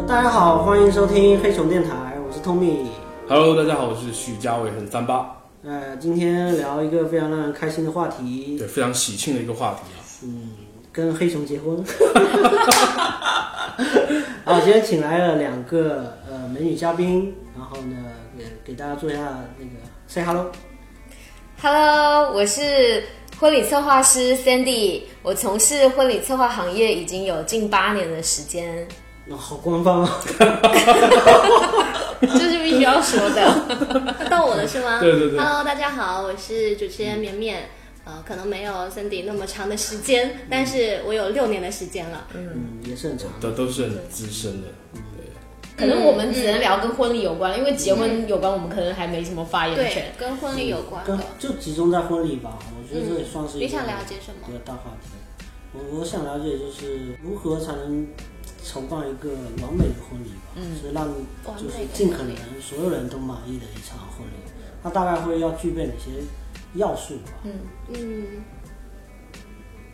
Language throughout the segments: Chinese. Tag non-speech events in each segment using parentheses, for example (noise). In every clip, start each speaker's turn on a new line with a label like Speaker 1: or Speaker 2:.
Speaker 1: 呃迎收听黑熊电台，我是 Tommy。
Speaker 2: Hello，大家好，我是许家伟，很三八，
Speaker 1: 呃，今天聊一个非常让人开心的话题，
Speaker 2: 对，非常喜庆的一个话题啊。
Speaker 1: 跟黑熊结婚。 (laughs) 啊，今天请来了两个呃美女嘉宾，然后呢，也给大家做一下那个 say hello。
Speaker 3: Hello，我是婚礼策划师
Speaker 2: (laughs)
Speaker 3: Sandy，我从事婚礼策划行业已经有近八年的时间，
Speaker 1: 哦、好官方啊！
Speaker 4: 这是必须要说
Speaker 5: (laughs)
Speaker 4: 的。到我了是吗？
Speaker 2: 对对对
Speaker 4: Hello，大家好，我是主持人绵绵。呃，可能没有 Cindy 那么长的时
Speaker 2: 嗯
Speaker 4: 间，但是我有六年的时间了。
Speaker 1: 嗯，也是很长。
Speaker 2: 都都是很资深的，
Speaker 5: 可能我们只能聊跟婚礼有关，因为结婚有关，我们可能还没什么发言权
Speaker 4: 对。，跟婚礼有关
Speaker 1: 跟
Speaker 4: 的。嗯
Speaker 1: 就集中在婚礼吧，我觉得这也算是一个
Speaker 4: 你想了解什么
Speaker 1: 比较大话题。我我想了解就是如何才能筹办一个完美的婚礼吧，是让
Speaker 4: 嗯完
Speaker 1: 就是
Speaker 4: 美的
Speaker 1: 尽可
Speaker 4: 婚
Speaker 1: 能
Speaker 4: 礼
Speaker 1: 所有人都满意的一场婚礼。它大概会要具备哪些要素吧？
Speaker 4: 嗯，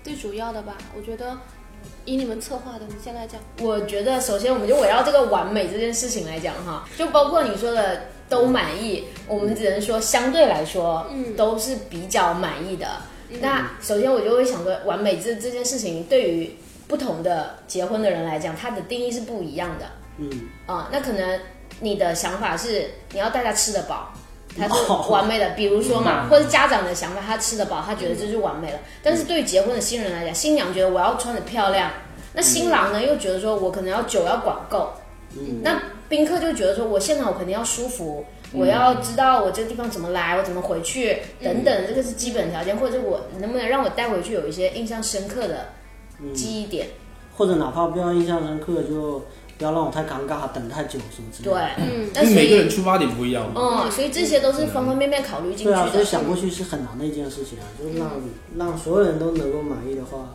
Speaker 4: 最主要的吧，我觉得以你们策划的，你先来讲。
Speaker 5: 我觉得首先我们就围绕这个完美这件事情来讲哈，就包括你说的都满意，我们只能说相对来说，
Speaker 4: 嗯
Speaker 5: 都是比较满意的。
Speaker 3: 嗯
Speaker 5: 那首先我就会想说，完美这这件事情对于不同的结婚的人来讲，它的定义是不一样的
Speaker 1: 嗯，
Speaker 5: 啊、那可能你的想法是你要大家吃得饱，他
Speaker 1: 哦
Speaker 5: 是完美的。比如说嘛，或者家长的想法，他吃得饱，他觉
Speaker 2: 嗯
Speaker 5: 得这是完美了。但是对于结婚的新人来讲，新娘觉得我要穿得漂亮，那新
Speaker 2: 嗯
Speaker 5: 郎呢又觉得说我可能要酒要管够，那宾客就觉得说我现场我肯定要舒服。
Speaker 2: 嗯
Speaker 5: 我要知道我这个地方怎么来，我怎么回去，等等，这个是基本条件，或者我能不能让我带回去有一些印象深刻的
Speaker 2: 嗯
Speaker 5: 记忆点？
Speaker 1: 嗯或者哪怕不要印象深刻，就不要让我太尴尬，等太久什么之类
Speaker 5: 对
Speaker 1: 的。，啊
Speaker 5: 嗯，
Speaker 2: 因
Speaker 5: 那
Speaker 2: 为
Speaker 5: 所
Speaker 2: 每个人
Speaker 5: 以，
Speaker 2: 出发点不一样嘛。
Speaker 5: 嗯，所以这些都是方方面面考虑进去
Speaker 1: 对
Speaker 5: 的。
Speaker 1: 啊，所以想过去是很难的一件事情啊，
Speaker 4: 嗯
Speaker 1: 就是让、让所有人都能够满意的话，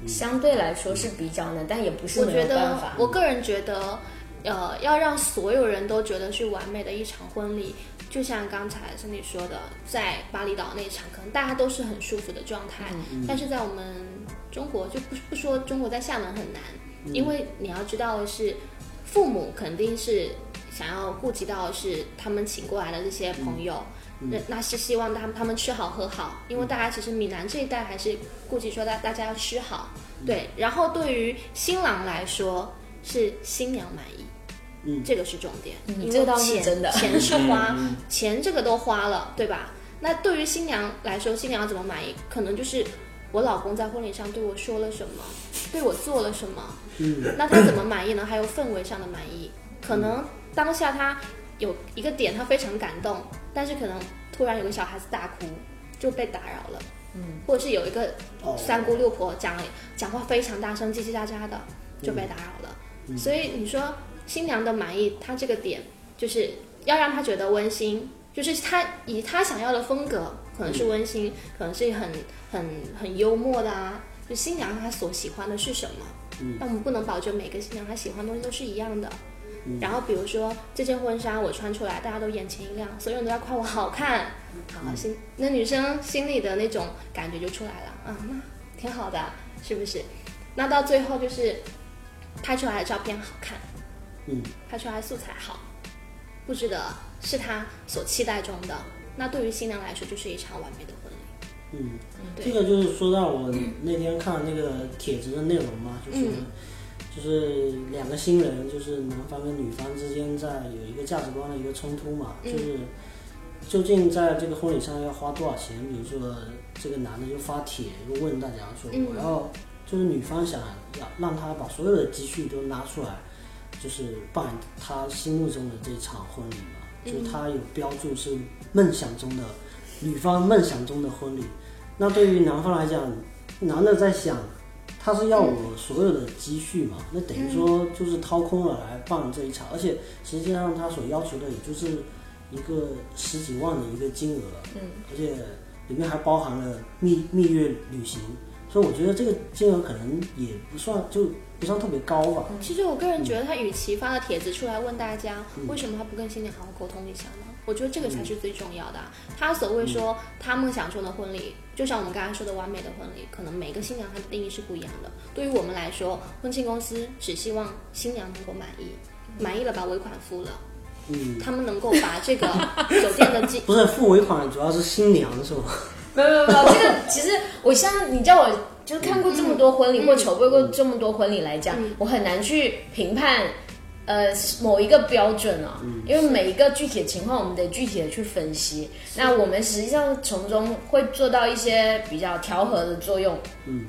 Speaker 5: 嗯相对来说是比较难，但也不是
Speaker 4: 我
Speaker 5: 没
Speaker 4: 觉
Speaker 5: 有
Speaker 4: 得
Speaker 5: 办法，。
Speaker 4: 我个人觉得，呃，要让所有人都觉得是完美的一场婚礼，就像刚才森你说的，在巴厘岛那场，可能大家都是很舒服的状态，
Speaker 5: 嗯
Speaker 4: 但是在我们中国就不不说中国在厦门很难，
Speaker 5: 嗯
Speaker 4: 因为你要知道的是，父母肯定是想要顾及到的是他们请过来的这些朋友。
Speaker 1: 嗯
Speaker 4: 那那是希望他们他们吃好喝好，因为大家其实闽南这一代还是顾及说大大家要吃好，
Speaker 1: 嗯
Speaker 4: 对。然后对于新郎来说是新娘满意，
Speaker 1: 嗯
Speaker 4: 这个是重点，因
Speaker 5: 这
Speaker 4: 为
Speaker 5: 个倒是
Speaker 4: 钱
Speaker 5: 真的
Speaker 4: 钱是花，钱这个都花了，对吧？那对于新娘来说，新娘要怎么满意？可能就是我老公在婚礼上对我说了什么，对我做了什么，
Speaker 1: 嗯，
Speaker 4: 那他怎么满意呢？还有氛围上的满意，可能当下他有一个点他非常感动，但是可能突然有个小孩子大哭，就被打扰了，嗯，或者是有一个
Speaker 1: 哦
Speaker 4: 三姑六婆讲讲话非常大声，叽叽喳喳的，就被打扰了。所以你说新娘的满意，她这个点就是要让她觉得温馨，就是她以她想要的风格，可能是温馨，可能是很很很幽默的啊。就新娘她所喜欢的是什么？但我们不能保证每个新娘她喜欢的东西都是一样的。然后比如说这件婚纱我穿出来，大家都眼前一亮，所有人都在夸我好看，好啊心那女生心里的那种感觉就出来了啊，那挺好的，是不是？那到最后就是拍出来的照片好看，
Speaker 1: 嗯，
Speaker 4: 拍出来的素材好，布置的是她所期待中的，那对于新娘来说就是一场完美的婚礼。
Speaker 1: 嗯，
Speaker 4: 对
Speaker 1: 这个就是说到我那天看那个帖子的内容嘛，就是、
Speaker 4: 嗯
Speaker 1: 就是两个新人，就是男方跟女方之间在有一个价值观的一个冲突嘛，
Speaker 4: 嗯
Speaker 1: 就是究竟在这个婚礼上要花多少钱？比如说这个男的就发帖就问大家说，
Speaker 4: 嗯
Speaker 1: 我要就是女方想要让他把所有的积蓄都拿出来，就是办他心目中的这场婚礼嘛，就是他有标注是梦想中的女方梦想中的婚礼。那对于男方来讲，男的在想，他是要我所有的积蓄嘛，那等于说就是掏空了来办这一场，而且实际上他所要求的也就是一个十几万的一个金额，嗯，而且里面还包含了蜜蜜月旅行，所以我觉得这个金额可能也不算就不算特别高吧，
Speaker 4: 其实我个人觉得，他与其发了帖子出来问大家
Speaker 1: 嗯
Speaker 4: 为什么他不跟新娘好好沟通一下呢？我觉得这个才是最重要的啊、
Speaker 1: 嗯
Speaker 4: 他所谓说他梦想中的婚礼，就像我们刚才说的完美的婚礼，可能每个新娘她的定义是不一样的。对于我们来说，婚庆公司只希望新娘能够满意，满意了把尾款付了，
Speaker 1: 嗯，
Speaker 4: 他们能够把
Speaker 1: (laughs)
Speaker 4: 这个酒店的金
Speaker 1: 不是付尾款主要是新娘是吗？
Speaker 5: 没有没有没有， (laughs) 这个其实我像你叫我就是看过这么多婚礼，或筹备过这么多婚礼来讲，我很难去评判呃某一个标准啊，因为每一个具体的情况我们得具体的去分析。那我们实际上从中会做到一些比较调和的作用，
Speaker 1: 嗯，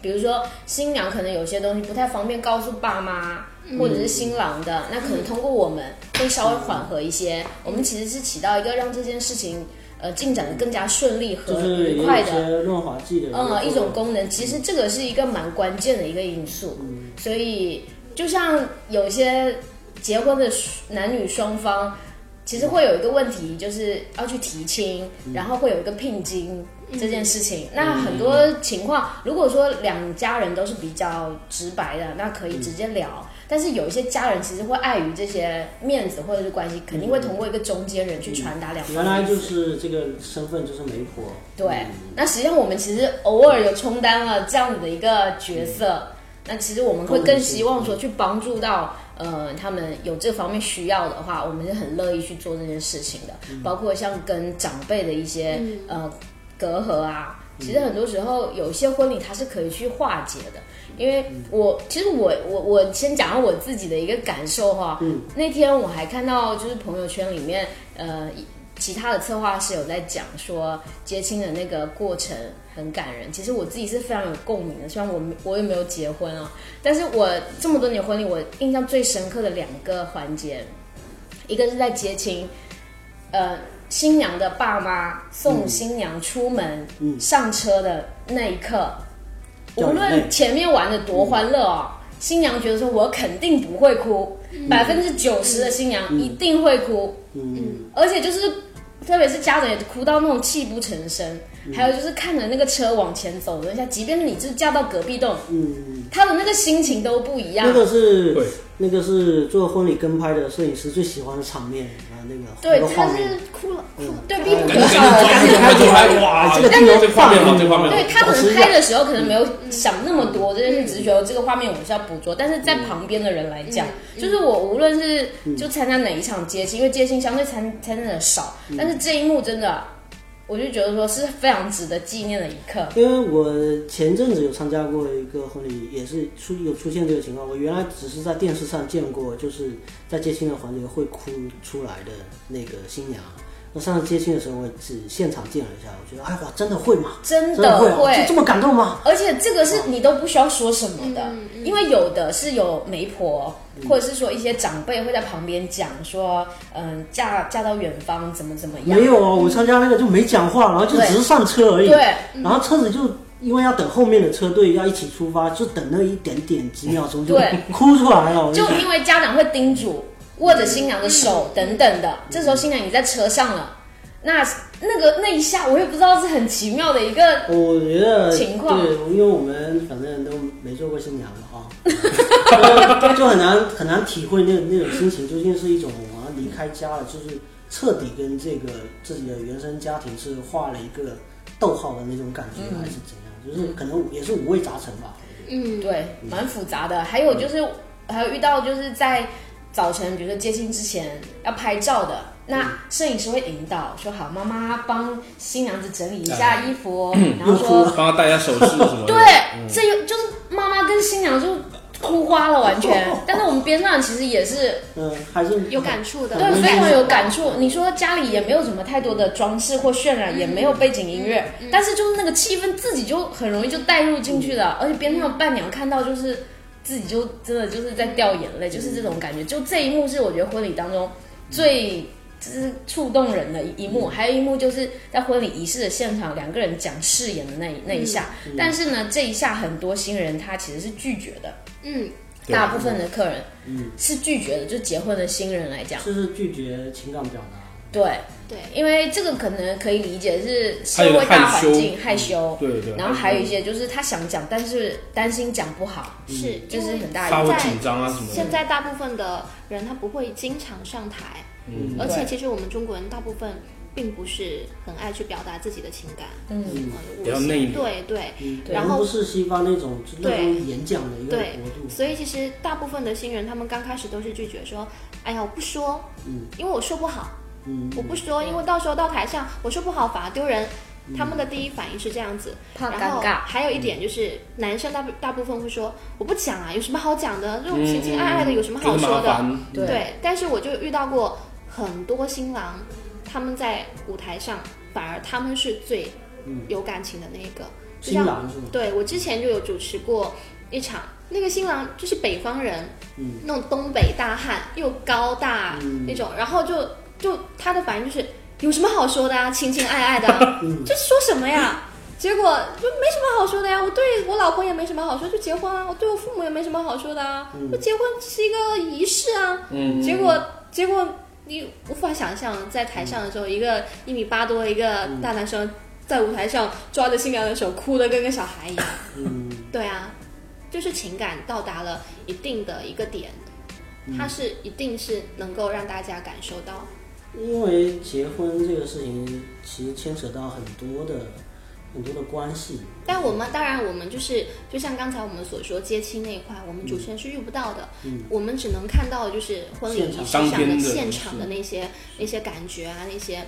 Speaker 5: 比如说新娘可能有些东西不太方便告诉爸妈。或者是新郎的，那可能通过我们会稍微缓和一些。我们其实是起到一个让这件事情呃进展的更加顺利和
Speaker 1: 就是也
Speaker 5: 呃愉
Speaker 1: 有
Speaker 5: 快
Speaker 1: 一
Speaker 5: 的
Speaker 1: 些润滑剂的一个作
Speaker 5: 嗯，
Speaker 1: 用，
Speaker 5: 一种功能，其实这个是一个蛮关键的一个因素。
Speaker 1: 嗯
Speaker 5: 所以就像有些结婚的男女双方，其实会有一个问题，就是要去提亲，
Speaker 1: 嗯
Speaker 5: 然后会有一个聘金这件事情。那很多情况，如果说两家人都是比较直白的，那可以
Speaker 1: 嗯
Speaker 5: 直接聊。但是有一些家人其实会碍于这些面子或者是关系，肯定会通过一个中间人去传达两方的
Speaker 1: 嗯
Speaker 5: 意
Speaker 1: 原
Speaker 5: 思。
Speaker 1: 来就是这个身份就是媒婆，
Speaker 5: 对，那实际上我们其实偶尔有充当了这样子的一个角色，那其实我们会更希望说去帮助到呃他们有这方面需要的话，我们是很乐意去做这件事情的，包括像跟长辈的一些、呃隔阂啊。其实很多时候，有些婚礼它是可以去化解的，因为我其实我我我先讲我自己的一个感受哈。
Speaker 1: 嗯
Speaker 5: 那天我还看到就是朋友圈里面呃其他的策划是有在讲说接亲的那个过程很感人。其实我自己是非常有共鸣的，虽然我没我也没有结婚啊，但是我这么多年婚礼，我印象最深刻的两个环节，一个是在接亲，呃，新娘的爸妈送新娘出门、
Speaker 1: 嗯
Speaker 5: 上车的那一刻，
Speaker 1: 掉
Speaker 5: 无
Speaker 1: 眼泪
Speaker 5: 论前面玩的多欢乐哦，新娘觉得说我肯定不会哭，百分之九十的新娘一定会哭，
Speaker 1: 嗯，
Speaker 5: 而且就是特别是家长也哭到那种泣不成声，
Speaker 1: 嗯
Speaker 5: 还有就是看着那个车往前走的一下，即便是你就是嫁到隔壁栋，
Speaker 1: 嗯，
Speaker 5: 他的那个心情都不一样。
Speaker 1: 那个是
Speaker 2: 对
Speaker 1: 那个是做婚礼跟拍的摄影师最喜欢的场面啊，那个
Speaker 5: 对
Speaker 1: 那个，
Speaker 5: 他
Speaker 1: 画
Speaker 5: 是
Speaker 1: 面，
Speaker 4: 哭了哭了，
Speaker 5: 对必不啊
Speaker 1: 哦
Speaker 2: 赶
Speaker 5: 可
Speaker 2: 紧赶紧
Speaker 5: 少
Speaker 2: 抓住，赶紧抓
Speaker 5: 的，
Speaker 2: 住！哇，
Speaker 1: 这个
Speaker 2: 这
Speaker 1: 地方
Speaker 2: 这画面好，这画面
Speaker 5: 对
Speaker 2: 好。
Speaker 5: 他可
Speaker 1: 保持
Speaker 5: 能
Speaker 1: 一下
Speaker 5: 拍的时候可能没有想那么多，这件事只是觉得这个画面我是要捕捉，但是在
Speaker 1: 嗯
Speaker 5: 旁边的人来讲，就是我无论是就参加哪一场接亲，因为接亲相对参参加的少，
Speaker 1: 嗯
Speaker 5: 但是这一幕真的，我就觉得说是非常值得纪念的一刻。
Speaker 1: 因为我前阵子有参加过一个婚礼，也是出有出现这个情况。我原来只是在电视上见过，就是在接亲的环节会哭出来的那个新娘。那上次接亲的时候，我只现场见了一下，我觉得，哎哇，真的会吗？
Speaker 5: (laughs) 真
Speaker 1: 真
Speaker 5: 的
Speaker 1: 的会啊，
Speaker 5: 会
Speaker 1: 就这么感动吗？
Speaker 5: 而且这个是你都不需要说什么的，因为有的是有媒婆，或者是说一些长辈会在旁边讲说，嗯，嫁嫁到远方怎么怎么样，
Speaker 1: 没有啊，我参加那个就没讲话，然后就
Speaker 5: 对
Speaker 1: 只是上车而已。
Speaker 5: 对，
Speaker 1: 然后车子就因为要等后面的车队要一起出发，就等那一点点几秒钟就
Speaker 5: 对
Speaker 1: 哭出来了。我
Speaker 5: 就
Speaker 1: 想
Speaker 5: 因为家长会叮嘱，握着新娘的手等等的，这时候新娘已经在车上了，那那个那一下，我也不知道是很奇妙的一个，
Speaker 1: 我觉得
Speaker 5: 情况
Speaker 1: 对，因为我们反正都没做过新娘嘛啊， (laughs) 就就很难很难体会那那种心情究竟是一种好像离开家了，就是彻底跟这个自己的原生家庭是画了一个逗号的那种感觉，还是怎样？就是可能也是五味杂陈吧。
Speaker 4: 嗯，
Speaker 5: 对，蛮复杂的。还有就是，还有遇到就是在早晨，比如说接亲之前要拍照的。那摄影师会引导说：“好，妈妈帮新娘子整理一下衣服，哦然后说
Speaker 2: 帮他戴一下首饰什么的。
Speaker 5: 对，这又就是妈妈跟新娘就哭花了完全。但是我们边上人其实也是
Speaker 1: 嗯，还是
Speaker 4: 有感触的，
Speaker 5: 对，
Speaker 1: 嗯
Speaker 5: 非常有感触。你说家里也没有什么太多的装饰或渲染，也没有背景音乐，但是就是那个气氛自己就很容易就带入进去了，而且边上的伴娘看到就是自己就真的就是在掉眼泪，就是这种感觉。就这一幕是我觉得婚礼当中最。就是触动人的一幕，还有一幕就是在婚礼仪式的现场，两个人讲誓言的那一那一下。但是呢，这一下很多新人他其实是拒绝的，
Speaker 4: 嗯，
Speaker 2: 对
Speaker 5: 大部分的客人
Speaker 1: 嗯
Speaker 5: 是拒绝的，就结婚的新人来讲，
Speaker 1: 就是拒绝情感表达。
Speaker 5: 对，
Speaker 4: 对，
Speaker 5: 因为这个可能可以理解是社会大环境害羞，
Speaker 2: 对对。
Speaker 5: 然后还有一些就是他想讲，但是担心讲不好，
Speaker 4: 是，
Speaker 1: 嗯
Speaker 5: 就是
Speaker 4: 因为
Speaker 5: 很大
Speaker 2: 稍
Speaker 5: 一
Speaker 2: 微
Speaker 5: 个。
Speaker 2: 紧张啊什么的。
Speaker 4: 现在大部分的人他不会经常上台，
Speaker 2: 嗯
Speaker 4: 而且
Speaker 5: 对
Speaker 4: 其实我们中国人大部分并不是很爱去表达自己的情感，
Speaker 1: 嗯
Speaker 4: 呃
Speaker 2: 比较
Speaker 4: 我
Speaker 2: 内敛
Speaker 4: 对对，
Speaker 1: 嗯，
Speaker 4: 然
Speaker 1: 我们
Speaker 4: 后
Speaker 1: 不是西方那种就那种演讲的一个
Speaker 4: 对
Speaker 1: 国
Speaker 2: 嗯
Speaker 1: 度，
Speaker 4: 所以其实大部分的新人他们刚开始都是拒绝说，哎呀我不说，
Speaker 1: 嗯
Speaker 4: 因为我说不好，
Speaker 1: 嗯，
Speaker 4: 我不说，因为到时候到台上我说不好反而丢人。他们的第一反应是这样子，
Speaker 2: 嗯
Speaker 3: 怕
Speaker 4: 然后
Speaker 3: 尴尬。
Speaker 4: 还有一点就是，男生大部大部分会说，我不讲啊，有什么好讲的？
Speaker 2: 嗯
Speaker 4: 这种情情爱爱的有什么好说
Speaker 2: 麻
Speaker 4: 的？
Speaker 2: 烦，
Speaker 1: 嗯
Speaker 5: 对
Speaker 4: 对，但是我就遇到过很多新郎，他们在舞台上反而他们是最
Speaker 1: 嗯
Speaker 4: 有感情的那一个。就
Speaker 1: 新
Speaker 4: 像
Speaker 1: 郎是吗？
Speaker 4: 对我之前就有主持过一场，那个新郎就是北方人，
Speaker 1: 嗯
Speaker 4: 那种东北大汉，又高大、
Speaker 1: 嗯
Speaker 4: 那种，然后就就他的反应就是有什么好说的啊，情情爱爱的
Speaker 1: (laughs)
Speaker 4: 啊、
Speaker 1: 嗯
Speaker 4: 这说什么呀？结果就没什么好说的呀，我对我老公也没什么好说，就结婚啊；我对我父母也没什么好说的啊，
Speaker 1: 嗯
Speaker 4: 就结婚是一个仪式啊。
Speaker 2: 嗯，
Speaker 4: 结果结果你无法想象，在台上的时候，一个一米八多的一个大男生在舞台上抓着新娘的手，哭的跟个小孩一样。
Speaker 1: 嗯
Speaker 4: 对啊，就是情感到达了一定的一个点，它是一定是能够让大家感受到。
Speaker 1: 因为结婚这个事情其实牵扯到很多的很多的关系，
Speaker 4: 但我们当然，我们就是就像刚才我们所说接亲那一块，我们主持人是遇不到的，
Speaker 1: 嗯
Speaker 4: 我们只能看到就是婚礼
Speaker 1: 现
Speaker 4: 仪
Speaker 1: 场
Speaker 4: 式上
Speaker 2: 当天
Speaker 4: 的
Speaker 2: 的
Speaker 4: 现场的
Speaker 2: 是
Speaker 4: 那些那些感觉啊那些。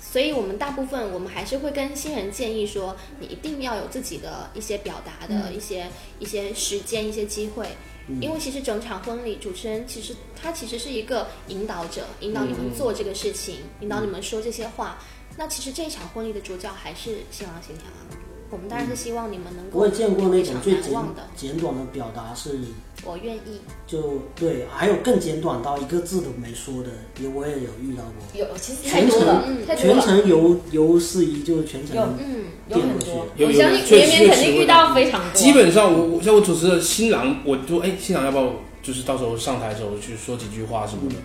Speaker 4: 所以，我们大部分我们还是会跟新人建议说，你一定要有自己的一些表达
Speaker 2: 嗯
Speaker 4: 的、一些一些时间、一些机会，
Speaker 1: 嗯
Speaker 4: 因为其实整场婚礼，主持人其实他其实是一个引导者，引导你们做这个事情，
Speaker 1: 嗯
Speaker 4: 引导你们说这些话。那其实这一场婚礼的主角还是新郎新娘啊。我们当然是希望你们能
Speaker 1: 嗯
Speaker 4: 够
Speaker 1: 我也见过那
Speaker 4: 非
Speaker 1: 种
Speaker 4: 常
Speaker 1: 最
Speaker 4: 难
Speaker 1: 简
Speaker 4: 忘的。
Speaker 1: 简短的表达是
Speaker 4: 我愿意，
Speaker 1: 就对，还有更简短到一个字都没说的，也我也有遇到过，
Speaker 5: 有其实太
Speaker 1: 全
Speaker 5: 多了，
Speaker 1: 程
Speaker 5: 嗯太多
Speaker 1: 全
Speaker 5: 了，
Speaker 1: 程由由司仪就全程
Speaker 4: 嗯，
Speaker 5: 有
Speaker 1: 垫
Speaker 5: 很
Speaker 1: 过去
Speaker 5: 多
Speaker 1: 了。
Speaker 2: 有
Speaker 5: 我
Speaker 2: 有
Speaker 5: 相信
Speaker 2: 确
Speaker 5: 绵
Speaker 2: 实确
Speaker 5: 绵肯
Speaker 2: 实
Speaker 5: 定
Speaker 2: 会
Speaker 5: 遇到非常多。
Speaker 2: 基本上我我像我主持的新郎，我就哎新郎要不要就是到时候上台的时候去说几句话什么的，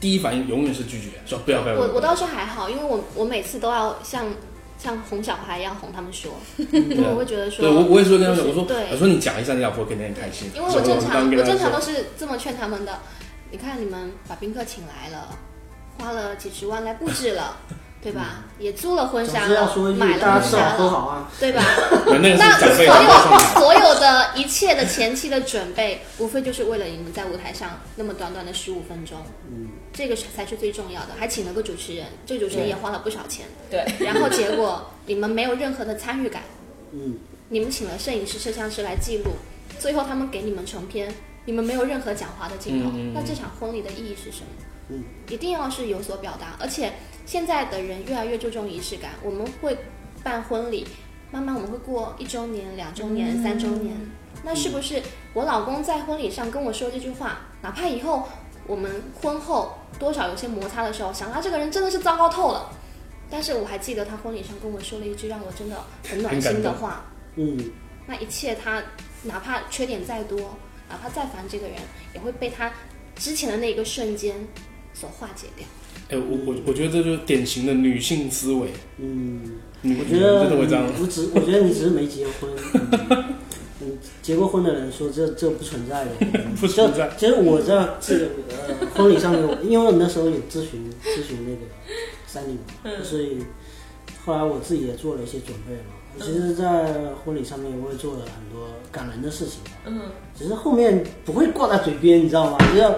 Speaker 2: 第一反应永远是拒绝，说不要不要。不要
Speaker 4: 我我倒是还好，因为我我每次都要像像哄小孩一样哄他们说，
Speaker 1: 嗯
Speaker 4: (laughs) 因为我会觉得说，
Speaker 2: 对我我也说跟他说，
Speaker 4: 就是
Speaker 2: 我说
Speaker 4: 对
Speaker 2: 我说你讲一下，你老婆肯定很开心。
Speaker 4: 因为我正
Speaker 2: 然后
Speaker 4: 常
Speaker 2: 我
Speaker 4: 我正常
Speaker 2: 都
Speaker 4: 都是这么劝他们的。你看你们把宾客请来了，花了几十万来布置了，对吧？也租了婚
Speaker 1: 总
Speaker 4: 纱
Speaker 1: 之要
Speaker 4: 了
Speaker 1: 说，一句
Speaker 4: 买，
Speaker 1: 大家
Speaker 4: 了婚
Speaker 1: 吃好
Speaker 4: 纱
Speaker 1: 喝
Speaker 4: 了，
Speaker 1: 好啊，
Speaker 4: 对吧？
Speaker 2: 那个
Speaker 4: 那
Speaker 2: 是长辈
Speaker 4: 所
Speaker 2: 老婆上
Speaker 4: 有
Speaker 2: 台
Speaker 4: 所有的一切的前期的准备，无非就是为了你们在舞台上那么短短的十五分钟，
Speaker 1: 嗯，
Speaker 4: 这个才是最重要的。还请了个主持人，这个主持人也花了不少钱，
Speaker 5: 对，
Speaker 4: 然后结果你们没有任何的参与感，
Speaker 1: 嗯，
Speaker 4: 你们请了摄影师、摄像师来记录，最后他们给你们成片，你们没有任何讲话的镜头，
Speaker 2: 嗯嗯嗯
Speaker 4: 那这场婚礼的意义是什么？
Speaker 1: 嗯，
Speaker 4: 一定要是有所表达，而且现在的人越来越注重仪式感，我们会办婚礼，慢慢我们会过一周年、两周年、
Speaker 2: 嗯
Speaker 4: 三周年，那是不是我老公在婚礼上跟我说这句话，哪怕以后我们婚后多少有些摩擦的时候，想他这个人真的是糟糕透了。但是我还记得他婚礼上跟我说了一句让我真的很暖心的
Speaker 2: 很感
Speaker 4: 话，
Speaker 1: 嗯，
Speaker 4: 那一切他哪怕缺点再多，哪怕再烦这个人，也会被他之前的那一个瞬间所化解掉。
Speaker 2: 哎，我我我觉得这就是典型的女性思维。
Speaker 1: 嗯，
Speaker 2: 女
Speaker 1: 我
Speaker 2: 女
Speaker 1: 觉
Speaker 2: 人
Speaker 1: 得
Speaker 2: 真的会这样
Speaker 1: 你。我只我觉得你只是没结婚。嗯 (laughs) 嗯，结过婚的人说这这不存在的，
Speaker 2: 不存在
Speaker 1: 就。其实我在这个呃婚礼上面，因为我那时候有咨询咨询那个三里嘛，
Speaker 4: 嗯
Speaker 1: 所以后来我自己也做了一些准备嘛。
Speaker 4: 嗯
Speaker 1: 其实，在婚礼上面我也做了很多感人的事情，嗯，只是后面不会挂在嘴边，你知道吗？只要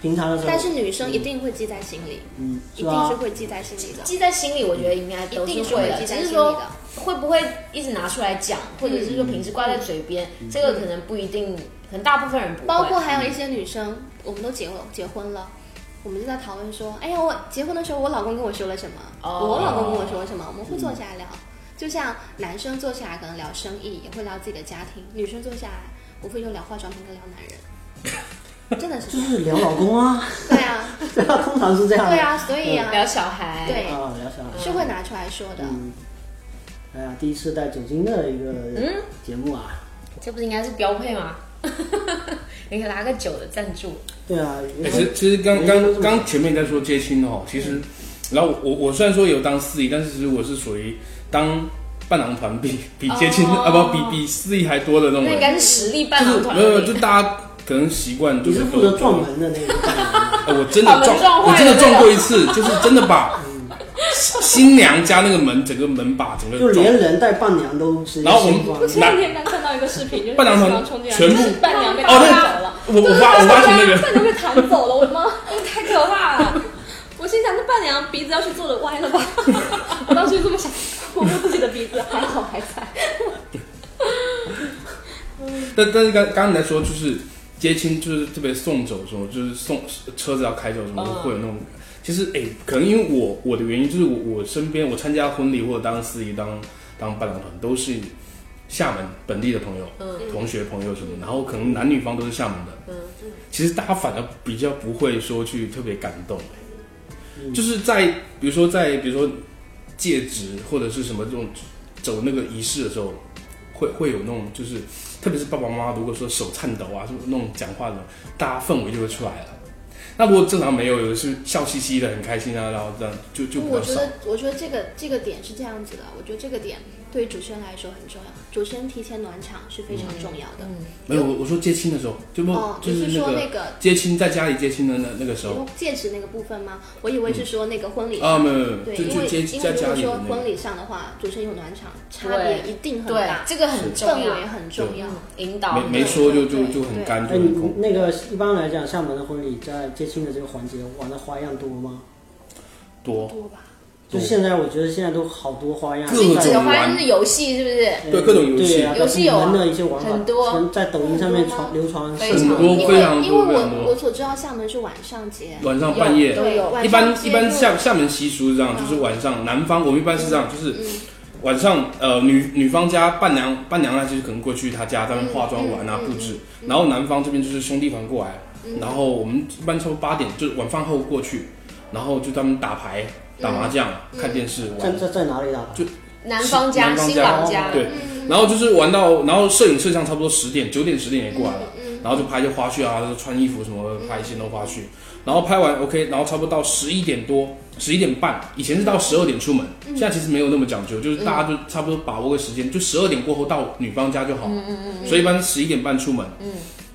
Speaker 1: 平常的时候，
Speaker 4: 但是女生一定会记在心里，
Speaker 1: 嗯，
Speaker 4: 一
Speaker 1: 是
Speaker 4: 定
Speaker 1: 吧
Speaker 4: 是？会记在心里的，
Speaker 5: 记在心里，我觉得应该
Speaker 4: 一
Speaker 5: 都
Speaker 4: 定
Speaker 5: 是
Speaker 4: 是
Speaker 5: 会
Speaker 4: 会
Speaker 5: 的，
Speaker 4: 记
Speaker 5: 只
Speaker 4: 在
Speaker 5: 是
Speaker 4: 心里
Speaker 5: 说
Speaker 4: 的。
Speaker 5: 会不会一直拿出来讲，或者是说平时挂在嘴边，
Speaker 2: 嗯
Speaker 5: 这个可能不一定，可能大部分人不会。
Speaker 4: 包括还有一些女生，我们都结了结婚了。我们就在讨论说，哎呀，我结婚的时候，我老公跟我说了什么
Speaker 5: 哦
Speaker 4: 我老公跟我说了什么，我们会坐下来聊。嗯就像男生坐下来可能聊生意，也会聊自己的家庭；女生坐下来，无非就聊化妆品跟聊男人， (laughs) 真的是这
Speaker 1: 就
Speaker 4: 样。
Speaker 1: 是聊老公啊， (laughs)
Speaker 4: 对啊，
Speaker 1: 对啊，通常是这样的。
Speaker 4: 对啊，所以
Speaker 5: 聊
Speaker 4: 啊，
Speaker 5: 小孩，
Speaker 4: 对
Speaker 1: 啊，聊小孩
Speaker 4: 是会拿出来说的。
Speaker 1: 嗯，哎呀，第一次带酒精的一个
Speaker 5: 嗯
Speaker 1: 节目啊，
Speaker 5: 这不是应该是标配吗？ (laughs) 你可以拿个酒的赞助，
Speaker 1: 对啊，
Speaker 2: 哎，其实其实刚刚刚前面在说接亲哦，其实，然后我我虽然说有当司仪，但是其实我是属于当伴郎团比比接亲
Speaker 5: 哦
Speaker 2: 啊不比比司仪还多的那种
Speaker 5: 那
Speaker 2: 人，
Speaker 5: 应该是实力伴
Speaker 2: 就
Speaker 5: 郎
Speaker 2: 是
Speaker 5: 团
Speaker 2: 没有没有，就大家可能习惯就
Speaker 1: 你
Speaker 2: 是
Speaker 1: 是负
Speaker 2: 都
Speaker 1: 责撞门的那个，
Speaker 2: (laughs) 哎我真的
Speaker 5: 把门
Speaker 2: 撞
Speaker 5: 撞坏
Speaker 2: 我真的
Speaker 5: 了
Speaker 2: 撞过一次，就是真的把新娘加那个门，整个门把，整个
Speaker 1: 就
Speaker 2: 撞
Speaker 1: 连人带伴娘都是一
Speaker 2: 然后我们
Speaker 1: 星光
Speaker 4: 我前两天刚看到一个视频，就是
Speaker 2: 伴郎团
Speaker 4: 新郎冲进来，
Speaker 2: 全部
Speaker 4: 就是
Speaker 2: (laughs)
Speaker 4: 伴娘被
Speaker 2: 哦
Speaker 4: 弹
Speaker 2: 那
Speaker 4: 走了，
Speaker 2: 我我发我发现那个，
Speaker 4: 伴娘被弹走了，我的妈， (laughs) 太可怕了！我心想，那伴娘鼻子要是做的歪了吧？ (laughs) 我当时就这么想，我摸自己的鼻子，还好还在。
Speaker 2: 但但是刚刚刚你在说就是接亲，就是特别送走的时候，就是送车子要开走什么，会有那种。其实哎、可能因为我我的原因就是我我身边我参加婚礼或者当司仪当当伴郎团都是厦门本地的朋友、
Speaker 4: 嗯
Speaker 2: 同学朋友什么，然后可能男女方都是厦门的。嗯，其实大家反而比较不会说去特别感动、
Speaker 4: 嗯
Speaker 2: 就是在比如说在比如说戒指或者是什么这种走那个仪式的时候，会会有那种就是特别是爸爸妈妈如果说手颤抖啊，就那种讲话的，大家氛围就会出来了。那如果正常没有，有的是笑嘻嘻的，很开心啊，然后这样就就比
Speaker 4: 我
Speaker 2: 较
Speaker 4: 觉
Speaker 2: 少。
Speaker 4: 得，我觉得这个这个点是这样子的，我觉得这个点对于主持人来说很重要，主持人提前暖场是非常重要的。
Speaker 2: 没有，我我说接亲的时候，就不、
Speaker 4: 哦，
Speaker 2: 就
Speaker 4: 你是
Speaker 2: 那
Speaker 4: 说
Speaker 2: 个
Speaker 4: 那个
Speaker 2: 接亲在家里接亲的那那个时
Speaker 4: 你
Speaker 2: 候
Speaker 4: 说戒指那个部分吗？我以为是说那个婚礼
Speaker 2: 啊，
Speaker 4: 上。
Speaker 2: 没有没有，
Speaker 4: 对，
Speaker 2: 就
Speaker 4: 因为
Speaker 2: 就接
Speaker 4: 因
Speaker 2: 在
Speaker 4: 为如
Speaker 2: 家
Speaker 4: 果
Speaker 2: 里
Speaker 4: 说
Speaker 2: 的那
Speaker 4: 婚
Speaker 2: 个。
Speaker 4: 礼上的话，主持人有暖场，差别一定很
Speaker 5: 对
Speaker 4: 大，，
Speaker 5: 这个很重
Speaker 4: 氛
Speaker 5: 要，
Speaker 4: 围很重要。
Speaker 5: 引
Speaker 4: 啊
Speaker 5: 导
Speaker 2: 没没说就就就很干，就
Speaker 1: 哎，
Speaker 2: 很
Speaker 1: 你
Speaker 2: 空。
Speaker 1: 那个一般来讲，厦门的婚礼在接亲的这个环节玩的花样多吗？
Speaker 2: 多
Speaker 4: 多吧？
Speaker 1: 就
Speaker 2: 多
Speaker 1: 现在，我觉得现在都好多花样，
Speaker 2: 各
Speaker 5: 这
Speaker 2: 种
Speaker 5: 个
Speaker 2: 玩
Speaker 5: 花样是游戏，是不是？
Speaker 1: 哎
Speaker 2: 对各种游戏
Speaker 1: 对啊
Speaker 5: 游戏有啊
Speaker 1: 门的一些玩法，
Speaker 5: 很多
Speaker 1: 从在抖音上面传流传
Speaker 5: 非
Speaker 1: 甚
Speaker 5: 常
Speaker 1: 广
Speaker 5: 多
Speaker 2: 非常
Speaker 4: 嗯因为
Speaker 2: 多非常
Speaker 4: 我
Speaker 2: 多
Speaker 4: 我所知道厦门是晚上结，
Speaker 2: 晚上半夜
Speaker 5: 都有
Speaker 4: 晚
Speaker 2: 一
Speaker 4: 上
Speaker 2: 般
Speaker 4: 街嗯
Speaker 2: 一般
Speaker 4: 就
Speaker 2: 厦厦门习俗是这样，就是晚上男方我们一般是这样，就是
Speaker 4: 嗯
Speaker 2: 晚上呃女女方家伴娘伴娘那就是可能过去她家在那
Speaker 4: 嗯
Speaker 2: 边化妆玩啊布置，然后男方这边就是兄弟团过来，
Speaker 4: 嗯
Speaker 2: 然后我们一般差不多八点就是晚饭后过去，然后就他们打牌打麻将
Speaker 4: 嗯
Speaker 2: 看电视
Speaker 1: 在
Speaker 2: 玩，
Speaker 1: 在在哪里打？
Speaker 5: 男方家、
Speaker 2: 男方家
Speaker 5: 新郎家，
Speaker 2: 对，然后就是玩到然后摄影摄像差不多十点九点十点也过来了，然后就拍一些花絮啊，就穿衣服什么拍一些那种花絮，然后拍完 OK，然后差不多到十一点多，十一点半，以前是到十二点出门，现在其实没有那么讲究，就是大家就差不多把握个时间，就十二点过后到女方家就好，
Speaker 4: 嗯
Speaker 2: 所以一般十一点半出门，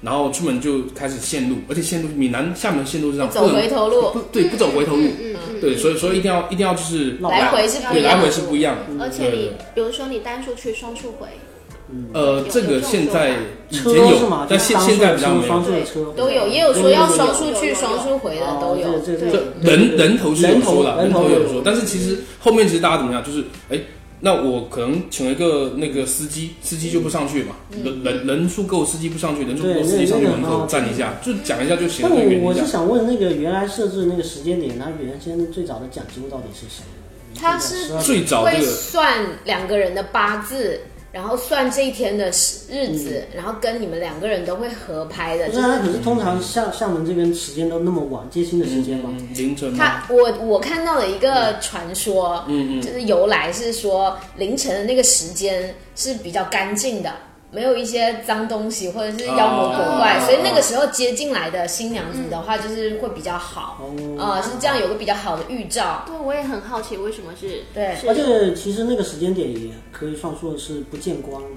Speaker 2: 然后出门就开始线路，而且线路闽南厦门线路是这样，
Speaker 5: 走
Speaker 2: 不能
Speaker 5: 回头嗯路，
Speaker 2: 不对，不走回头路，对，所以所以一定要一定要就是
Speaker 5: 来回是不
Speaker 2: 对
Speaker 5: 一
Speaker 2: 来
Speaker 5: 样
Speaker 2: 回
Speaker 5: 的。
Speaker 2: 是不一样的，
Speaker 4: 而且
Speaker 2: 对
Speaker 4: 你比如说你单数去双数回，
Speaker 2: 呃，这个现在以
Speaker 1: 车
Speaker 2: 前
Speaker 1: 是
Speaker 2: 有
Speaker 1: 吗，？
Speaker 2: 但现现在比较没
Speaker 1: 双
Speaker 2: 有。
Speaker 1: 数的车
Speaker 5: 都有，也有说
Speaker 1: 对
Speaker 5: 要
Speaker 1: 对对
Speaker 5: 双数去、
Speaker 4: 有有
Speaker 5: 双数回的都有
Speaker 1: 哦。这这
Speaker 4: 对
Speaker 1: 这
Speaker 2: 人人头是有
Speaker 1: 人
Speaker 2: 说
Speaker 1: 头
Speaker 2: 了，人
Speaker 1: 人
Speaker 2: 头
Speaker 1: 头
Speaker 2: 有说，但是其实后面其实大家怎么样，就是哎，那我可能请了一个那个司机，司机就不上去嘛，人人人数够，司机不上去，人数不够，
Speaker 1: 嗯对
Speaker 2: 司机
Speaker 1: 那
Speaker 2: 上去
Speaker 1: 那个
Speaker 2: 门口
Speaker 1: 啊
Speaker 2: 站一下，就讲一下就行
Speaker 1: 但
Speaker 2: 了，
Speaker 1: 我
Speaker 2: 原啊
Speaker 1: 我
Speaker 2: 因
Speaker 1: 是
Speaker 2: 讲。
Speaker 1: 想问，那个原来设置那个时间点，它原先最早的讲究到底是谁？
Speaker 2: 嗯
Speaker 5: 他是
Speaker 2: 最早这
Speaker 5: 会
Speaker 2: 个
Speaker 5: 算两个人的八字，然后算这一天的时日子，然后跟你们两个人都会合拍的。
Speaker 1: 不
Speaker 5: 就是是
Speaker 1: 啊，可是通常厦厦门这边时间都那么晚，接亲的时间嘛，
Speaker 2: 凌晨嘛，
Speaker 5: 他我我看到了一个传说，
Speaker 2: 嗯嗯，
Speaker 5: 就是由来是说凌晨的那个时间是比较干净的，没有一些脏东西或者是妖魔鬼怪，
Speaker 2: 哦
Speaker 5: 所以那个时候接进来的新娘子的
Speaker 2: 嗯
Speaker 5: 话，就是会比较好，
Speaker 2: 哦
Speaker 5: 啊、是这样有个比较好的预兆。
Speaker 4: 对我也很好奇为什么是
Speaker 5: 对
Speaker 4: 是
Speaker 1: 而且其实那个时间点也可以算作是不见光嘛，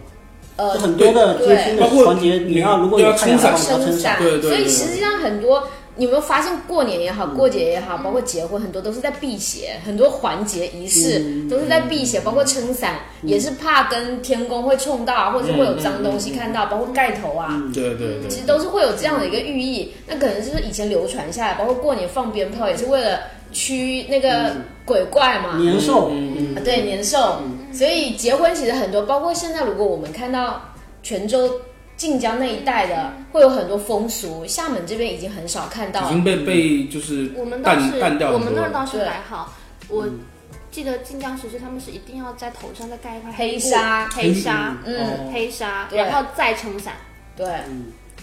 Speaker 5: 呃
Speaker 1: 就，很多的
Speaker 5: 对
Speaker 1: 接亲的
Speaker 2: 包括
Speaker 1: 环节，
Speaker 2: 你
Speaker 1: 你要如果
Speaker 2: 对啊
Speaker 1: 有
Speaker 5: (laughs)
Speaker 1: 太阳的话，你要
Speaker 5: 撑
Speaker 1: 撑
Speaker 5: 伞，
Speaker 1: 伞。
Speaker 2: 对对对嗯
Speaker 5: 所以实际上很多，你有没有发现过年也好，过节也好，包括结婚，很多都是在避邪，很多环节仪
Speaker 2: 嗯
Speaker 5: 式都是在避邪，包括撑伞也是怕跟天公会冲到
Speaker 2: 嗯
Speaker 5: 啊，或者是会有脏东西看到，包括盖头啊。
Speaker 2: 对对对，
Speaker 5: 其实都是会有这样的一个寓意，那可能就是以前流传下来，包括过年放鞭炮也是为了驱那
Speaker 2: 嗯
Speaker 5: 个鬼怪嘛。
Speaker 1: 年兽，
Speaker 5: 啊，对年兽，
Speaker 2: 嗯
Speaker 5: 所以结婚其实很多，包括现在如果我们看到泉州、晋江那一带的，会有很多风俗，厦门这边已经很少看到
Speaker 2: 已
Speaker 5: 了。
Speaker 2: 经被被就是
Speaker 4: 我们倒
Speaker 2: 淡
Speaker 4: 是
Speaker 2: 淡掉
Speaker 4: 我
Speaker 2: 很
Speaker 4: 们
Speaker 2: 多嗯
Speaker 4: 那儿
Speaker 2: 了。
Speaker 4: 倒是
Speaker 5: 对
Speaker 4: 还好，我记得晋江时期他们是一定要在头上再盖一块
Speaker 5: 黑
Speaker 4: 布
Speaker 5: 纱
Speaker 4: 黑纱，
Speaker 5: 嗯，
Speaker 2: 哦
Speaker 4: 黑纱，
Speaker 5: 对
Speaker 4: 然后再撑伞，
Speaker 5: 对，
Speaker 2: 嗯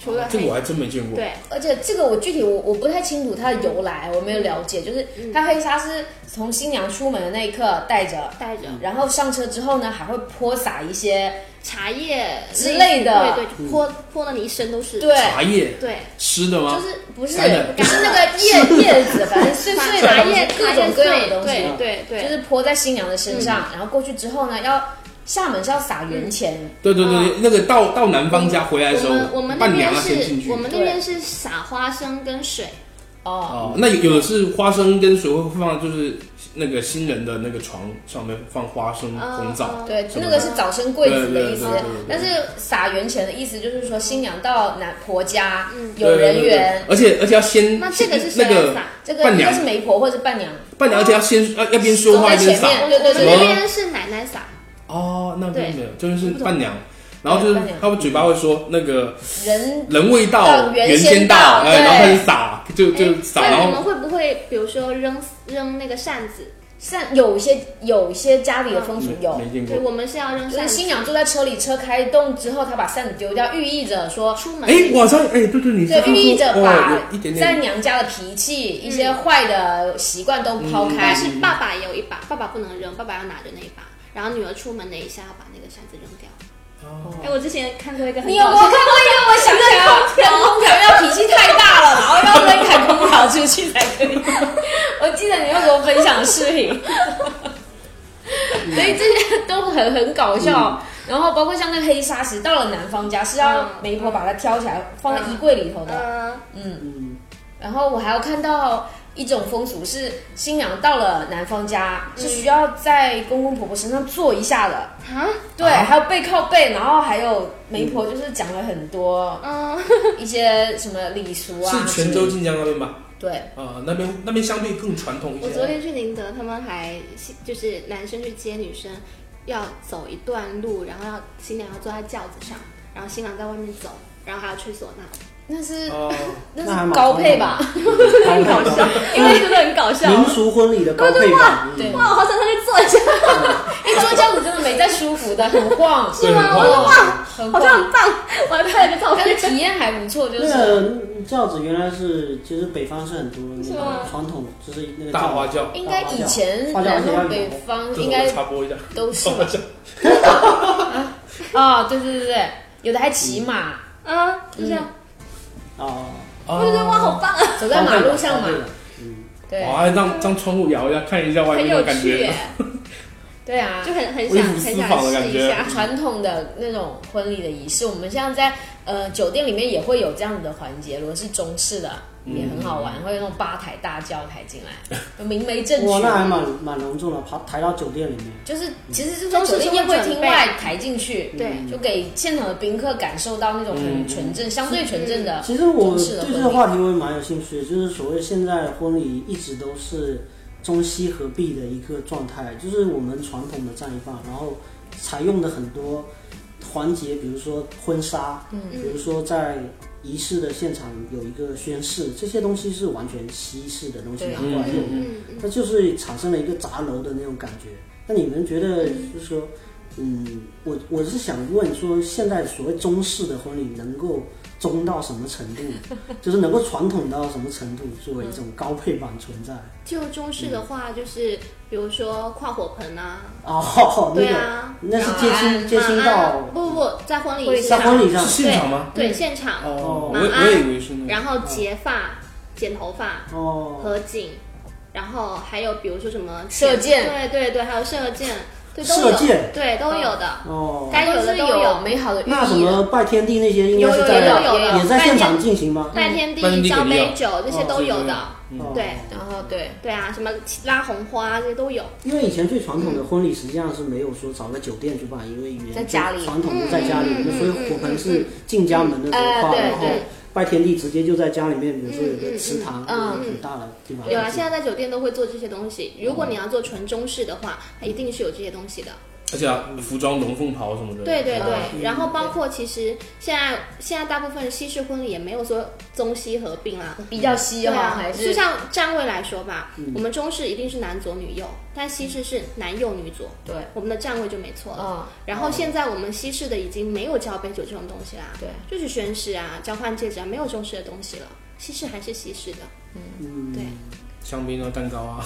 Speaker 4: 除了
Speaker 2: 这个
Speaker 4: 黑
Speaker 2: 我还真没见过。
Speaker 4: 对
Speaker 5: 而且这个我具体我我不太清楚它的由来，我没有了解。就是它黑纱是从新娘出门的那一刻带着，
Speaker 4: 带着
Speaker 5: 然后上车之后呢，还会泼洒一些
Speaker 4: 茶叶
Speaker 5: 之类的
Speaker 4: 对
Speaker 2: 嗯
Speaker 4: 对，就泼泼的你一身都是，
Speaker 5: 对。
Speaker 2: 茶叶
Speaker 4: 对，
Speaker 2: 吃的吗
Speaker 5: 就？是不是
Speaker 2: 干的
Speaker 5: 不是那个叶叶子，反正碎碎的
Speaker 4: 茶
Speaker 5: 东西
Speaker 4: 叶
Speaker 5: 各种各样的东西，
Speaker 2: 嗯
Speaker 4: 对对对，
Speaker 5: 就是泼在新娘的身上，然后过去之后呢，要厦门是要撒元钱，
Speaker 2: 对对对，那个到到男方家回来的时
Speaker 4: 嗯我
Speaker 2: 候
Speaker 4: 们我们，那
Speaker 2: 伴娘啊
Speaker 4: 边
Speaker 2: 要先进去
Speaker 4: 是，我们那边是撒花生跟水，
Speaker 5: 哦，
Speaker 2: 哦，那有有的是花生跟水会放，就是那个新人的那个床上面放花生红枣，
Speaker 4: 哦
Speaker 5: 对，
Speaker 2: 什么
Speaker 5: 那个是早生贵子的意思
Speaker 2: 对对对对对。
Speaker 5: 但是撒元钱的意思就是说，新娘到男婆家
Speaker 4: 嗯
Speaker 5: 有人缘，，
Speaker 2: 对对对对而且而且要先
Speaker 4: 那这个是谁
Speaker 2: 那
Speaker 4: 来
Speaker 2: 个
Speaker 4: 撒？
Speaker 5: 这个
Speaker 2: 伴
Speaker 5: 应
Speaker 2: 娘
Speaker 5: 该是媒婆或者伴娘
Speaker 2: 伴娘，而且要先要要边说话
Speaker 5: 在
Speaker 2: 边
Speaker 5: 前
Speaker 2: 撒。
Speaker 5: 面，对对
Speaker 4: 我
Speaker 5: 对
Speaker 4: 们
Speaker 5: 对
Speaker 4: 这边是奶奶撒，
Speaker 2: 哦，那
Speaker 4: 对
Speaker 2: 边没有，就是伴娘，然后就是
Speaker 5: 对伴娘
Speaker 2: 他们嘴巴会说那个
Speaker 5: 人
Speaker 2: 人未到
Speaker 5: 到
Speaker 2: 原
Speaker 5: 原
Speaker 2: 先
Speaker 5: 先
Speaker 2: 到，
Speaker 5: 到
Speaker 2: 哎，
Speaker 5: 对
Speaker 2: 然后开始撒，就就
Speaker 4: 哎
Speaker 2: 撒，
Speaker 4: 那
Speaker 2: 然
Speaker 4: 你们
Speaker 2: 后
Speaker 4: 会不会比如说扔扔那个扇子？
Speaker 5: 像有些有些家里的风俗有
Speaker 2: 嗯没，没见
Speaker 4: 对，
Speaker 2: 过。
Speaker 4: 我们是要扔
Speaker 5: 就
Speaker 4: 扇
Speaker 5: 是
Speaker 4: 子。
Speaker 5: 新娘坐在车里，车开动之后，她把扇子丢掉，寓意着说
Speaker 4: 出门
Speaker 2: 哎，我好像哎，对对，你
Speaker 5: 对，
Speaker 2: 这样
Speaker 5: 寓意着
Speaker 2: 说
Speaker 5: 把
Speaker 2: 哦有一点嗯
Speaker 5: 在
Speaker 2: 点
Speaker 5: 娘家的脾气、一些坏的习惯都
Speaker 2: 嗯
Speaker 5: 抛
Speaker 4: 但
Speaker 5: 开。
Speaker 4: 是爸爸也有一把，爸爸不能扔，爸爸要拿着那一把，然后女儿出门那一下要把那个扇子扔掉。
Speaker 2: 哦
Speaker 4: 哎，我之前看过一个很
Speaker 5: 你有没有
Speaker 4: 搞
Speaker 5: 看
Speaker 4: 笑
Speaker 5: 过一个？我想起来了，扔空调要脾气太大了，然后要扔开空调出去才可以。我记得你有给我分享视频，所以这些都很很搞笑。然后包括像那个黑砂石，到了男方家是要媒婆把它挑起来放在衣柜里头的。
Speaker 4: 呃，
Speaker 1: 嗯，
Speaker 5: 然后我还有看到一种风俗是，新娘到了男方家、是需要在公公婆婆身上坐一下的，
Speaker 4: 啊，
Speaker 5: 对，还有背靠背，然后还有媒婆就是讲了很多
Speaker 4: 嗯，
Speaker 5: 一些什么礼俗啊，
Speaker 2: 是泉州晋江那边吧？
Speaker 5: 对，
Speaker 2: 啊，那边那边相对更传统一
Speaker 4: 我
Speaker 2: 些。
Speaker 4: 昨天去宁德，他们还就是男生去接女生，要走一段路，然后要新娘要坐在轿子上，然后新郎在外面走，然后还要吹唢呐，
Speaker 5: 那是、
Speaker 2: 哦，
Speaker 5: 那
Speaker 1: 那还蛮
Speaker 5: 是高配吧？ (laughs)
Speaker 1: 高配版，
Speaker 2: 嗯
Speaker 4: 因为真的很搞笑。
Speaker 1: 民俗婚礼的高配版，
Speaker 5: 对，
Speaker 4: 哇，我好想上去坐一下，
Speaker 5: 哎，坐轿子真的没在舒服的，很晃，
Speaker 2: 对，很
Speaker 4: 我说
Speaker 2: 晃。
Speaker 4: 哇，
Speaker 5: 很
Speaker 4: 好像
Speaker 5: 晃，
Speaker 4: 很棒，我还拍了个照
Speaker 5: 但是
Speaker 4: 片。
Speaker 5: 体验还不错，就
Speaker 1: 嗯那
Speaker 5: 是。
Speaker 1: 个轿子原来是，其实北方是很多那
Speaker 4: 是
Speaker 1: 个
Speaker 4: 吗
Speaker 1: 传统，就是那个
Speaker 2: 大
Speaker 1: 轿
Speaker 2: 花
Speaker 1: 子
Speaker 2: 轿，
Speaker 5: 应该以前
Speaker 1: 花轿
Speaker 5: 南
Speaker 1: 花轿是
Speaker 5: 方
Speaker 1: 要
Speaker 5: 北
Speaker 1: 有
Speaker 5: 方
Speaker 2: 这
Speaker 5: 应
Speaker 2: 个我
Speaker 5: 该
Speaker 2: 插播一下，
Speaker 5: 都是
Speaker 2: 大花轿
Speaker 5: 啊、对对对对，有的还骑马，
Speaker 4: 啊，就这样，
Speaker 1: 啊，
Speaker 2: 哦
Speaker 4: 我就觉得哇，好棒啊，
Speaker 5: 走在马路上嘛
Speaker 1: 高配，版，嗯，
Speaker 5: 对
Speaker 2: 哇，让让窗户摇一下，看一下外
Speaker 4: 很
Speaker 2: 面
Speaker 4: 有
Speaker 2: 的感
Speaker 4: 趣
Speaker 2: 觉
Speaker 4: 耶，，
Speaker 5: 对啊，
Speaker 4: 就
Speaker 5: 就
Speaker 4: 很很
Speaker 2: 微
Speaker 4: 想
Speaker 2: 服私
Speaker 4: 很想
Speaker 2: 访的
Speaker 4: 试
Speaker 2: 感觉
Speaker 4: 一下。
Speaker 5: 传统的那种婚礼的仪式，我们现在在呃酒店里面也会有这样的环节，如果是中式的也很好玩，会有那种吧台大轿抬进来，有明媒正娶
Speaker 1: 哇，，那还蛮蛮隆重的，爬抬到酒店里面，
Speaker 5: 就是其实就是在
Speaker 4: 中式
Speaker 5: 酒
Speaker 4: 是
Speaker 5: 店
Speaker 4: 会
Speaker 5: 宴会
Speaker 4: 准
Speaker 5: 厅
Speaker 4: 备
Speaker 5: 外抬进去，
Speaker 4: 对
Speaker 1: 嗯
Speaker 5: 就给现场的宾客感受到那种很纯正、相对纯正的
Speaker 1: 其实我
Speaker 5: 中式的
Speaker 1: 对这
Speaker 5: 婚
Speaker 1: 个
Speaker 5: 礼
Speaker 1: 话题我也蛮有兴趣的，就是所谓现在婚礼一直都是中西合璧的一个状态，就是我们传统的占一半，然后采用的很多环节，比如说婚纱，嗯，比如说在仪式的现场有一个宣誓，这些东西是完全西式的东西
Speaker 5: 对
Speaker 1: 拿过来用，
Speaker 4: 嗯嗯，
Speaker 1: 它就是产生了一个杂糅的那种感觉。那你们觉得就是说，嗯，我我是想问说，现在所谓中式的婚礼能够中到什么程度，就是能够传统到什么程度，作为一种高配版存在？
Speaker 4: 就中式的话，就是比如说跨火盆啊，
Speaker 1: 哦，那
Speaker 4: 对
Speaker 1: 个、
Speaker 4: 啊，
Speaker 1: 那是接
Speaker 5: 马
Speaker 1: 亲
Speaker 5: 鞍
Speaker 1: 接亲
Speaker 4: 啊
Speaker 1: 到
Speaker 4: 不不不，在婚礼
Speaker 1: 在婚礼上
Speaker 2: 是现场吗？
Speaker 4: 对现场，
Speaker 2: 哦，我
Speaker 4: 马
Speaker 2: 也
Speaker 4: 鞍
Speaker 2: 我也以为是那个。
Speaker 4: 然后结发、剪头发、
Speaker 1: 哦，
Speaker 4: 合颈，然后还有比如说什么
Speaker 5: 射箭
Speaker 4: 对对对，还有射箭，对都
Speaker 1: 射
Speaker 4: 有，
Speaker 1: 箭
Speaker 4: 对都有的，
Speaker 1: 哦。
Speaker 4: 该有
Speaker 5: 都
Speaker 4: 的
Speaker 5: 是
Speaker 4: 都
Speaker 5: 有。美好的寓
Speaker 1: 那什
Speaker 5: 意的。
Speaker 1: 么拜天地那些应该
Speaker 4: 有
Speaker 1: 是
Speaker 4: 有
Speaker 1: 在
Speaker 4: 有有有
Speaker 1: 也在现
Speaker 4: 拜
Speaker 1: 场
Speaker 4: 天
Speaker 1: 进行吗？
Speaker 4: 拜天
Speaker 2: 拜天
Speaker 4: 地、
Speaker 2: 地
Speaker 4: 交
Speaker 2: 肯定
Speaker 4: 杯
Speaker 2: 有
Speaker 4: 酒这些都有的，
Speaker 1: 哦
Speaker 4: 对
Speaker 5: 然后对，
Speaker 4: 对啊，什么拉红花这些都有。
Speaker 1: 因为以前最传统的婚礼实际上是没有说找个酒店去办，因为以前
Speaker 5: 在家里
Speaker 1: 传统的在家里，
Speaker 4: 嗯嗯嗯
Speaker 1: 所以火盆是进家门的时
Speaker 5: 嗯嗯嗯
Speaker 1: 候画，
Speaker 5: 哎对
Speaker 1: 然后
Speaker 4: 对
Speaker 1: 拜天地直接就在家里面，比如说有
Speaker 4: 嗯嗯
Speaker 1: 个
Speaker 4: 嗯
Speaker 1: 祠堂，
Speaker 5: 嗯
Speaker 1: 有个很大的地方。
Speaker 4: 有啊，现在在酒店都会做这些东西。如果你要做纯中式的话，它一定是有这些东西的。
Speaker 2: 而且啊服装龙凤袍什么的。
Speaker 4: 对对
Speaker 5: 啊
Speaker 4: 对，然后包括其实现在现在大部分西式婚礼也没有说中西合并啦。
Speaker 5: 比较稀
Speaker 4: 对
Speaker 5: 哈、
Speaker 4: 啊
Speaker 5: 还，
Speaker 4: 就是像站位来说吧，我们中式一定是男左女右，但西式是男右女左，
Speaker 5: 对，
Speaker 4: 我们的站位就没错了。
Speaker 5: 嗯，
Speaker 4: 然后现在我们西式的已经没有交杯酒这种东西啦，
Speaker 5: 对，
Speaker 4: 就是宣誓啊、交换戒指啊，没有中式的东西了。西式还是西式的，
Speaker 1: 嗯，
Speaker 4: 对，
Speaker 2: 香槟啊，蛋糕啊，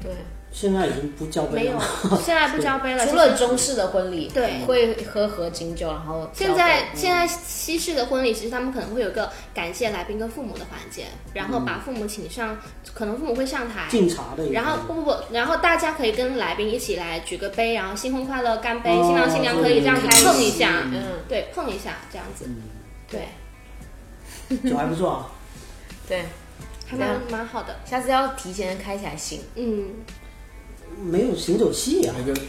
Speaker 5: 对。
Speaker 1: 现在已经不交
Speaker 4: 没
Speaker 1: 杯
Speaker 4: 有
Speaker 1: 了。，
Speaker 4: 现在不交杯
Speaker 5: (laughs)
Speaker 4: 了。
Speaker 5: 除了中式的婚礼，
Speaker 4: 对
Speaker 5: 会喝合金酒，然后
Speaker 4: 现在现在西式的婚礼，其实他们可能会有一个感谢来宾跟父母的环节，然后把父母请上，可能父母会上台，
Speaker 1: 敬嗯茶的一个，
Speaker 4: 然后不不不，然后大家可以跟来宾一起来举个杯，然后新婚快乐，干杯，
Speaker 1: 哦
Speaker 4: 新郎新娘可以这样
Speaker 1: 对
Speaker 4: 来
Speaker 1: 对
Speaker 4: 碰一下，
Speaker 5: 嗯，
Speaker 4: 对，碰一下这样子，对，
Speaker 1: 酒还不错啊。
Speaker 5: 对，
Speaker 4: 还蛮蛮好的。
Speaker 5: 下次要提前开起来醒，
Speaker 4: 嗯，
Speaker 1: 没有醒酒器呀、
Speaker 2: 那个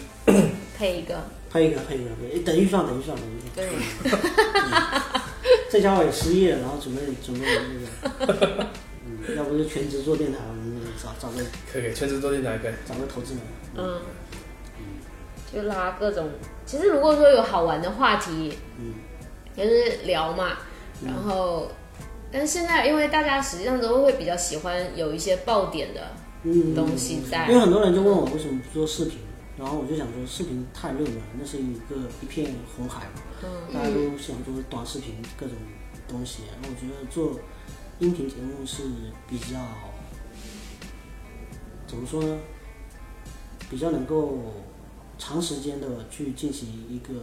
Speaker 5: 配一个，
Speaker 1: 配一个配一个，配一个等预算等预算等预算。
Speaker 4: (laughs)
Speaker 5: 对，
Speaker 1: 这家伙也失业，然后准备准备那个，
Speaker 4: (laughs)
Speaker 1: 嗯，要不就全职做电台，我们找找个
Speaker 2: 可以可以，全职做电台可以。
Speaker 1: 找个投资人。
Speaker 5: 嗯，就拉各种。其实如果说有好玩的话题，
Speaker 1: 嗯，
Speaker 5: 就是聊嘛，
Speaker 4: 嗯
Speaker 5: 然后，但是现在因为大家实际上都会比较喜欢有一些爆点的
Speaker 1: 嗯，
Speaker 5: 东西在
Speaker 1: 因为很多人就问我为什么不做视频，然后我就想说视频太热门了，那是一个一片红海嘛，
Speaker 5: 嗯
Speaker 1: 大家都想做短视频各种东西，然后我觉得做音频节目是比较怎么说呢，比较能够长时间的去进行一个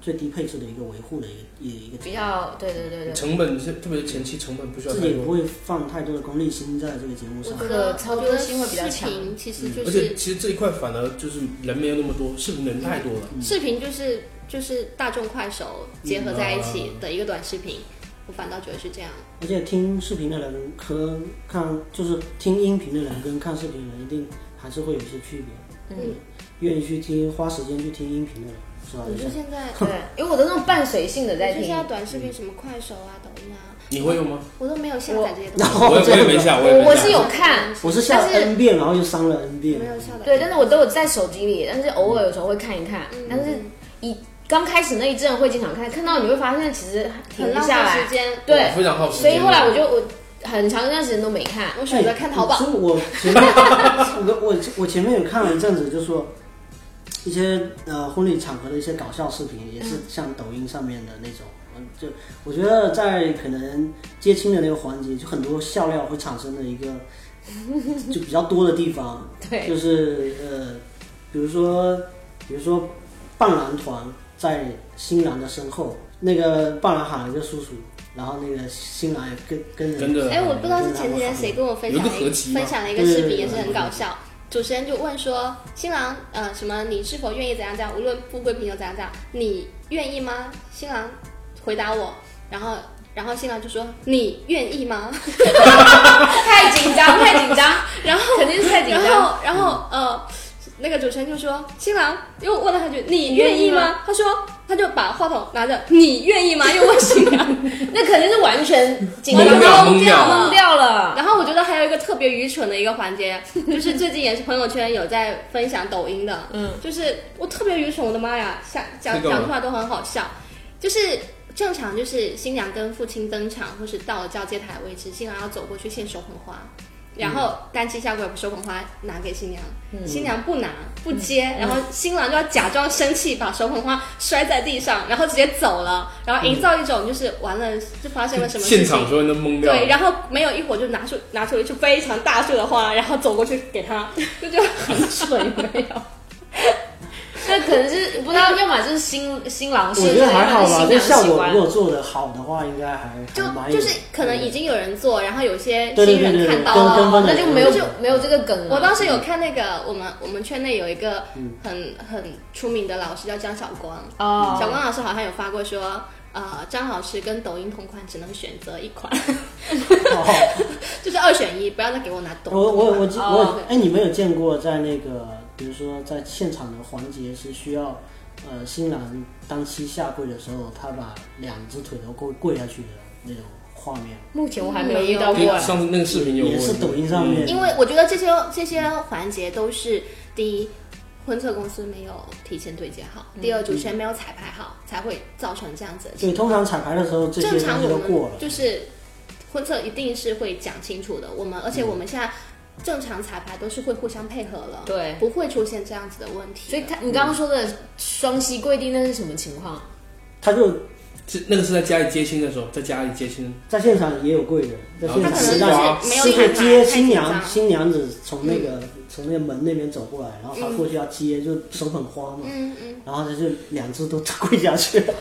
Speaker 1: 最低配置的一个维护的一个一个一个
Speaker 5: 比较，对对对对，
Speaker 2: 成本是，特别是前期成本不需要
Speaker 1: 自
Speaker 2: 太
Speaker 1: 己也不
Speaker 2: 多，
Speaker 1: 会放太多的功利心在这个节目上
Speaker 4: 我。觉
Speaker 5: 这个
Speaker 4: 得
Speaker 5: 操
Speaker 4: 我
Speaker 5: 作
Speaker 4: 觉得
Speaker 5: 性会比较
Speaker 4: 视
Speaker 5: 强
Speaker 4: 频其实就
Speaker 2: 嗯而且
Speaker 4: 是
Speaker 2: 其实这一块反而就是人没有那么多，视频人太多了。
Speaker 4: 视频就是就是大众快手结合在一起的一个短视频，我反倒觉得是这样。
Speaker 1: 而且听视频的人和看就是听音频的人跟看视频的人一定还是会有一些区别。
Speaker 5: 嗯，
Speaker 1: 愿意去听花时间去听音频的人，哦是吧？
Speaker 4: 我觉得现在，
Speaker 5: 对，因为我都那种伴随性的在
Speaker 4: 我觉得
Speaker 5: 听
Speaker 4: 现，在短视
Speaker 2: 嗯
Speaker 4: 频什么快手啊、抖音啊，
Speaker 2: 你会用吗？
Speaker 4: 我都没有下载这些东西，
Speaker 2: 我也我也没下，我也没下。
Speaker 5: 我是有看，
Speaker 1: 我是下了 N 遍，然后又删了 N 遍
Speaker 4: 没。有下载。
Speaker 5: 对，但是我都有在手机里，但是偶尔有时候会看一看，
Speaker 4: 嗯
Speaker 5: 但是一刚开始那一阵会经常看，看到你会发现其实停
Speaker 4: 很
Speaker 5: 不
Speaker 4: 浪费
Speaker 5: 下来
Speaker 4: 时，间。
Speaker 5: 对
Speaker 2: 我，非常耗时
Speaker 5: 所
Speaker 2: 间。
Speaker 5: 以后来我就我很长一段时间都没看，
Speaker 4: 我选择看淘宝
Speaker 2: 哎
Speaker 1: 所。以哎我前
Speaker 4: (laughs)
Speaker 1: 面我我我前面有看了一阵子，就说一些呃婚礼场合的一些搞笑视频，也是
Speaker 4: 嗯
Speaker 1: 像抖音上面的那种。嗯就我觉得在可能接亲的那个环节，就很多笑料会产生的一个就比较多的地
Speaker 4: (laughs)
Speaker 1: 方，
Speaker 5: (laughs) 对，
Speaker 1: 就是呃，比如说比如说伴郎团在新郎的身后，那个伴郎喊了一个叔叔，然后那个新郎也跟跟着
Speaker 2: 跟着
Speaker 4: 哎，我不知道是前几天谁跟我分享
Speaker 2: 有一
Speaker 4: 了
Speaker 2: 个
Speaker 4: 一
Speaker 2: 合集吗
Speaker 4: 分享了一个视
Speaker 1: 对对对
Speaker 4: 频，也是很搞笑。主持人就问说：“新郎，呃，什么？你是否愿意怎样怎样？无论富贵贫穷怎样怎样，你愿意吗？”新郎回答我，然后，然后新郎就说：“你愿意吗 (laughs)
Speaker 5: 哦太紧 (laughs) 张，太紧张，？”
Speaker 4: 然后
Speaker 5: 肯定是太紧
Speaker 4: 然
Speaker 5: 张，
Speaker 4: 后，然后，呃，那个主持人就说：“新郎又问了他一句，你愿
Speaker 5: 愿
Speaker 4: 意
Speaker 5: 意
Speaker 4: 吗？”他说，他就把话筒拿着，你愿意吗？又问新
Speaker 5: (laughs)
Speaker 4: 郎。
Speaker 5: 那肯定是完全紧张
Speaker 2: 懵掉
Speaker 5: 到
Speaker 2: 懵掉
Speaker 5: 懵掉了，
Speaker 4: 然后我觉得还有一个特别愚蠢的一个
Speaker 2: (laughs)
Speaker 4: 环节，就是最近也是朋友圈有在分享抖音的，
Speaker 5: 嗯，
Speaker 4: 就是我特别愚蠢，我的妈呀，想讲
Speaker 2: 这个
Speaker 4: 讲出来都很好笑，就是。正常就是新娘跟父亲登场，或是到了交接台为止，新郎要走过去献手捧花，然后单膝下跪把手捧花拿给新娘，
Speaker 2: 嗯
Speaker 4: 新娘不拿不接，然后新郎就要假装生气，把手捧花摔在地上，然后直接走了，然后营造一种就是完了就发生了什么事
Speaker 2: 现
Speaker 4: 情，
Speaker 2: 场所有人都懵掉了。
Speaker 4: 对，然后没有一会儿就拿出拿出一束非常大束的花，然后走过去给他，就觉得很蠢，没有。
Speaker 5: 那可能是不知道，要么就是新新
Speaker 4: 哦
Speaker 5: 郎
Speaker 1: 我
Speaker 5: 是，
Speaker 1: 觉得还好吧，
Speaker 5: 新
Speaker 1: 这
Speaker 5: 娘喜
Speaker 1: 效果
Speaker 5: 欢
Speaker 1: 如。果做的好的话，应该还
Speaker 4: 就
Speaker 1: 还蛮有
Speaker 4: 就是可能已经有人做，然后有些
Speaker 1: 对对对
Speaker 4: 新人
Speaker 1: 对
Speaker 4: 看
Speaker 1: 对，
Speaker 4: 到
Speaker 1: 跟跟
Speaker 4: 了。
Speaker 1: 风的
Speaker 5: 那就没有
Speaker 1: 就
Speaker 5: 没有这个梗了。
Speaker 4: 我当时有看那个我们我们圈内有一个很很出名的老师叫张晓光，
Speaker 5: 哦，
Speaker 4: 小光老师好像有发过说，呃，张老师跟抖音同款只能选择一款， (laughs)
Speaker 1: 哦
Speaker 4: 就是二选一，不要再给我拿抖音
Speaker 1: (laughs) 我
Speaker 4: 同款。
Speaker 1: 我我记
Speaker 5: 哦
Speaker 1: 我哎，你们有见过在那个比如说在现场的环节是需要呃新郎单膝下跪的时候，他把两只腿都跪跪下去的那种画面吗？
Speaker 5: 目前我还没有遇到过
Speaker 2: 因为。上次那个视频有嗯
Speaker 1: 也是抖音上面
Speaker 4: 因为我觉得这些这些环节都是第一，婚策公司没有提前对接好；
Speaker 5: 嗯
Speaker 4: 第二，主持人没有彩排好，才会造成这样子的情
Speaker 1: 对，通常彩排的时候这些
Speaker 4: 正
Speaker 1: 东
Speaker 4: 常
Speaker 1: 西
Speaker 4: 我
Speaker 1: 都过
Speaker 4: 们
Speaker 1: 了，
Speaker 4: 就是婚策一定是会讲清楚的，我们而且
Speaker 5: 嗯
Speaker 4: 我们现在正常彩排都是会互相配合了，
Speaker 5: 对
Speaker 4: 不会出现这样子的问题。
Speaker 5: 所以他你刚刚说的双膝跪地那是什么情 (laughs) 况？
Speaker 1: 他就是
Speaker 2: 那个是在家里接亲的时候，在家里接亲，
Speaker 1: 在现场也有跪的，在现
Speaker 4: 他
Speaker 1: 场
Speaker 4: 可能
Speaker 2: 是
Speaker 1: 让
Speaker 4: 就是没有
Speaker 1: 是
Speaker 4: 彩
Speaker 1: 个
Speaker 4: 排
Speaker 1: 接
Speaker 4: 太
Speaker 1: 新
Speaker 4: 紧
Speaker 1: 娘，
Speaker 4: 张嗯
Speaker 1: 新娘子从那个从那个门那边走过来，然后他过去要接，就手很慌嘛，
Speaker 4: 嗯嗯，
Speaker 1: 然后他就两只都 (laughs) 跪下去了。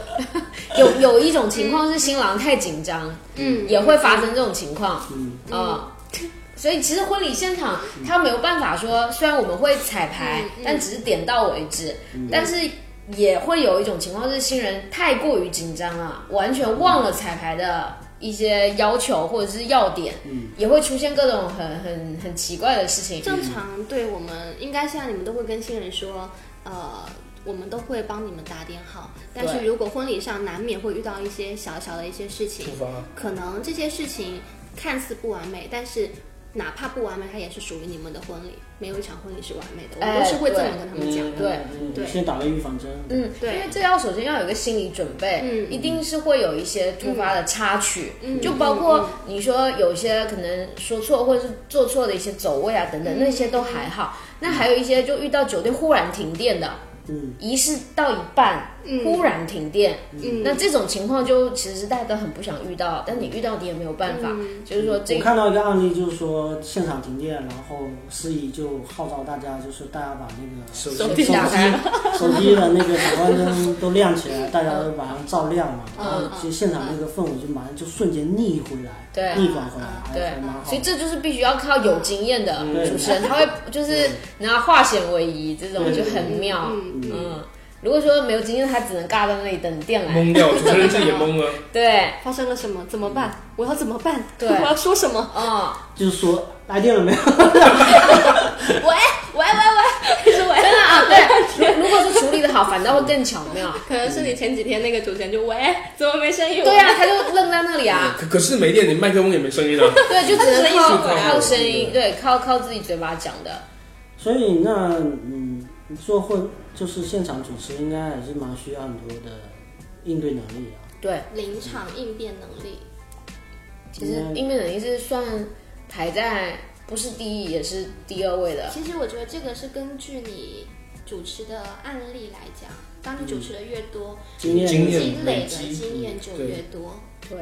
Speaker 5: 有有一种情况是新郎太紧张，
Speaker 4: 嗯
Speaker 5: 也会发生这种情况，
Speaker 1: 嗯
Speaker 5: 啊。 (laughs) 所以其实婚礼现场他没有办法说，虽然我们会彩排
Speaker 4: 嗯嗯，
Speaker 5: 但只是点到为止，
Speaker 1: 嗯
Speaker 5: 但是啊也会有一种情况是新人太过于紧张了，完全忘了彩排的一些要求或者是要点，
Speaker 1: 嗯
Speaker 5: 也会出现各种很很很奇怪的事情。
Speaker 4: 正常对我们应该现在你们都会跟新人说，呃，我们都会帮你们打点好。但是
Speaker 5: 对
Speaker 4: 如果婚礼上难免会遇到一些小小的一些事情
Speaker 2: 突，发
Speaker 4: 可能这些事情看似不完美，但是哪怕不完美，它也是属于你们的婚礼，没有一场婚礼是完美的，我们
Speaker 5: 哎
Speaker 4: 都是会这么
Speaker 5: 对
Speaker 4: 跟他们讲的。
Speaker 5: 对
Speaker 1: 嗯 (laughs)
Speaker 4: 对
Speaker 1: 先打个预防针，
Speaker 5: 嗯，
Speaker 4: 对
Speaker 5: 因为这要首先要有一个心理准备，
Speaker 4: 嗯
Speaker 5: 一定是会有一些突发的插曲，
Speaker 4: 嗯
Speaker 5: 就包括你说有些可能说错或者是做错的一些走位啊等
Speaker 4: 嗯
Speaker 5: 等，那些都还好。那还有一些就遇到酒店忽然停电的，
Speaker 1: 嗯，
Speaker 5: 仪式到一半
Speaker 4: 嗯
Speaker 5: 忽然停电，
Speaker 4: 嗯
Speaker 5: 那这种情况就其实大家都很不想遇到，但你遇到你也没有办法，
Speaker 4: 嗯
Speaker 5: 就是说这
Speaker 1: 我看到一个案例，就是说现场停电，然后司仪就号召大家，就是大家把那个
Speaker 2: 手
Speaker 5: 手
Speaker 1: 手
Speaker 5: 机
Speaker 1: 机
Speaker 5: 打开，
Speaker 4: (laughs)
Speaker 1: 手机的那个闪光灯都亮起来，大家都马上照亮嘛，然后
Speaker 5: 嗯
Speaker 1: 其实现场那个氛围就马上就瞬间逆回来，
Speaker 5: 对
Speaker 1: 逆转回
Speaker 4: 嗯
Speaker 1: 来，
Speaker 5: 对
Speaker 1: 还还蛮好的。
Speaker 5: 所以这就是必须要靠有经验的
Speaker 1: 对
Speaker 5: 主持人，他会就是拿化险为夷，这种
Speaker 1: 对
Speaker 5: 就很妙。
Speaker 4: 嗯
Speaker 5: 嗯，如果说没有经验，他只能尬在那里等电来。
Speaker 2: 懵掉，主持人自己也懵
Speaker 5: (laughs)
Speaker 2: 了。
Speaker 5: 对，
Speaker 4: 发生了什么？怎么办？我要怎么办？
Speaker 5: 对
Speaker 4: 我要说什么？
Speaker 5: 哦，
Speaker 1: 就是说来电了没有？
Speaker 5: 喂喂喂喂，是喂真的啊，对。如如果是处理的好，反倒会更巧妙。
Speaker 4: 可能是你前几天那个主持人就喂，怎么没声音？
Speaker 5: 对啊，他就愣在那里啊，
Speaker 2: 可可是没电，你麦克风也没声音啊。
Speaker 5: 对，就只能靠
Speaker 2: 他只能一直
Speaker 5: 靠声音，对，靠靠自己嘴巴讲的。
Speaker 1: 所以那嗯，你做婚就是现场主持，应该还是蛮需要很多的应对能力啊。
Speaker 5: 对，
Speaker 4: 临场应变能力，
Speaker 5: 其实应变能力是算排在不是第一也是第二位的。
Speaker 4: 其实我觉得这个是根据你主持的案例来讲，当你主持的越多，
Speaker 1: 经验
Speaker 2: 经验
Speaker 4: 积累的
Speaker 2: 累积
Speaker 4: 经验就越多。
Speaker 5: 对，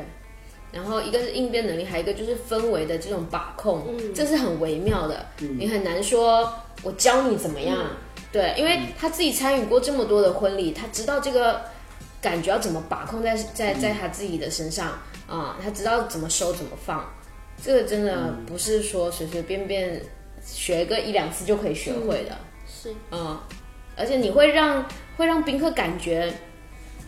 Speaker 5: 然后一个是应变能力，还有一个就是氛围的这种把控，
Speaker 4: 嗯
Speaker 5: 这是很微妙的，你很难说我教你怎么样。对，因为他自己参与过这么多的婚礼，他知道这个感觉要怎么把控在在在他自己的身上啊、他知道怎么收怎么放，这个真的不是说随随便便学个一两次就可以学会的。
Speaker 4: 是，
Speaker 5: 嗯，而且你会让会让宾客感觉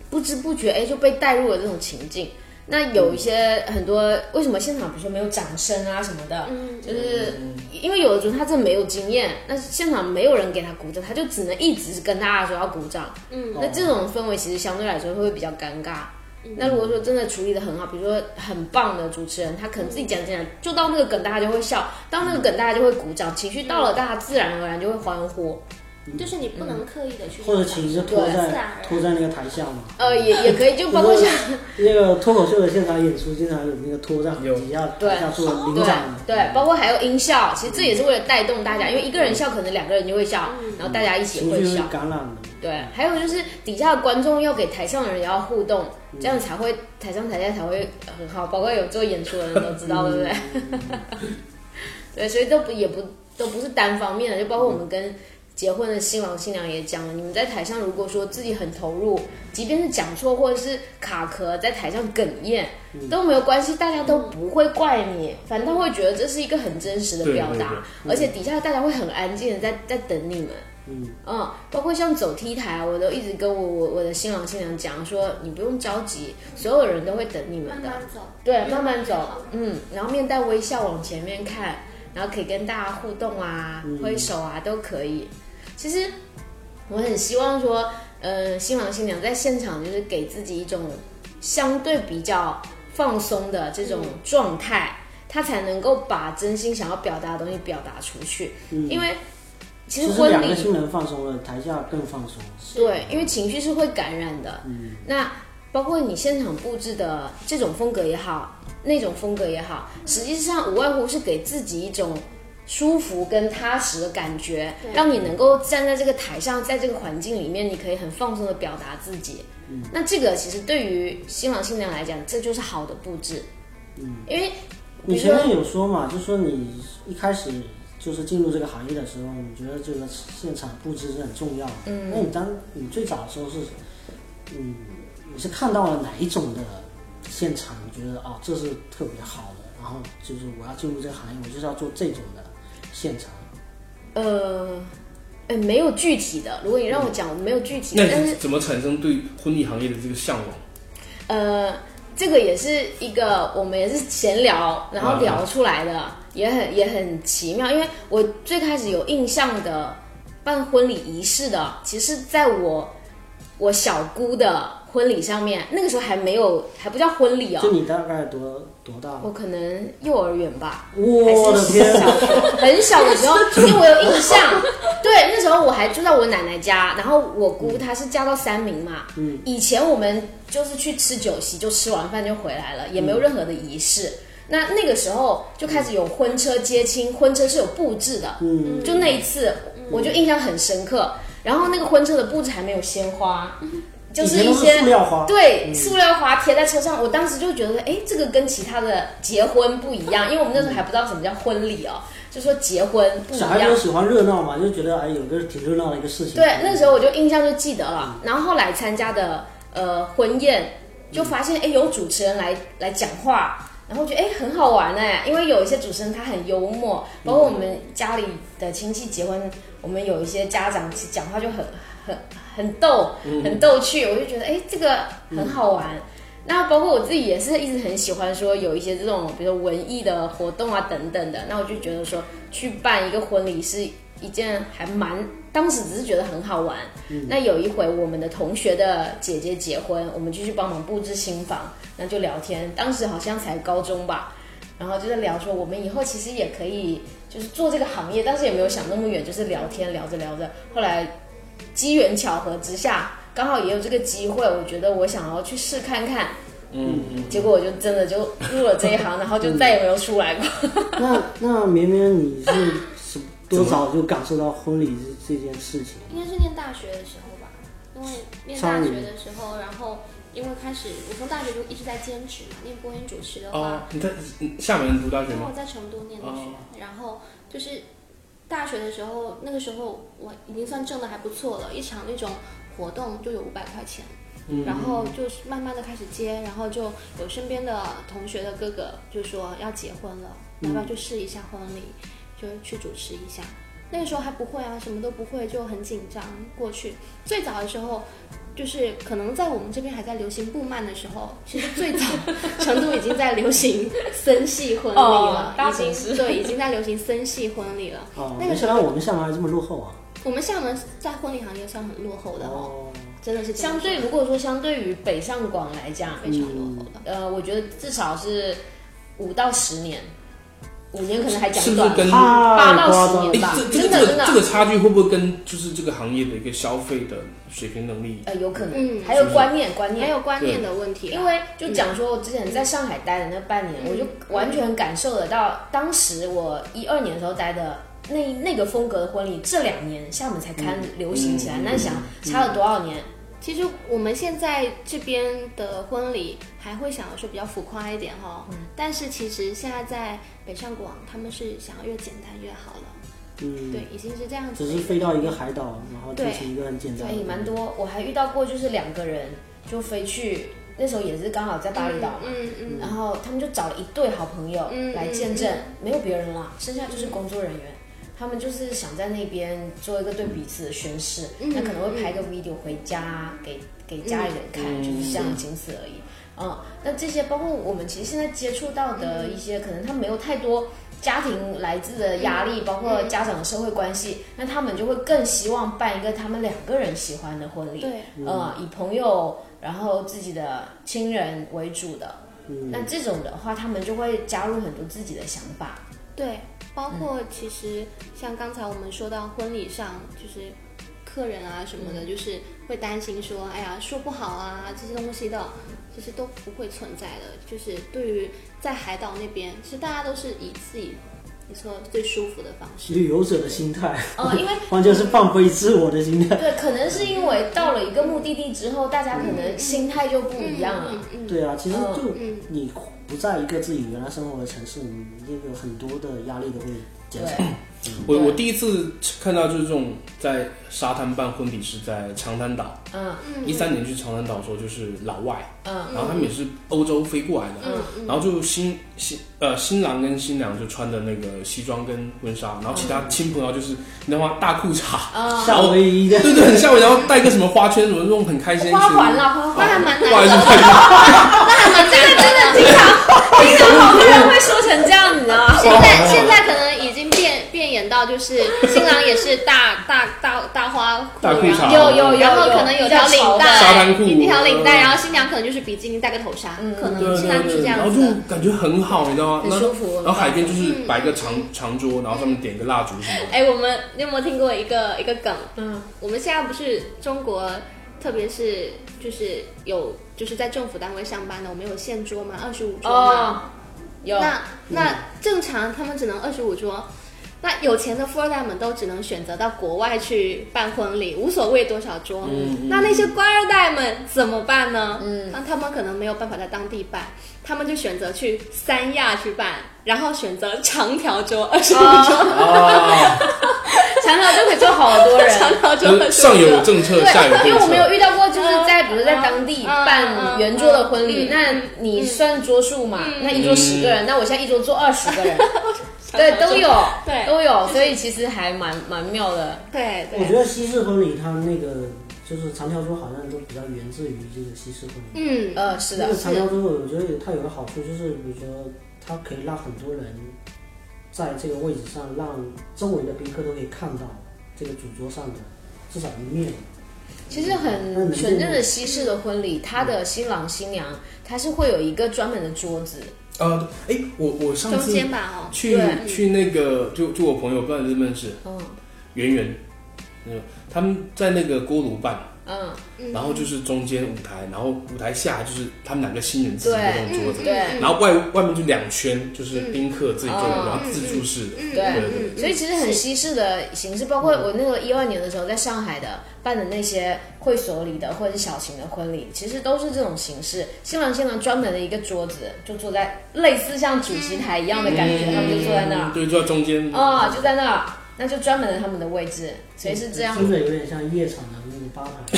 Speaker 5: 不知不觉哎就被带入了这种情境。那有一些很多为什么现场比如说没有掌声啊什么的，
Speaker 4: 嗯，
Speaker 5: 就是因为有的主持人他真的没有经验，那现场没有人给他鼓掌，他就只能一直跟大家说要鼓掌。
Speaker 4: 嗯，
Speaker 5: 那这种氛围其实相对来说会比较尴尬。那如果说真的处理的很好，比如说很棒的主持人，他可能自己讲讲，就到那个梗，大家就会笑；到那个
Speaker 4: 嗯
Speaker 5: 梗，大家就会鼓掌，情绪到了，大家自然而然就会欢呼。
Speaker 4: 就是你不能
Speaker 5: 嗯
Speaker 4: 刻意的去
Speaker 1: 或者其实就拖
Speaker 5: 对
Speaker 4: 自然
Speaker 1: 在
Speaker 4: 而然
Speaker 1: 拖在那个台下嘛，
Speaker 5: 呃，也也可以，就包括像
Speaker 1: 那个脱口秀的现场演出，经常有那个拖在底下
Speaker 5: 对
Speaker 1: 台下做领
Speaker 5: 对
Speaker 1: 奖的，
Speaker 5: 对，包括还有音效，其实这也是为了带动大家，因为一个人笑，可能两个人就会笑，然后大家一起
Speaker 1: 情
Speaker 5: 会
Speaker 1: 绪
Speaker 5: 笑
Speaker 1: 会。感染的。
Speaker 5: 对，还有就是底下的观众要给台上的人也要互动，
Speaker 2: 嗯
Speaker 5: 这样才会台上台下才会很好。包括有做演出的人都知道，对不对？
Speaker 2: 嗯
Speaker 5: (laughs) 对，所以都不也不都不是单方面的，就包括我们跟结婚的新郎新娘也讲了，你们在台上如果说自己很投入，即便是讲错或者是卡壳，在台上哽咽
Speaker 2: 嗯
Speaker 5: 都没有关系，大家都不会怪你，反倒会觉得 (laughs) 这是一个很真实的
Speaker 2: 对
Speaker 5: 表
Speaker 2: 对嗯
Speaker 5: 达，而且底下大家会很安静的在在等你们。
Speaker 1: 嗯
Speaker 5: 嗯，包括像走 T 台，啊我都一直跟我我我的新郎新娘讲说，你不用着急，所有人都会等你们
Speaker 4: 慢
Speaker 5: 的，
Speaker 4: 慢走，
Speaker 5: 对，慢慢走，嗯，然后面带微笑往前面看，然后可以跟大家互动啊，挥手啊都可以。其实我很希望说，呃，新郎新娘在现场就是给自己一种相对比较放松的这种状态，他才能够把真心想要表达的东西表达出去，
Speaker 1: 嗯，
Speaker 5: 因为。
Speaker 1: 其
Speaker 5: 其实
Speaker 1: 实
Speaker 5: 婚
Speaker 1: 两
Speaker 5: 礼
Speaker 1: 个新人放松了，台下更放松。
Speaker 5: 对，因为情绪是会感染的。那包括你现场布置的这种风格也好，那种风格也好，实际上无外乎是给自己一种舒服跟踏实的感觉，让你能够站在这个台上，在这个环境里面，你可以很放松的表达自己。那这个其实对于新郎新娘来讲，这就是好的布置。因为比
Speaker 1: 你
Speaker 5: 如
Speaker 1: 前面
Speaker 5: 说，
Speaker 1: 有说嘛，就说你一开始就是进入这个行业的时候，你觉得这个现场布置是很重要的。嗯，那你当你最早的时候是，嗯，你是看到了哪一种的现场？你觉得哦，这是特别好的，然后就是我要进入这个行业，我就是要做这种的现场。
Speaker 5: 呃。哎，没有具体的。如果你让我讲，我没有具体
Speaker 2: 那
Speaker 5: 的，但
Speaker 2: 你
Speaker 5: 是
Speaker 2: 怎么产生对婚礼行业的这个向往？
Speaker 5: 呃，这个也是一个我们也是闲聊，然
Speaker 1: 嗯
Speaker 5: 后聊出来的，也很也很奇妙。因为我最开始有印象的办婚礼仪式的，其实在我我小姑的婚礼上面，那个时候还没有还不叫婚礼哦，
Speaker 1: 就你大概多多大？
Speaker 5: 我可能幼儿园吧，
Speaker 1: 我的天
Speaker 5: 还是小很小的时候，因为我有印象，对，那时候我还住在我奶奶家，然后我姑她是嫁到三明嘛，
Speaker 1: 嗯，
Speaker 5: 以前我们就是去吃酒席，就吃完饭就回来了，也
Speaker 1: 嗯
Speaker 5: 没有任何的仪式。那那个时候就开始有婚车接亲，婚车是有布置的，
Speaker 1: 嗯，
Speaker 5: 就那一次我就印象很深刻。然后那个婚车的布置还没有鲜花，就是一
Speaker 1: 嗯以前都
Speaker 5: 些
Speaker 1: 是塑料花
Speaker 5: 对，
Speaker 1: 嗯
Speaker 5: 塑料花贴在车上。我当时就觉得，哎，这个跟其他的结婚不一样，因为我们那时候还不知道什么叫婚礼哦，就说结婚不一
Speaker 1: 小孩不
Speaker 5: 样
Speaker 1: 是。喜欢热闹嘛，就觉得哎，有个挺热闹的一个事情。
Speaker 5: 对，那时候我就印象就记得了。然后后来参加的呃婚宴，就发现哎有主持人来来讲话，然后觉得哎很好玩哎，因为有一些主持人他很幽默，包括我们家里的亲戚结婚，我们有一些家长其实讲话就很很很逗，很逗趣，我就觉得哎这个很好玩。那包括我自己也是一直很喜欢说有一些这种，比如说文艺的活动啊等等的。那我就觉得说去办一个婚礼是一件还蛮，当时只是觉得很好玩。那有一回我们的同学的姐姐结婚，我们就去帮忙布置新房，那就聊天。当时好像才高中吧，然后就在聊说我们以后其实也可以就是做这个行业，但是也没有想那么远，就是聊天聊着聊着，后来机缘巧合之下，刚好也有这个机会，我觉得我想要去试看看。
Speaker 2: 嗯嗯，
Speaker 5: 结果我就真的就入了这一行，然后就再也没有出来过。
Speaker 1: (laughs) 那那绵绵，你是什多早就感受到婚礼这这件事情？
Speaker 4: 应该是念大学的时候吧，因为念大学的时候，然后因为开始我从大学就一直在兼职嘛，念播音主持的
Speaker 2: 哦
Speaker 4: 话，，
Speaker 2: 你在厦门读大学
Speaker 4: 因为我
Speaker 2: 吗？
Speaker 4: 在成都念的学
Speaker 2: 哦，
Speaker 4: 然后就是大学的时候，那个时候我已经算挣的还不错了，一场那种活动就有五百块钱。
Speaker 2: 嗯
Speaker 4: 然后就是慢慢的开始接，然后就有身边的同学的哥哥就说要结婚了，要
Speaker 2: 嗯
Speaker 4: 不要去试一下婚礼，就去主持一下。那个时候还不会啊，什么都不会，就很紧张。过去最早的时候，就是可能在我们这边还在流行布幔的时候，其实最早成都已经在流行森系婚礼
Speaker 5: 哦
Speaker 4: 了，
Speaker 5: 大
Speaker 4: 已
Speaker 5: 城
Speaker 4: 经
Speaker 5: 市
Speaker 4: 对已经在流行森系婚礼了。
Speaker 1: 哦，
Speaker 4: 那
Speaker 1: 没
Speaker 4: 个
Speaker 1: 想
Speaker 4: 时
Speaker 1: 到
Speaker 4: 候
Speaker 1: 我们厦门还这么落后啊！
Speaker 4: 我们厦门在婚礼行业算很落后的哦，
Speaker 1: 哦，
Speaker 4: 真的是这
Speaker 5: (laughs)
Speaker 4: 样
Speaker 5: 相对
Speaker 4: 说
Speaker 5: 如果说相对于北上广来讲，
Speaker 4: 非常落后的。
Speaker 5: 呃，我觉得至少是五到十年，五年可能还讲
Speaker 2: 是不
Speaker 5: 短
Speaker 2: 是跟
Speaker 1: 太
Speaker 5: 八到
Speaker 1: 夸
Speaker 5: 十
Speaker 1: 张了
Speaker 5: 年吧
Speaker 2: 哎这这个
Speaker 5: 真的
Speaker 2: 这
Speaker 5: 真的
Speaker 2: 个这个差距会不会跟就是这个行业的一个消费的水平能力？
Speaker 5: 呃有可能，
Speaker 4: 嗯
Speaker 5: 还有观念观
Speaker 4: 还
Speaker 5: 念。
Speaker 4: 有观念的问题啦，
Speaker 5: 因为就讲说，我之前在上海待的那半年，
Speaker 4: 嗯
Speaker 5: 我就完全感受得到，当时我一二年的时候待的那那个风格的婚礼，这两年厦门才开始流行起来。
Speaker 2: 嗯
Speaker 5: 那你想差了多少年？
Speaker 4: 其实我们现在这边的婚礼还会想要说比较浮夸一点哈、
Speaker 1: 嗯
Speaker 4: 哦，但是其实现在在北上广，他们是想要越简单越好了，
Speaker 1: 嗯，
Speaker 4: 对，已经是这样子
Speaker 1: 只
Speaker 4: 的
Speaker 1: 是
Speaker 4: 一个。
Speaker 1: 飞到一个海岛，然后进行一个很简单
Speaker 5: 哎，
Speaker 1: 的，
Speaker 5: 蛮多，我还遇到过，就是两个人就飞去，那时候也是刚好在巴厘岛嘛，
Speaker 4: 嗯嗯
Speaker 5: 然后他们就找了一对好朋友
Speaker 4: 嗯
Speaker 5: 来见证，没有别人了，剩下就是工作人员。他们就是想在那边做一个对彼此的宣誓，
Speaker 4: 嗯
Speaker 5: 那可能会拍个 video 回家给给家里人看，
Speaker 2: 嗯
Speaker 5: 就是这样，仅此而已。嗯，那这些包括我们其实现在接触到的
Speaker 4: 嗯
Speaker 5: 一些，可能他没有太多家庭来自的压
Speaker 4: 嗯
Speaker 5: 力，包括家长的社会关系，那他们就会更希望办一个他们两个人喜欢的婚礼。
Speaker 4: 嗯，对，
Speaker 5: 呃，以朋友然后自己的亲人为主的。那这种的话，他们就会加入很多自己的想法。
Speaker 4: 对，包括其实像刚才我们说到婚礼上，就是客人啊什么的，
Speaker 1: 嗯
Speaker 4: 就是会担心说，哎呀，说不好啊，这些东西的，其实都不会存在的。就是对于在海岛那边，其实大家都是以自己你说最舒服的方式，
Speaker 1: 旅游者的心态，
Speaker 5: 呃，因为
Speaker 1: 完全是放飞自我的心态。
Speaker 5: (laughs) 对，可能是因为到了一个目的地之后，大家可能心态就不一样了。
Speaker 4: 嗯嗯
Speaker 1: 对啊，其实就
Speaker 4: 嗯
Speaker 1: 你不在一个自己原来生活的城市，你这个很多的压力都会这样
Speaker 5: 对
Speaker 2: 我
Speaker 5: 对
Speaker 2: 我第一次看到就是这种在沙滩办婚礼是在长滩岛，
Speaker 5: 嗯
Speaker 2: 一三年去长滩岛的时候就是老外，
Speaker 5: 嗯，
Speaker 2: 然后他们也是欧洲飞过来的，
Speaker 5: 嗯
Speaker 2: 然后就新新呃新郎跟新娘就穿的那个西装跟婚纱，然后其他
Speaker 4: 嗯
Speaker 2: 亲朋友就是你知道吗大裤衩，
Speaker 1: 夏威夷的
Speaker 2: (laughs)
Speaker 5: 啊
Speaker 2: 对对，很像我，然后戴个什么花圈什么，那种很开心。
Speaker 5: 嗯花环啦，花
Speaker 2: 那
Speaker 5: 环，
Speaker 4: 那还蛮
Speaker 2: 不好
Speaker 4: 难
Speaker 2: 意思，
Speaker 4: 的。 (laughs)
Speaker 2: 太花
Speaker 4: 那还蛮难啊的。
Speaker 5: 真的经常经常好多人会说成这样，啊你知道吗？
Speaker 4: 现在现在可能已经变变演到就是新郎也是大大大大花裤，
Speaker 2: 大裤
Speaker 4: 然后
Speaker 2: 衩，
Speaker 5: 有有有
Speaker 4: 然后可能有条领带，
Speaker 2: 沙滩裤
Speaker 4: 一条领
Speaker 2: 嗯
Speaker 4: 带，然后新娘可能就是比基尼戴个头纱，
Speaker 5: 嗯
Speaker 4: 可
Speaker 2: 对
Speaker 4: 能新
Speaker 2: 对
Speaker 4: 郎是
Speaker 2: 对，
Speaker 4: 这
Speaker 2: 然
Speaker 4: 样
Speaker 2: 后
Speaker 4: 子
Speaker 2: 就
Speaker 4: 的。
Speaker 2: 感觉很好，你知道吗？
Speaker 5: 很
Speaker 2: 然后
Speaker 5: 舒服
Speaker 2: 然后海边就是
Speaker 4: 嗯
Speaker 2: 摆个长长桌，然后上面点个蜡烛什么的。
Speaker 4: 哎，我们你有没有听过一个一个梗？
Speaker 5: 嗯，
Speaker 4: 我们现在不是中国，特别是就是有就是在政府单位上班的，我们有限桌嘛，二十五桌嘛。
Speaker 5: 哦，有
Speaker 4: 那那正常他们只能二十五桌，那有钱的富二代们都只能选择到国外去办婚礼，无所谓多少桌。
Speaker 5: 嗯
Speaker 4: 那那些官二代们怎么办呢？嗯，那他们可能没有办法在当地办，他们就选择去三亚去办，然后选择长条桌
Speaker 5: 哦
Speaker 4: 二十五桌，
Speaker 2: 啊，
Speaker 4: (laughs)
Speaker 5: 长条就可以坐好多 (laughs) 人。
Speaker 4: 长条桌
Speaker 2: 就是
Speaker 4: 二十五
Speaker 2: 呃上有
Speaker 4: 桌。
Speaker 2: 政策，下有
Speaker 5: 对，因为
Speaker 2: 对
Speaker 5: 我们有
Speaker 2: 策。
Speaker 5: 遇到过，就是在比如在当地
Speaker 4: 嗯嗯
Speaker 5: 办圆桌的婚礼
Speaker 4: 嗯嗯，
Speaker 5: 那你算桌数嘛？那一桌十
Speaker 2: 嗯
Speaker 5: 个人，那我现在一桌坐二十个
Speaker 4: (laughs)
Speaker 5: 人，对，都有，
Speaker 4: 对
Speaker 5: 都有，所以其实还蛮蛮妙的。
Speaker 4: 对
Speaker 1: 我
Speaker 4: 对
Speaker 1: 觉，得西式婚礼它那个就是长条桌好像都比较源自于这个西式婚礼。
Speaker 4: 嗯，
Speaker 5: 呃，是
Speaker 1: 那
Speaker 5: 的
Speaker 1: 个，长条桌，我觉得有它有个好处就是，比如说它可以让很多人在这个位置上，让周围的宾客都可以看到这个主桌上的至少一面。
Speaker 5: 其实很纯正的西式的婚礼，他的新郎新娘他是会有一个专门的桌子，
Speaker 2: 呃，哎，我我上
Speaker 4: 中
Speaker 2: 次
Speaker 4: 间吧哦，
Speaker 2: 去
Speaker 5: 对
Speaker 2: 去那个，就就我朋友，不知道你认不认识，
Speaker 5: 嗯
Speaker 2: 圆圆，嗯，他们在那个锅炉办，
Speaker 5: 嗯，
Speaker 2: 然后就是中间舞台，然后舞台下就是他们两个新人自己的那种桌子，
Speaker 5: 对
Speaker 4: 嗯
Speaker 2: 然后外外面就两圈，就是宾客自己坐，
Speaker 5: 嗯
Speaker 2: 然后自助式的，
Speaker 4: 嗯
Speaker 5: 对
Speaker 2: 对对
Speaker 5: 所以其实很西式的形式，包括我那个一二年的时候在上海的办的那些会所里的或者是小型的婚礼，其实都是这种形式。新郎新娘专门的一个桌子，就坐在类似像主席台一样的感觉，他们就坐在那儿，
Speaker 2: 对，就在中间，
Speaker 5: 啊、就在那儿，那就专门的他们的位置，所以是这样
Speaker 1: 真嗯的有点像夜场的那个吧台。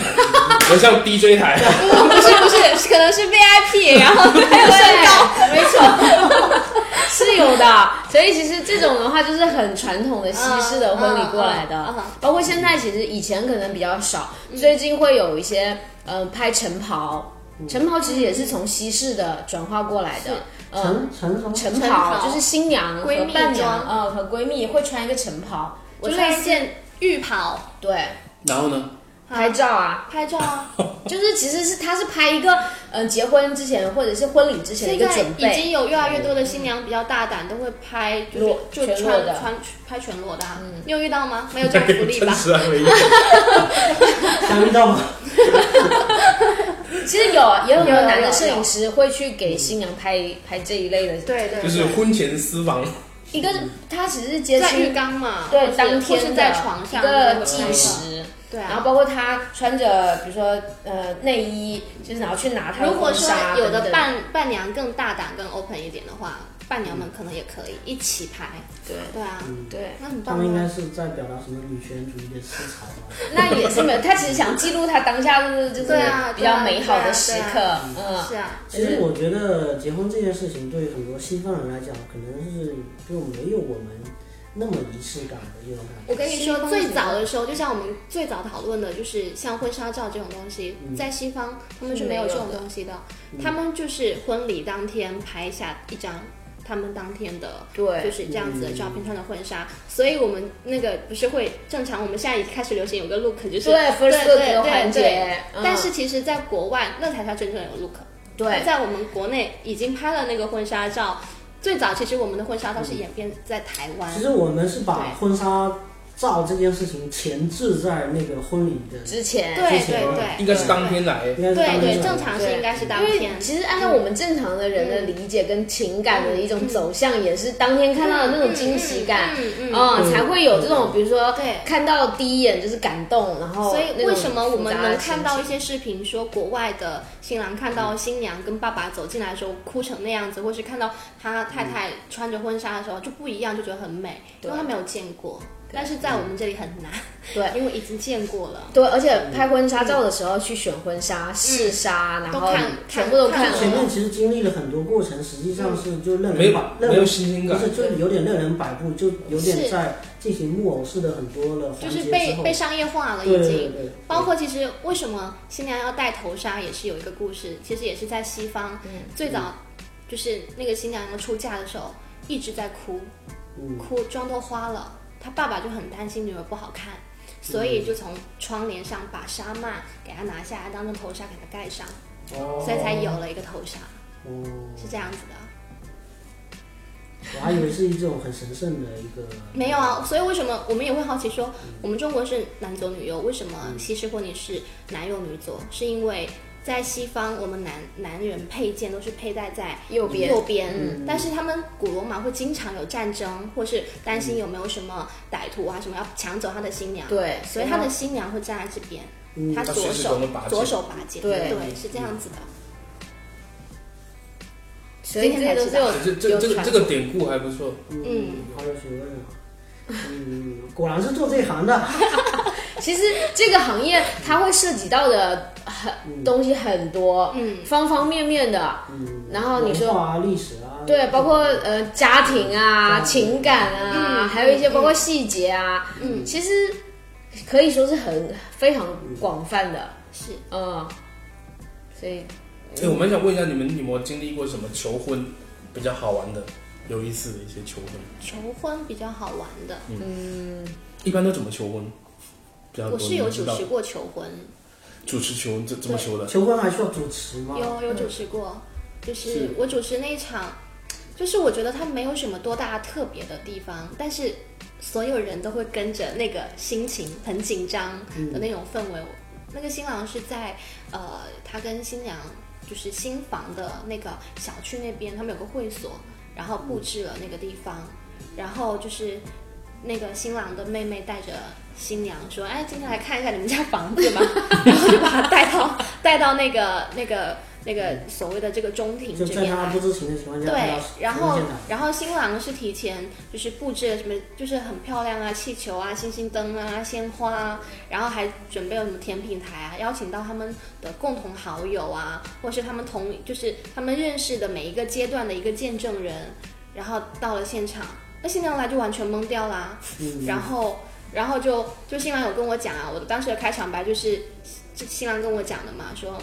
Speaker 2: 很像 DJ 台，
Speaker 4: 嗯不是不是，是可能是
Speaker 2: (laughs)
Speaker 4: VIP，然后还有身高。
Speaker 5: 对，没错， (laughs) 是有的。所以其实这种的话，就是很传统的西式的婚礼过来的，
Speaker 4: 嗯嗯嗯嗯
Speaker 5: 包括现在其实以前可能比较少，最近会有一些嗯、呃拍晨袍，
Speaker 4: 嗯
Speaker 5: 晨袍其实也是从西式的转化过来的。嗯，
Speaker 1: 陈陈什么？
Speaker 5: 晨
Speaker 4: 晨
Speaker 5: 袍
Speaker 4: 袍
Speaker 5: 就是新娘和
Speaker 4: 闺蜜
Speaker 5: 伴娘
Speaker 4: 装
Speaker 5: 呃和闺蜜会穿一个晨袍，就
Speaker 4: 我
Speaker 5: 类
Speaker 4: 穿一
Speaker 5: 似
Speaker 4: 件嗯浴袍
Speaker 5: 对
Speaker 2: 然后呢，
Speaker 5: 拍照啊，
Speaker 4: 拍
Speaker 5: (laughs)
Speaker 4: 照啊，
Speaker 5: 就是其实是他是拍一个嗯、呃结婚之前或者是婚礼之前的一
Speaker 4: 现
Speaker 5: 个
Speaker 4: 在
Speaker 5: 准
Speaker 4: 已
Speaker 5: 备，
Speaker 4: 经有越来越多的新娘比较大胆，都会拍就是
Speaker 5: 裸
Speaker 4: 就
Speaker 5: 全裸
Speaker 4: 穿
Speaker 5: 的嗯
Speaker 4: 穿拍全裸的啊。你有遇到吗？没有这种福利
Speaker 2: 真
Speaker 4: 吧？
Speaker 5: (laughs)
Speaker 2: 实还回忆，
Speaker 1: 想遇到吗？
Speaker 5: 其实有也有很多
Speaker 4: 有有
Speaker 5: 男的
Speaker 4: 有
Speaker 5: 摄影师会去给新娘拍拍这一类的，
Speaker 4: 对对，
Speaker 2: 就是婚前私房，
Speaker 5: 一个他其实是接
Speaker 4: 在浴
Speaker 5: 亲
Speaker 4: 缸嘛，
Speaker 5: 对
Speaker 4: 或是
Speaker 5: 当
Speaker 4: 或
Speaker 5: 天
Speaker 4: 是
Speaker 5: 的
Speaker 4: 在床上
Speaker 5: 一个
Speaker 4: 都会拍
Speaker 5: 计
Speaker 4: 的
Speaker 5: 时，
Speaker 4: 对
Speaker 5: 然后
Speaker 4: 啊。
Speaker 5: 包括他穿着比如说呃内衣，就是然后去拿他的
Speaker 4: 如果
Speaker 5: 婚
Speaker 4: 说
Speaker 5: 纱
Speaker 4: 有
Speaker 5: 等
Speaker 4: 的
Speaker 5: 等
Speaker 4: 伴伴娘更大胆、更 open 一点的话，伴娘们可能也可以一起拍。
Speaker 5: 对
Speaker 4: 对啊，
Speaker 5: 对，
Speaker 4: 那很
Speaker 1: 嗯他
Speaker 4: 棒
Speaker 1: 们应该
Speaker 4: 啊。
Speaker 1: 是在表达什么女权主义的思潮啊吧？
Speaker 5: 那也是没有，他其实想记录他当下就是就是
Speaker 4: 对啊
Speaker 5: 比较
Speaker 4: 对啊
Speaker 5: 美好
Speaker 4: 对
Speaker 5: 的
Speaker 4: 啊
Speaker 5: 时
Speaker 4: 对啊
Speaker 5: 刻，嗯，
Speaker 4: 是啊，
Speaker 1: 其实我觉得结婚这件事情对很多西方人来讲，可能是就没有我们那么仪式感的一种感觉。
Speaker 4: 我跟你
Speaker 5: 西
Speaker 4: 说，
Speaker 5: 方
Speaker 4: 最
Speaker 5: 是
Speaker 4: 早
Speaker 5: 吗
Speaker 4: 的时候，就像我们最早讨论的，就是像婚纱照这种东西，
Speaker 2: 嗯
Speaker 4: 在西方他们
Speaker 5: 是
Speaker 4: 是没有
Speaker 5: 没
Speaker 4: 这
Speaker 5: 有
Speaker 4: 种
Speaker 5: 的
Speaker 4: 东西的，他们就是婚礼当天拍下一张他们当天的。就
Speaker 5: 对，
Speaker 4: 是这样
Speaker 2: 嗯
Speaker 4: 子的照片，穿着婚纱，所以我们那个不是会正常，我们现在已经开始流行有个 look，就是
Speaker 5: 对 first look
Speaker 4: 对
Speaker 5: 的环
Speaker 4: 对对
Speaker 5: 节，嗯
Speaker 4: 但是其实，在国外那才叫真正有 look。
Speaker 5: 对
Speaker 4: 在我们国内已经拍了那个婚纱
Speaker 2: 嗯
Speaker 4: 照，最早其实我们的婚纱照是演变在台湾，
Speaker 1: 其实我们是把婚纱照这件事情前置在那个婚礼的
Speaker 3: 之前
Speaker 4: 对
Speaker 1: 之前
Speaker 4: 对对
Speaker 2: 应该是当天来
Speaker 1: 应该是
Speaker 4: 对
Speaker 1: 当
Speaker 4: 对，
Speaker 1: 天
Speaker 4: 正常是应该是当
Speaker 3: 因为
Speaker 4: 天。
Speaker 3: 其实按照我们正常的人的理解跟情感的一种走向，也是当天看到的那种惊喜感，
Speaker 4: 嗯嗯嗯
Speaker 3: 嗯，才会有这种，比如说
Speaker 4: 对
Speaker 3: 看到第一眼就是感动，然后
Speaker 4: 所以为什么我们能看
Speaker 3: 哦那种复杂
Speaker 4: 到一
Speaker 3: 的心
Speaker 4: 些视频说国外的新郎看到新娘跟爸爸走进来的时候哭成那样子，或是看到他太
Speaker 3: 嗯
Speaker 4: 太穿着婚纱的时候就不一样，就觉得很美，因为他没有见过。但是在我们这里很难，
Speaker 3: 对
Speaker 4: 因为已经见过了。
Speaker 3: 情对，而且拍婚纱照的时候去选婚纱、试纱，然
Speaker 4: 嗯都
Speaker 3: 后
Speaker 4: 看
Speaker 3: 全部都
Speaker 4: 看
Speaker 3: 看
Speaker 4: 看
Speaker 1: 前面其实经历了很多过程，实际上是就任
Speaker 2: 没
Speaker 1: 人
Speaker 2: 有
Speaker 1: 摆任
Speaker 2: 没有
Speaker 1: 人
Speaker 2: 新鲜
Speaker 1: 不
Speaker 2: 感，
Speaker 1: 是就有点任人摆布，就有
Speaker 4: 是
Speaker 1: 点在进行木偶式的很多的环
Speaker 4: 就
Speaker 1: 节之后，
Speaker 4: 是被被商业化了，已
Speaker 1: 对
Speaker 4: 经。
Speaker 1: 对对对，
Speaker 4: 包括其实为什么新娘要戴头纱，也是有一个故事，其实也是在西方、最早，就是那个新娘要出嫁的时候一直在哭，
Speaker 1: 嗯
Speaker 4: 哭妆都花了，她爸爸就很担心女儿不好看，所以就从窗帘上把纱幔给她拿下来，当成头纱给她盖上，
Speaker 1: 哦，
Speaker 4: 所以才有了一个头纱，
Speaker 1: 哦，
Speaker 4: 是这样子的。
Speaker 1: 我还以为是一种很神圣的一个，
Speaker 4: 没有啊，所以为什么我们也会好奇说，我们中国是男左女右，为什么西式婚礼是男右女左？是因为在西方，我们男男人配件都是佩戴在
Speaker 3: 右边
Speaker 4: 右边，
Speaker 2: 嗯
Speaker 4: 但是他们古罗马会经常有战争，或是担心有没有什么歹徒啊什么要抢走他的新娘，，
Speaker 3: 对，
Speaker 4: 所以他的新娘会站在这边，
Speaker 1: 嗯
Speaker 4: 他
Speaker 2: 他
Speaker 4: 左
Speaker 2: 随时
Speaker 4: 手
Speaker 2: 都能拔剑
Speaker 4: 左手拔剑，
Speaker 3: 对
Speaker 4: 对，是这样子的，
Speaker 3: 所以这些都是有
Speaker 2: 这这这
Speaker 3: 有
Speaker 2: 个
Speaker 3: 传
Speaker 2: 这个典故还不错，
Speaker 1: 嗯，好有学问啊，嗯，果然是做这一行的，
Speaker 3: 其实这个行业它会涉及到的很东西很多，
Speaker 4: 嗯
Speaker 3: 方方面面的，
Speaker 1: 嗯，
Speaker 3: 然后你说
Speaker 1: 文化啊，历史啊，
Speaker 3: 对，包括呃家庭啊、
Speaker 1: 嗯
Speaker 3: 情感啊，
Speaker 4: 嗯
Speaker 3: 还有一些包括细节啊，
Speaker 4: 嗯
Speaker 3: 其实可以说是很非常广泛的，
Speaker 4: 是。
Speaker 3: 嗯，所以
Speaker 2: 哎，我们想问一下，你们有没有经历过什么求婚比较好玩的、有意思的一些求婚？
Speaker 4: 求婚比较好玩的，
Speaker 2: 嗯一般都怎么求婚？比较多
Speaker 4: 我是有
Speaker 2: 你
Speaker 4: 主
Speaker 2: 知道
Speaker 4: 持过求婚，
Speaker 2: 主持求婚怎怎么求的？
Speaker 1: 求婚还需要主持吗？
Speaker 4: 有有主持过，就是
Speaker 1: 是
Speaker 4: 我主持那一场，就是我觉得它没有什么多大特别的地方，但是所有人都会跟着那个心情很紧张的那种氛围。那个新郎是在呃，他跟新娘就是新房的那个小区那边，他们有个会所，然后布置了那个地方，然后就是那个新郎的妹妹带着新娘说：“哎，今天来看一下你们家房子吧。” (laughs) 然后就把她带到带到那个那个那个所谓的这个中庭
Speaker 1: 就
Speaker 4: 这
Speaker 1: 在
Speaker 4: 边
Speaker 1: 他
Speaker 4: 来
Speaker 1: 不。知情的情况下，
Speaker 4: 对，然后
Speaker 1: 现场
Speaker 4: 然后新郎是提前就是布置了什么，就是很漂亮啊，气球啊、星星灯啊、鲜花啊，然后还准备了什么甜品台啊，邀请到他们的共同好友啊，或是他们同就是他们认识的每一个阶段的一个见证人，然后到了现场，那新娘来就完全懵掉啦、
Speaker 1: 嗯
Speaker 4: 然后然后就就新郎有跟我讲啊，我当时的开场白就是这新郎跟我讲的嘛，说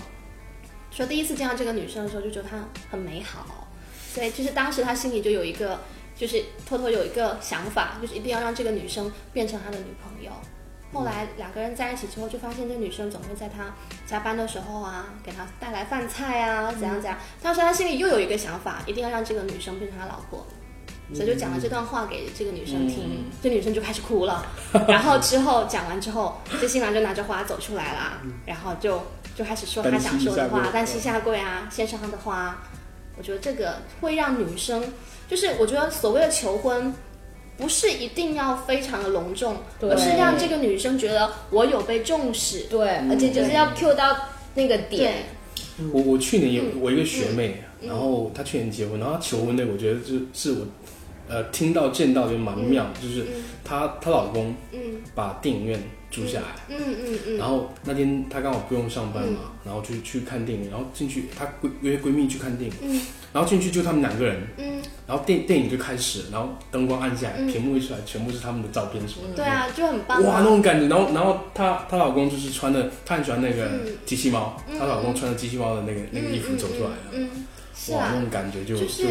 Speaker 4: 说第一次见到这个女生的时候就觉得她很美好，所以就是当时他心里就有一个就是偷偷有一个想法，就是一定要让这个女生变成他的女朋友。后来两个人在一起之后，就发现这女生总会在他加班的时候啊，给他带来饭菜啊，怎样怎样。当时他心里又有一个想法，一定要让这个女生变成他老婆。所以就讲了这段话给这个女生听，这女生就开始哭 (laughs) 了。然后之后讲完之后，这新郎就拿着花走出来啦，然后就就开始说他想说的话，单
Speaker 2: 单
Speaker 4: 膝
Speaker 2: 膝
Speaker 4: 嗯下跪啊，献上他的花。我觉得这个会让女生，就是我觉得所谓的求婚，不是一定要非常的隆重，
Speaker 3: 对
Speaker 4: 而是让这个女生觉得我有被重视。
Speaker 3: 对，而且就是要 Q 到那个点，
Speaker 4: 对，
Speaker 2: 我我去年有
Speaker 4: 嗯
Speaker 2: 我一个学妹，然后她去年结婚，然后她求婚的，我觉得就是是我呃听到见到就蛮妙，就是她她老公
Speaker 4: 嗯
Speaker 2: 把电影院租下来。
Speaker 4: 嗯嗯嗯，
Speaker 2: 然后那天她刚好不用上班嘛，然后去去看电影，然后进去她闺约闺蜜去看电影，然后进去就他们两个人，
Speaker 4: 嗯
Speaker 2: 然后电电影就开始，然后灯光暗下来，屏幕一出来，全部是他们的照片什么的，
Speaker 4: 对啊，就很棒
Speaker 2: 哇，那
Speaker 4: 啊。
Speaker 2: 种感觉。然后，然后她她老公就是穿的，她很喜欢那个机器猫，她、老公穿着机器猫的那个那个衣服走出来了，
Speaker 4: 嗯，是
Speaker 2: 哇，
Speaker 4: 啊
Speaker 2: 那，种感觉就
Speaker 4: 就是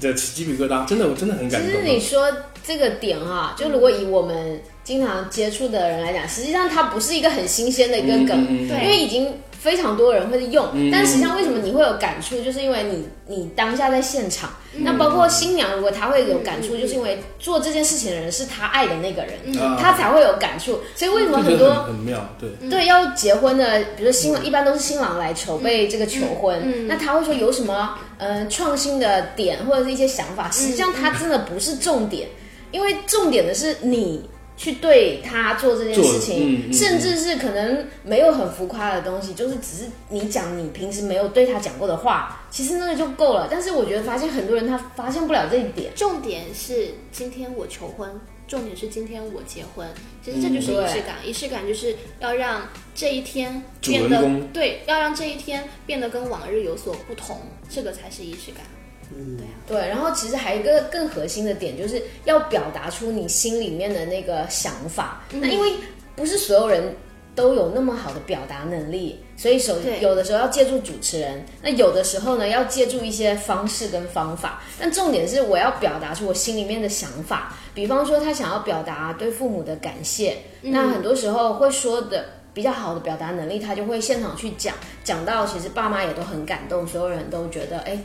Speaker 2: 这起鸡皮疙瘩，真的我真的很感
Speaker 3: 其
Speaker 2: 动。
Speaker 3: 实你说这个点哈、就如果以我们经常接触的人来讲，实际上它不是一个很新鲜的一个梗，
Speaker 2: 嗯嗯嗯
Speaker 4: 对
Speaker 3: 因为已经
Speaker 5: 非常多人会用，但实际上为什么你会有感触，就是因为你你当下在现场。那包括新娘，如果她会有感触，
Speaker 4: 嗯嗯嗯
Speaker 5: 就是因为做这件事情的人是她爱的那个人，
Speaker 2: 啊
Speaker 5: 她才会有感触。所以为什么
Speaker 2: 这
Speaker 5: 很
Speaker 2: 觉得
Speaker 5: 多
Speaker 2: 很很妙，对，
Speaker 5: 对，要结婚的，比如说新郎，一般都是新郎来筹备这个求婚。
Speaker 4: 嗯嗯
Speaker 5: 那他会说有什么呃创新的点或者是一些想法，
Speaker 2: 嗯
Speaker 5: 实际上他真的不是重点，因为重点的是你去对他做这件事情，
Speaker 2: 做嗯嗯
Speaker 5: 甚至是可能没有很浮夸的东西，就是只是你讲你平时没有对他讲过的话，其实那个就够了。但是我觉得发现很多人他发现不了这一点，
Speaker 4: 重点是今天我求婚，重点是今天我结婚。其实这就是
Speaker 5: 嗯
Speaker 4: 仪式感，仪式感就是要让这一天
Speaker 2: 主
Speaker 4: 变
Speaker 2: 人
Speaker 4: 得
Speaker 2: 公
Speaker 4: 对，要让这一天变得跟往日有所不同，这个才是仪式感。啊
Speaker 1: 嗯，
Speaker 5: 对，然后其实还有一个更核心的点，就是要表达出你心里面的那个想法。
Speaker 2: 嗯
Speaker 5: 那因为不是所有人都有那么好的表达能力，所以首
Speaker 4: 对
Speaker 5: 有的时候要借助主持人，那有的时候呢要借助一些方式跟方法。但重点是我要表达出我心里面的想法，比方说他想要表达对父母的感谢，那很多时候会说的。比较好的表达能力，他就会现场去讲，讲到其实爸妈也都很感动，所有人都觉得哎、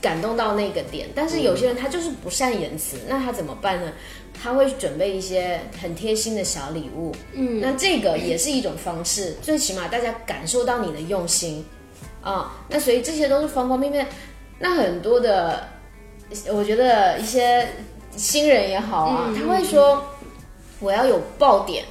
Speaker 5: 感动到那个点。但是有些人他就是不善言辞，那他怎么办呢？他会准备一些很贴心的小礼物，嗯，那这个也是一种方式，最起码大家感受到你的用心啊、那所以这些都是方方面面。那很多的，我觉得一些新人也好啊，
Speaker 4: 嗯嗯
Speaker 5: 他会说我要有爆点，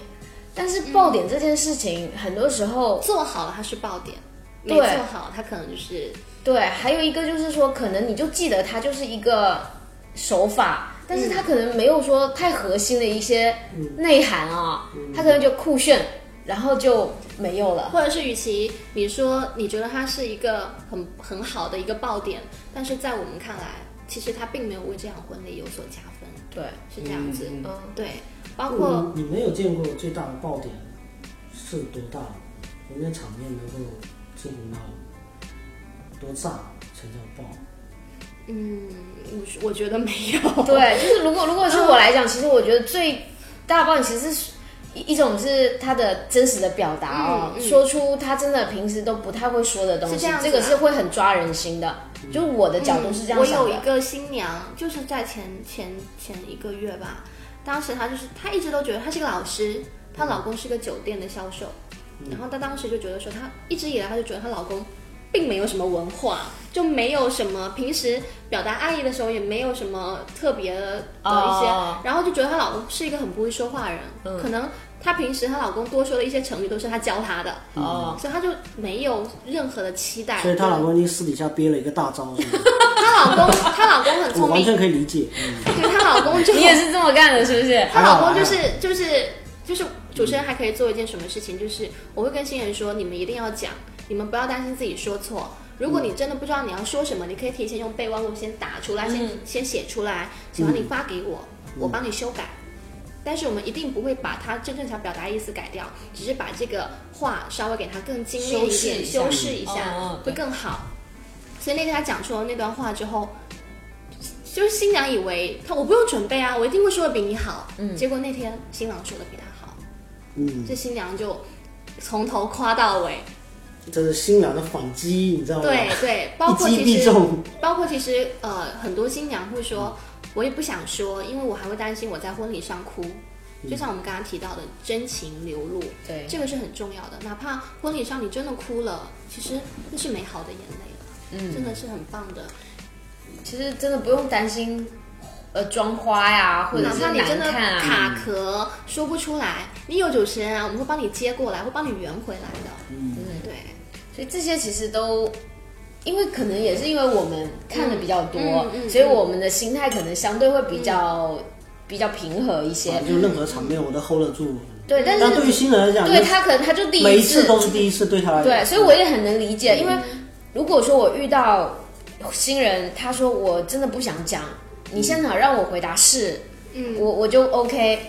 Speaker 5: 但是爆点这件事情，很多时候
Speaker 4: 做好了它是爆点，没
Speaker 5: 对
Speaker 4: 做好它可能就是
Speaker 5: 对，还有一个就是说，可能你就记得它就是一个手法，但是它可能没有说太核心的一些内涵啊，
Speaker 4: 嗯
Speaker 5: 它可能就酷炫，然后就没有了。
Speaker 4: 或者是与其你说你觉得它是一个很很好的一个爆点，但是在我们看来，其实它并没有为这场婚礼有所加分，
Speaker 5: 对，
Speaker 4: 是这样子。
Speaker 2: 嗯
Speaker 5: 嗯，
Speaker 4: 对，包括
Speaker 1: 你你没有见过最大的爆点是多大，人家场面能够进行到多炸才叫爆。
Speaker 4: 嗯，我是我觉得没 (laughs) 有。
Speaker 5: 对，就是如果如果是我来讲，其实我觉得最大爆点其实是一一种是他的真实的表达哦，
Speaker 4: 嗯嗯
Speaker 5: 说出他真的平时都不太会说的东西，
Speaker 4: 是这样子啊嗯
Speaker 5: 个是会很抓人心的。就是我的角度是这样
Speaker 4: 我
Speaker 5: 想的。
Speaker 4: 有一个新娘，就是在前前前一个月吧，当时她就是她一直都觉得她是个老师，她老公是个酒店的销售，然后她当时就觉得说，她一直以来她就觉得她老公并没有什么文化，就没有什么平时表达爱意的时候也没有什么特别的一些
Speaker 5: 哦
Speaker 4: 然后就觉得她老公是一个很不会说话的人，可能她平时她老公多说的一些成语都是她教她的，
Speaker 5: 哦 (laughs)
Speaker 4: 所以她就没有任何的期待。
Speaker 1: 所以她老公已经私底下憋了一个大招，
Speaker 4: (laughs)
Speaker 1: 是吗？
Speaker 4: 她老公，她老公很
Speaker 1: 我
Speaker 4: 聪
Speaker 1: 完
Speaker 4: 明，
Speaker 1: 全可以理解。嗯，
Speaker 4: 对她老公就
Speaker 5: 你也，是这么干的，是不是？
Speaker 4: 她老公就是就是就是主持人还可以做一件什么事情，就是我会跟新人说，你们一定要讲，你们不要担心自己说错。如果你真的不知道你要说什么，你可以提前用备忘录先打出来，
Speaker 5: 嗯
Speaker 4: 先先写出来，写完你发给我，我帮你修改。但是我们一定不会把他真正想表达意思改掉，只是把这个话稍微给他更精炼一点，
Speaker 5: 修
Speaker 4: 修
Speaker 5: 饰
Speaker 4: 饰
Speaker 5: 一
Speaker 4: 一
Speaker 5: 下
Speaker 4: 下
Speaker 5: 嗯嗯
Speaker 4: 会更好。所以那天他讲出了那段话之后，就是新娘以为他我不用准备啊，我一定会说的比你好。嗯，结果那天新郎说的比他好，
Speaker 1: 嗯
Speaker 4: 这新娘就从头夸到尾。
Speaker 1: 这是新娘的反击，你知道吗？
Speaker 4: 对对，包括
Speaker 1: 嗯一击
Speaker 4: 其
Speaker 1: 必
Speaker 4: 实
Speaker 1: 中。
Speaker 4: 包括其实呃，很多新娘会说，我也不想说，因为我还会担心我在婚礼上哭。就像我们刚刚提到的真情流露，
Speaker 5: 对
Speaker 4: 这个是很重要的。哪怕婚礼上你真的哭了，其实那是美好的眼泪了，嗯，真的是很棒的。
Speaker 5: 其实真的不用担心，呃，妆花呀，或者
Speaker 4: 嗯哪
Speaker 5: 是
Speaker 4: 怕你真
Speaker 5: 难
Speaker 4: 的
Speaker 5: 看啊，
Speaker 4: 卡壳说不出来，你有主持人啊，我们会帮你接过来，会帮你圆回来的。嗯，对，
Speaker 5: 所以这些其实都。因为可能也是因为我们看的比较多，
Speaker 4: 嗯嗯嗯
Speaker 5: 所以我们的心态可能相对会比较、比较平和一些
Speaker 4: 嗯
Speaker 1: 反。啊正就任何场面我都 hold 得住。
Speaker 5: 对，但是
Speaker 1: 但对于新人来讲，
Speaker 5: 对他可能他就第
Speaker 1: 每
Speaker 5: 一
Speaker 1: 一
Speaker 5: 次
Speaker 1: 次都是第一次，对他来讲。
Speaker 5: 对，所以我也很能理解，因为如果说我遇到新人，他说我真的不想讲，你现场让我回答是，
Speaker 4: 嗯
Speaker 5: 我我就 OK，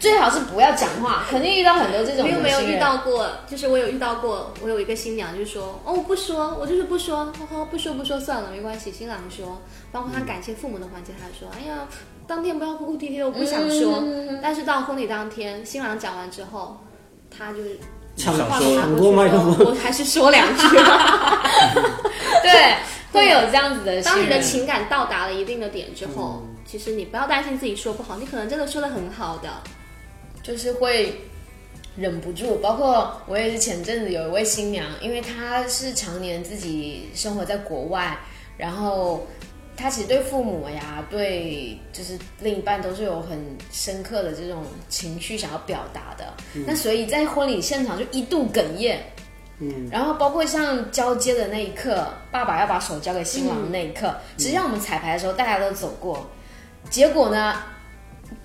Speaker 5: 最好是不要讲话。肯定遇到很多这种
Speaker 4: 你有没有
Speaker 5: 新人
Speaker 4: 遇到过？就是我有遇到过，我有一个新娘就说，哦，我不说，我就是不说，哈哈，不说不说算了，没关系。新郎说，包括他感谢父母的环节，他说，哎呀，当天不要哭哭
Speaker 5: 嗯
Speaker 4: 啼啼，我不想说。但是到婚礼当天，新郎讲完之后，他就
Speaker 1: 抢啊
Speaker 2: 想说
Speaker 1: 抢过麦克风，
Speaker 4: 我还是说两句。 (laughs)
Speaker 3: 对，会有这样子的
Speaker 4: 当你
Speaker 3: 信
Speaker 4: 的
Speaker 3: 任。
Speaker 4: 情感到达了一定的点之后，其实你不要担心自己说不好，你可能真的说的很好的。
Speaker 5: 就是会忍不住。包括我也是前阵子有一位新娘，因为她是常年自己生活在国外，然后她其实对父母呀，对就是另一半都是有很深刻的这种情绪想要表达的。那所以在婚礼现场就一度哽咽。
Speaker 1: 嗯，
Speaker 5: 然后包括像交接的那一刻，爸爸要把手交给新郎的那一刻，实际上我们彩排的时候大家都走过，结果呢，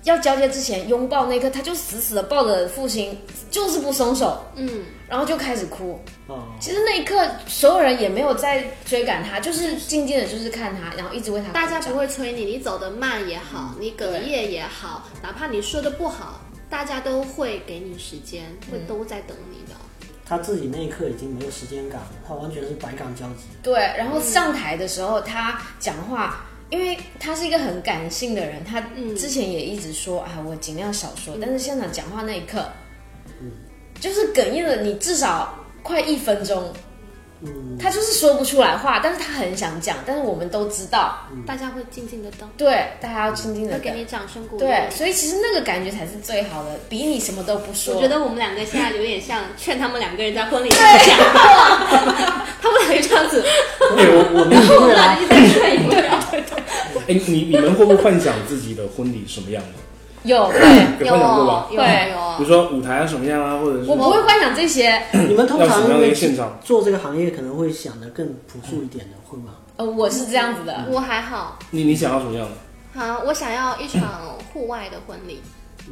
Speaker 5: 要交接之前拥抱那一刻，他就死死的抱着父亲，就是不松手，
Speaker 4: 嗯，
Speaker 5: 然后就开始哭。
Speaker 1: (laughs) 哦，
Speaker 5: 其实那一刻，所有人也没有在追赶他，就是静静的，就是看他，然后一直为他鼓
Speaker 4: 大
Speaker 5: 掌。
Speaker 4: 家不会催你，你走得慢也好，你哽咽也好，哪怕你说的不好，大家都会给你时间，会都在等你的。
Speaker 1: 他自己那一刻已经没有时间感了，他完全是百感交集。
Speaker 5: 对，然后上台的时候他讲话，因为他是一个很感性的人，他
Speaker 4: 嗯
Speaker 5: 之前也一直说啊，我尽量少说，但是现场讲话那一刻，
Speaker 4: 嗯
Speaker 5: 就是哽咽了你至少快一分钟，
Speaker 1: 嗯，
Speaker 5: 他就是说不出来话，但是他很想讲，但是我们都知道，
Speaker 4: 大家会静静的等，
Speaker 5: 对，大家要静静的
Speaker 4: 会嗯给
Speaker 5: 等。
Speaker 4: 你掌声鼓励。
Speaker 5: 对，所以其实那个感觉才是最好的，比你什么都不说。
Speaker 4: 我觉得我们两个现在有点像劝他们两个人在婚礼上讲话，他们两个这样子，
Speaker 2: 哎、我我没
Speaker 4: 然后我们俩一直在劝一个。
Speaker 2: 哎、你你们会不会幻想自己的婚礼什么样的？
Speaker 5: (laughs) 有，
Speaker 4: (laughs)
Speaker 5: 对，
Speaker 2: 有幻想过吗？
Speaker 4: 有
Speaker 2: 比
Speaker 4: 有
Speaker 2: (laughs) 如说舞台啊什么样啊，或者是
Speaker 5: 我不会幻想这些，
Speaker 1: 你们通
Speaker 2: 要什
Speaker 1: 常
Speaker 2: 么样的
Speaker 1: 会
Speaker 2: 一个现场？
Speaker 1: 做这个行业可能会想的更朴素一点的，会吗？
Speaker 5: 呃，我是这样子的，
Speaker 4: 我还好，
Speaker 2: 你你想要什么样的？
Speaker 4: 好，我想要一场户外的婚礼，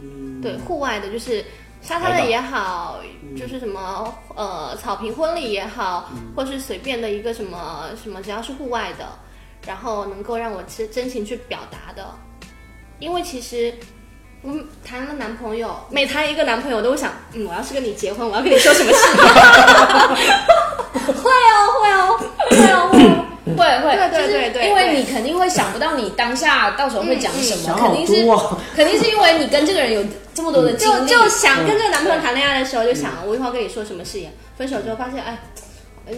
Speaker 1: 嗯，
Speaker 4: 对，户外的就是沙滩的也好，就是什么呃草坪婚礼也好，或是随便的一个什么什么，只要是户外的，然后能够让我真真情去表达的，因为其实。我谈了男朋友，每谈一个男朋友，我都会想，嗯，我要是跟你结婚，我要跟你说什么事？会哦，会哦，会哦，会哦。
Speaker 5: 会会，
Speaker 4: 对对对
Speaker 5: 就是
Speaker 4: 对
Speaker 5: 因为
Speaker 4: 对嗯
Speaker 5: 你肯定会想不到你当下到时候会讲什么，
Speaker 1: 想
Speaker 5: 肯
Speaker 1: 好
Speaker 5: 定是、
Speaker 1: 多啊。
Speaker 5: 肯定是因为你跟这个人有这么多的经
Speaker 4: 就
Speaker 5: 历，
Speaker 4: 就想跟这个男朋友谈恋爱的时候，就想我以后要跟你说什么誓
Speaker 5: 嗯
Speaker 4: 言。分手之后发现，哎，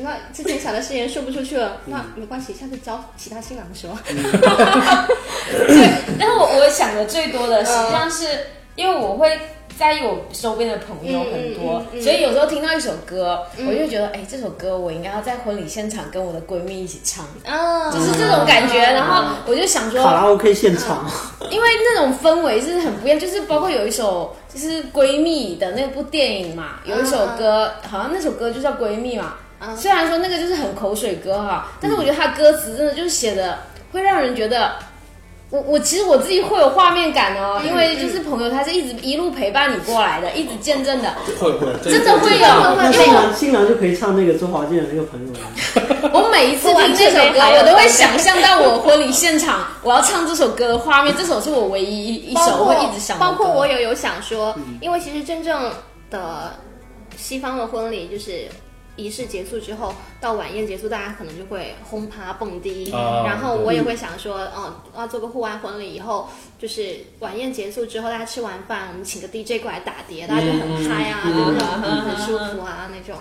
Speaker 4: 那之前想的誓言说不出去了，
Speaker 5: 嗯
Speaker 4: 那没关系，下次教其他新郎说。 (laughs)
Speaker 5: 对。但是我我想的最多的实际上是
Speaker 4: 嗯
Speaker 5: 因为我会。在意我周边的朋友很多，
Speaker 4: 嗯嗯嗯嗯嗯
Speaker 5: 所以有时候听到一首歌，我就觉得，哎、这首歌我应该要在婚礼现场跟我的闺蜜一起唱，
Speaker 4: (laughs) 嗯，
Speaker 5: 就是这种感觉。然后我就想说，
Speaker 1: 卡拉 OK 现场，
Speaker 5: 因为那种氛围是很不一样，就是包括有一首就是闺蜜的那部电影嘛，有一首歌，好像那首歌就叫闺蜜嘛。虽然说那个就是很口水歌哈，但是我觉得它歌词真的就是写的会让人觉得。我我其实我自己会有画面感哦，因为就是朋友他是一直一路陪伴你过来的，一直见证的。
Speaker 2: 会会，
Speaker 5: 真的会有
Speaker 1: (laughs) 那
Speaker 5: 因
Speaker 1: 新
Speaker 5: 为
Speaker 1: 郎新郎就可以唱那个周华健的那个朋友了。
Speaker 5: 我每一次听这首歌，我都会想象到我婚礼现场我要唱这首歌的画面。这首是我唯一一
Speaker 4: 包
Speaker 5: 首
Speaker 4: 括
Speaker 5: 会一直想的歌嗯
Speaker 4: 包括我有有想说，因为其实真正的西方的婚礼就是。仪式结束之后，到晚宴结束，大家可能就会轰趴蹦迪，
Speaker 2: 啊
Speaker 4: 然后我也会想说，哦，要做个户外婚礼，以后就是晚宴结束之后，大家吃完饭，我们请个 DJ 过来打碟，大家就很嗨啊，然后就很舒服啊那种。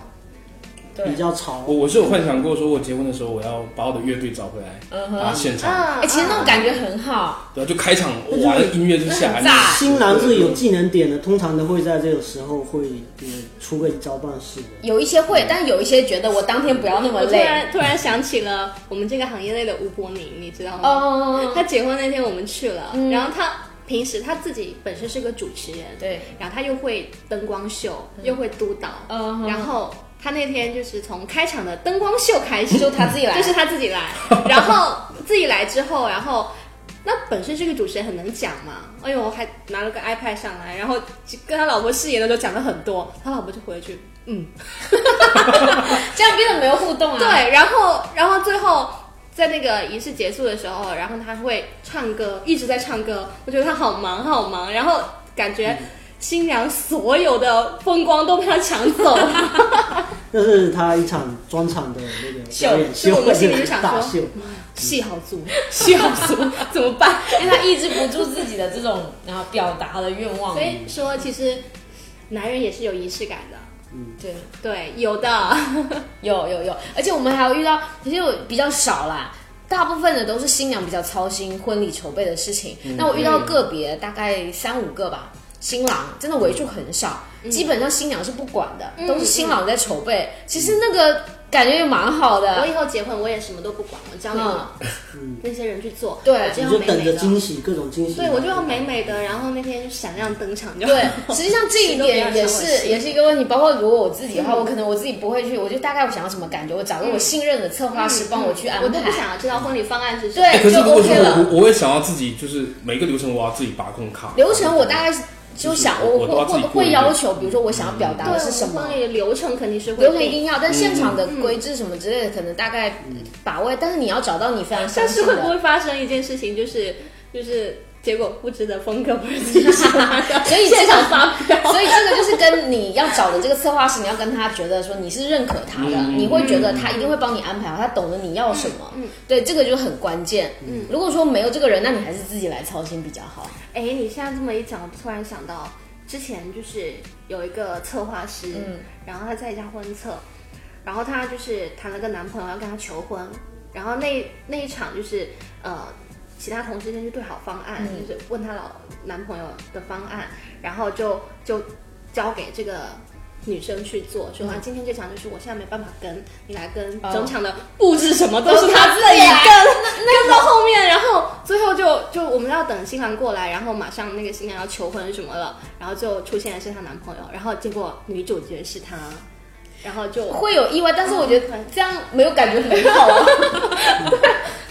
Speaker 1: 比较潮
Speaker 2: 我。我是有幻想过，说我结婚的时候我要把我的乐队找回来，然后现场，
Speaker 4: 嗯
Speaker 5: 哎、，其实那种感觉很好。
Speaker 2: 对，就开场哇，那音乐就下来，
Speaker 5: 那很炸
Speaker 1: 新郎是有技能点的，通常都会在这个时候会呃出个一招半式的。
Speaker 5: 有一些会，但有一些觉得我当天不要那么
Speaker 4: 我突
Speaker 5: 累。
Speaker 4: 然突然想起了我们这个行业内的吴伯宁，你知道吗？
Speaker 5: 哦，嗯
Speaker 4: 他结婚那天我们去了，然后他平时他自己本身是个主持人，，
Speaker 5: 对，
Speaker 4: 然后他又会灯光秀，又会督导，
Speaker 5: 嗯
Speaker 4: 然后他那天就是从开场的灯光秀开始，
Speaker 5: (laughs) 就他自己来
Speaker 4: 就是他自
Speaker 5: (laughs)
Speaker 4: 己来，然后自己来之后，然后。那本身这个主持人很能讲嘛，哎呦，还拿了个 iPad 上来，然后就跟他老婆誓言的时候讲了很多，他老婆就回了一句，嗯，
Speaker 5: (laughs) 这样变得没有互动啊。，
Speaker 4: 对，然后然后最后在那个仪式结束的时候，然后他会唱歌，一直在唱歌，我觉得他好忙好忙，然后感觉新娘所有的风光都被他抢走了。 (laughs)
Speaker 1: 那是他一场专场的那个表演秀，
Speaker 4: 秀所以我心里就想说
Speaker 1: 大秀。
Speaker 4: 戏好足，戏好足， (laughs) 怎么办？
Speaker 5: 因为他抑制不住自己的这种然后表达的愿望
Speaker 4: 所。以说，其实男人也是有仪式感的。
Speaker 5: 对，
Speaker 4: 对，有 (laughs) 的，
Speaker 5: 有有有，而且我们还有遇到，其实我比较少啦，大部分的都是新娘比较操心婚礼筹备的事情。
Speaker 4: 嗯
Speaker 5: 那我遇到个别大概三五个吧，新郎真的为数很少，
Speaker 4: 嗯
Speaker 5: 基本上新娘是不管的，都是新郎在筹备。其实那个感觉也蛮好
Speaker 4: 我
Speaker 5: 的，
Speaker 4: 以后结婚我也什么都不管，我交给
Speaker 5: 嗯
Speaker 4: 那些人去做，
Speaker 5: 对
Speaker 4: 我
Speaker 1: 你
Speaker 4: 就要
Speaker 1: 就
Speaker 4: 美
Speaker 1: 等
Speaker 4: 美
Speaker 1: 着惊
Speaker 4: 的，
Speaker 1: 喜，各种惊喜。
Speaker 4: 对我就要美美的，然后那天闪亮登场就好。 (laughs)
Speaker 5: 对，实际上这一点也
Speaker 4: 谁都不要抢我嗯
Speaker 5: 是
Speaker 4: 戏
Speaker 5: 也是一个问题。包括如果我自己的话，我可能我自己不会去，我就大概我想要什么感觉，我找个我信任的策划师帮我去安排。
Speaker 4: 嗯我都不想要知道婚礼方案是什
Speaker 5: 对
Speaker 4: 么。
Speaker 2: 哎，可是
Speaker 5: 就
Speaker 2: 如果说
Speaker 5: OK 了
Speaker 2: 我我我也想要自己，就是每个流程我要自己把控卡。
Speaker 5: 流程我大概是就想，
Speaker 2: 就是
Speaker 5: 我
Speaker 2: 我我
Speaker 5: 会
Speaker 2: 都要自
Speaker 5: 会
Speaker 2: 己过
Speaker 5: 会
Speaker 2: 一遍
Speaker 5: 要求，比如说我想要表达
Speaker 4: 对，
Speaker 5: 的是什么
Speaker 4: 我，嗯婚礼流程肯定是会
Speaker 5: 流程一
Speaker 4: 定，
Speaker 5: 定要，但现场的规制什么之类的，可能大概把握。但是你要找到你非常相
Speaker 4: 但是
Speaker 5: 信
Speaker 4: 会不
Speaker 5: 的，
Speaker 4: 会发生一件事情，就是就是结果布置的风格不是自
Speaker 5: (laughs)
Speaker 4: 己喜欢的，
Speaker 5: 所以这
Speaker 4: 现场
Speaker 5: 个，
Speaker 4: 发飙。
Speaker 5: 所以这个就是跟你要找的这个策划师，你要跟他觉得说你是认可他的，
Speaker 2: 嗯
Speaker 5: 你会觉得他一定会帮你安排好，他懂得你要什么。
Speaker 4: 嗯
Speaker 5: 对，这个就很关键。如果说没有这个人，那你还是自己来操心比较好。
Speaker 4: 哎，你现在这么一讲，我突然想到之前就是有一个策划师，然后她在一家婚策，然后她就是谈了个男朋友要跟她求婚，然后那那一场就是呃，其他同事先去对好方案，就是问她老男朋友的方案，然后就就交给这个。女生去做，说啊，今天这场就是我现在没办法跟你来跟整场的布置什么都是她自己
Speaker 5: 都是她自己
Speaker 4: 跟， (laughs) 跟到后面，然后最后就就我们要等新郎过来，然后马上那个新娘要求婚什么了，然后就出现的是她男朋友，然后结果女主角是他，然后就
Speaker 5: 会有意外，但是我觉得
Speaker 4: 嗯
Speaker 5: 这样没有感觉很好啊。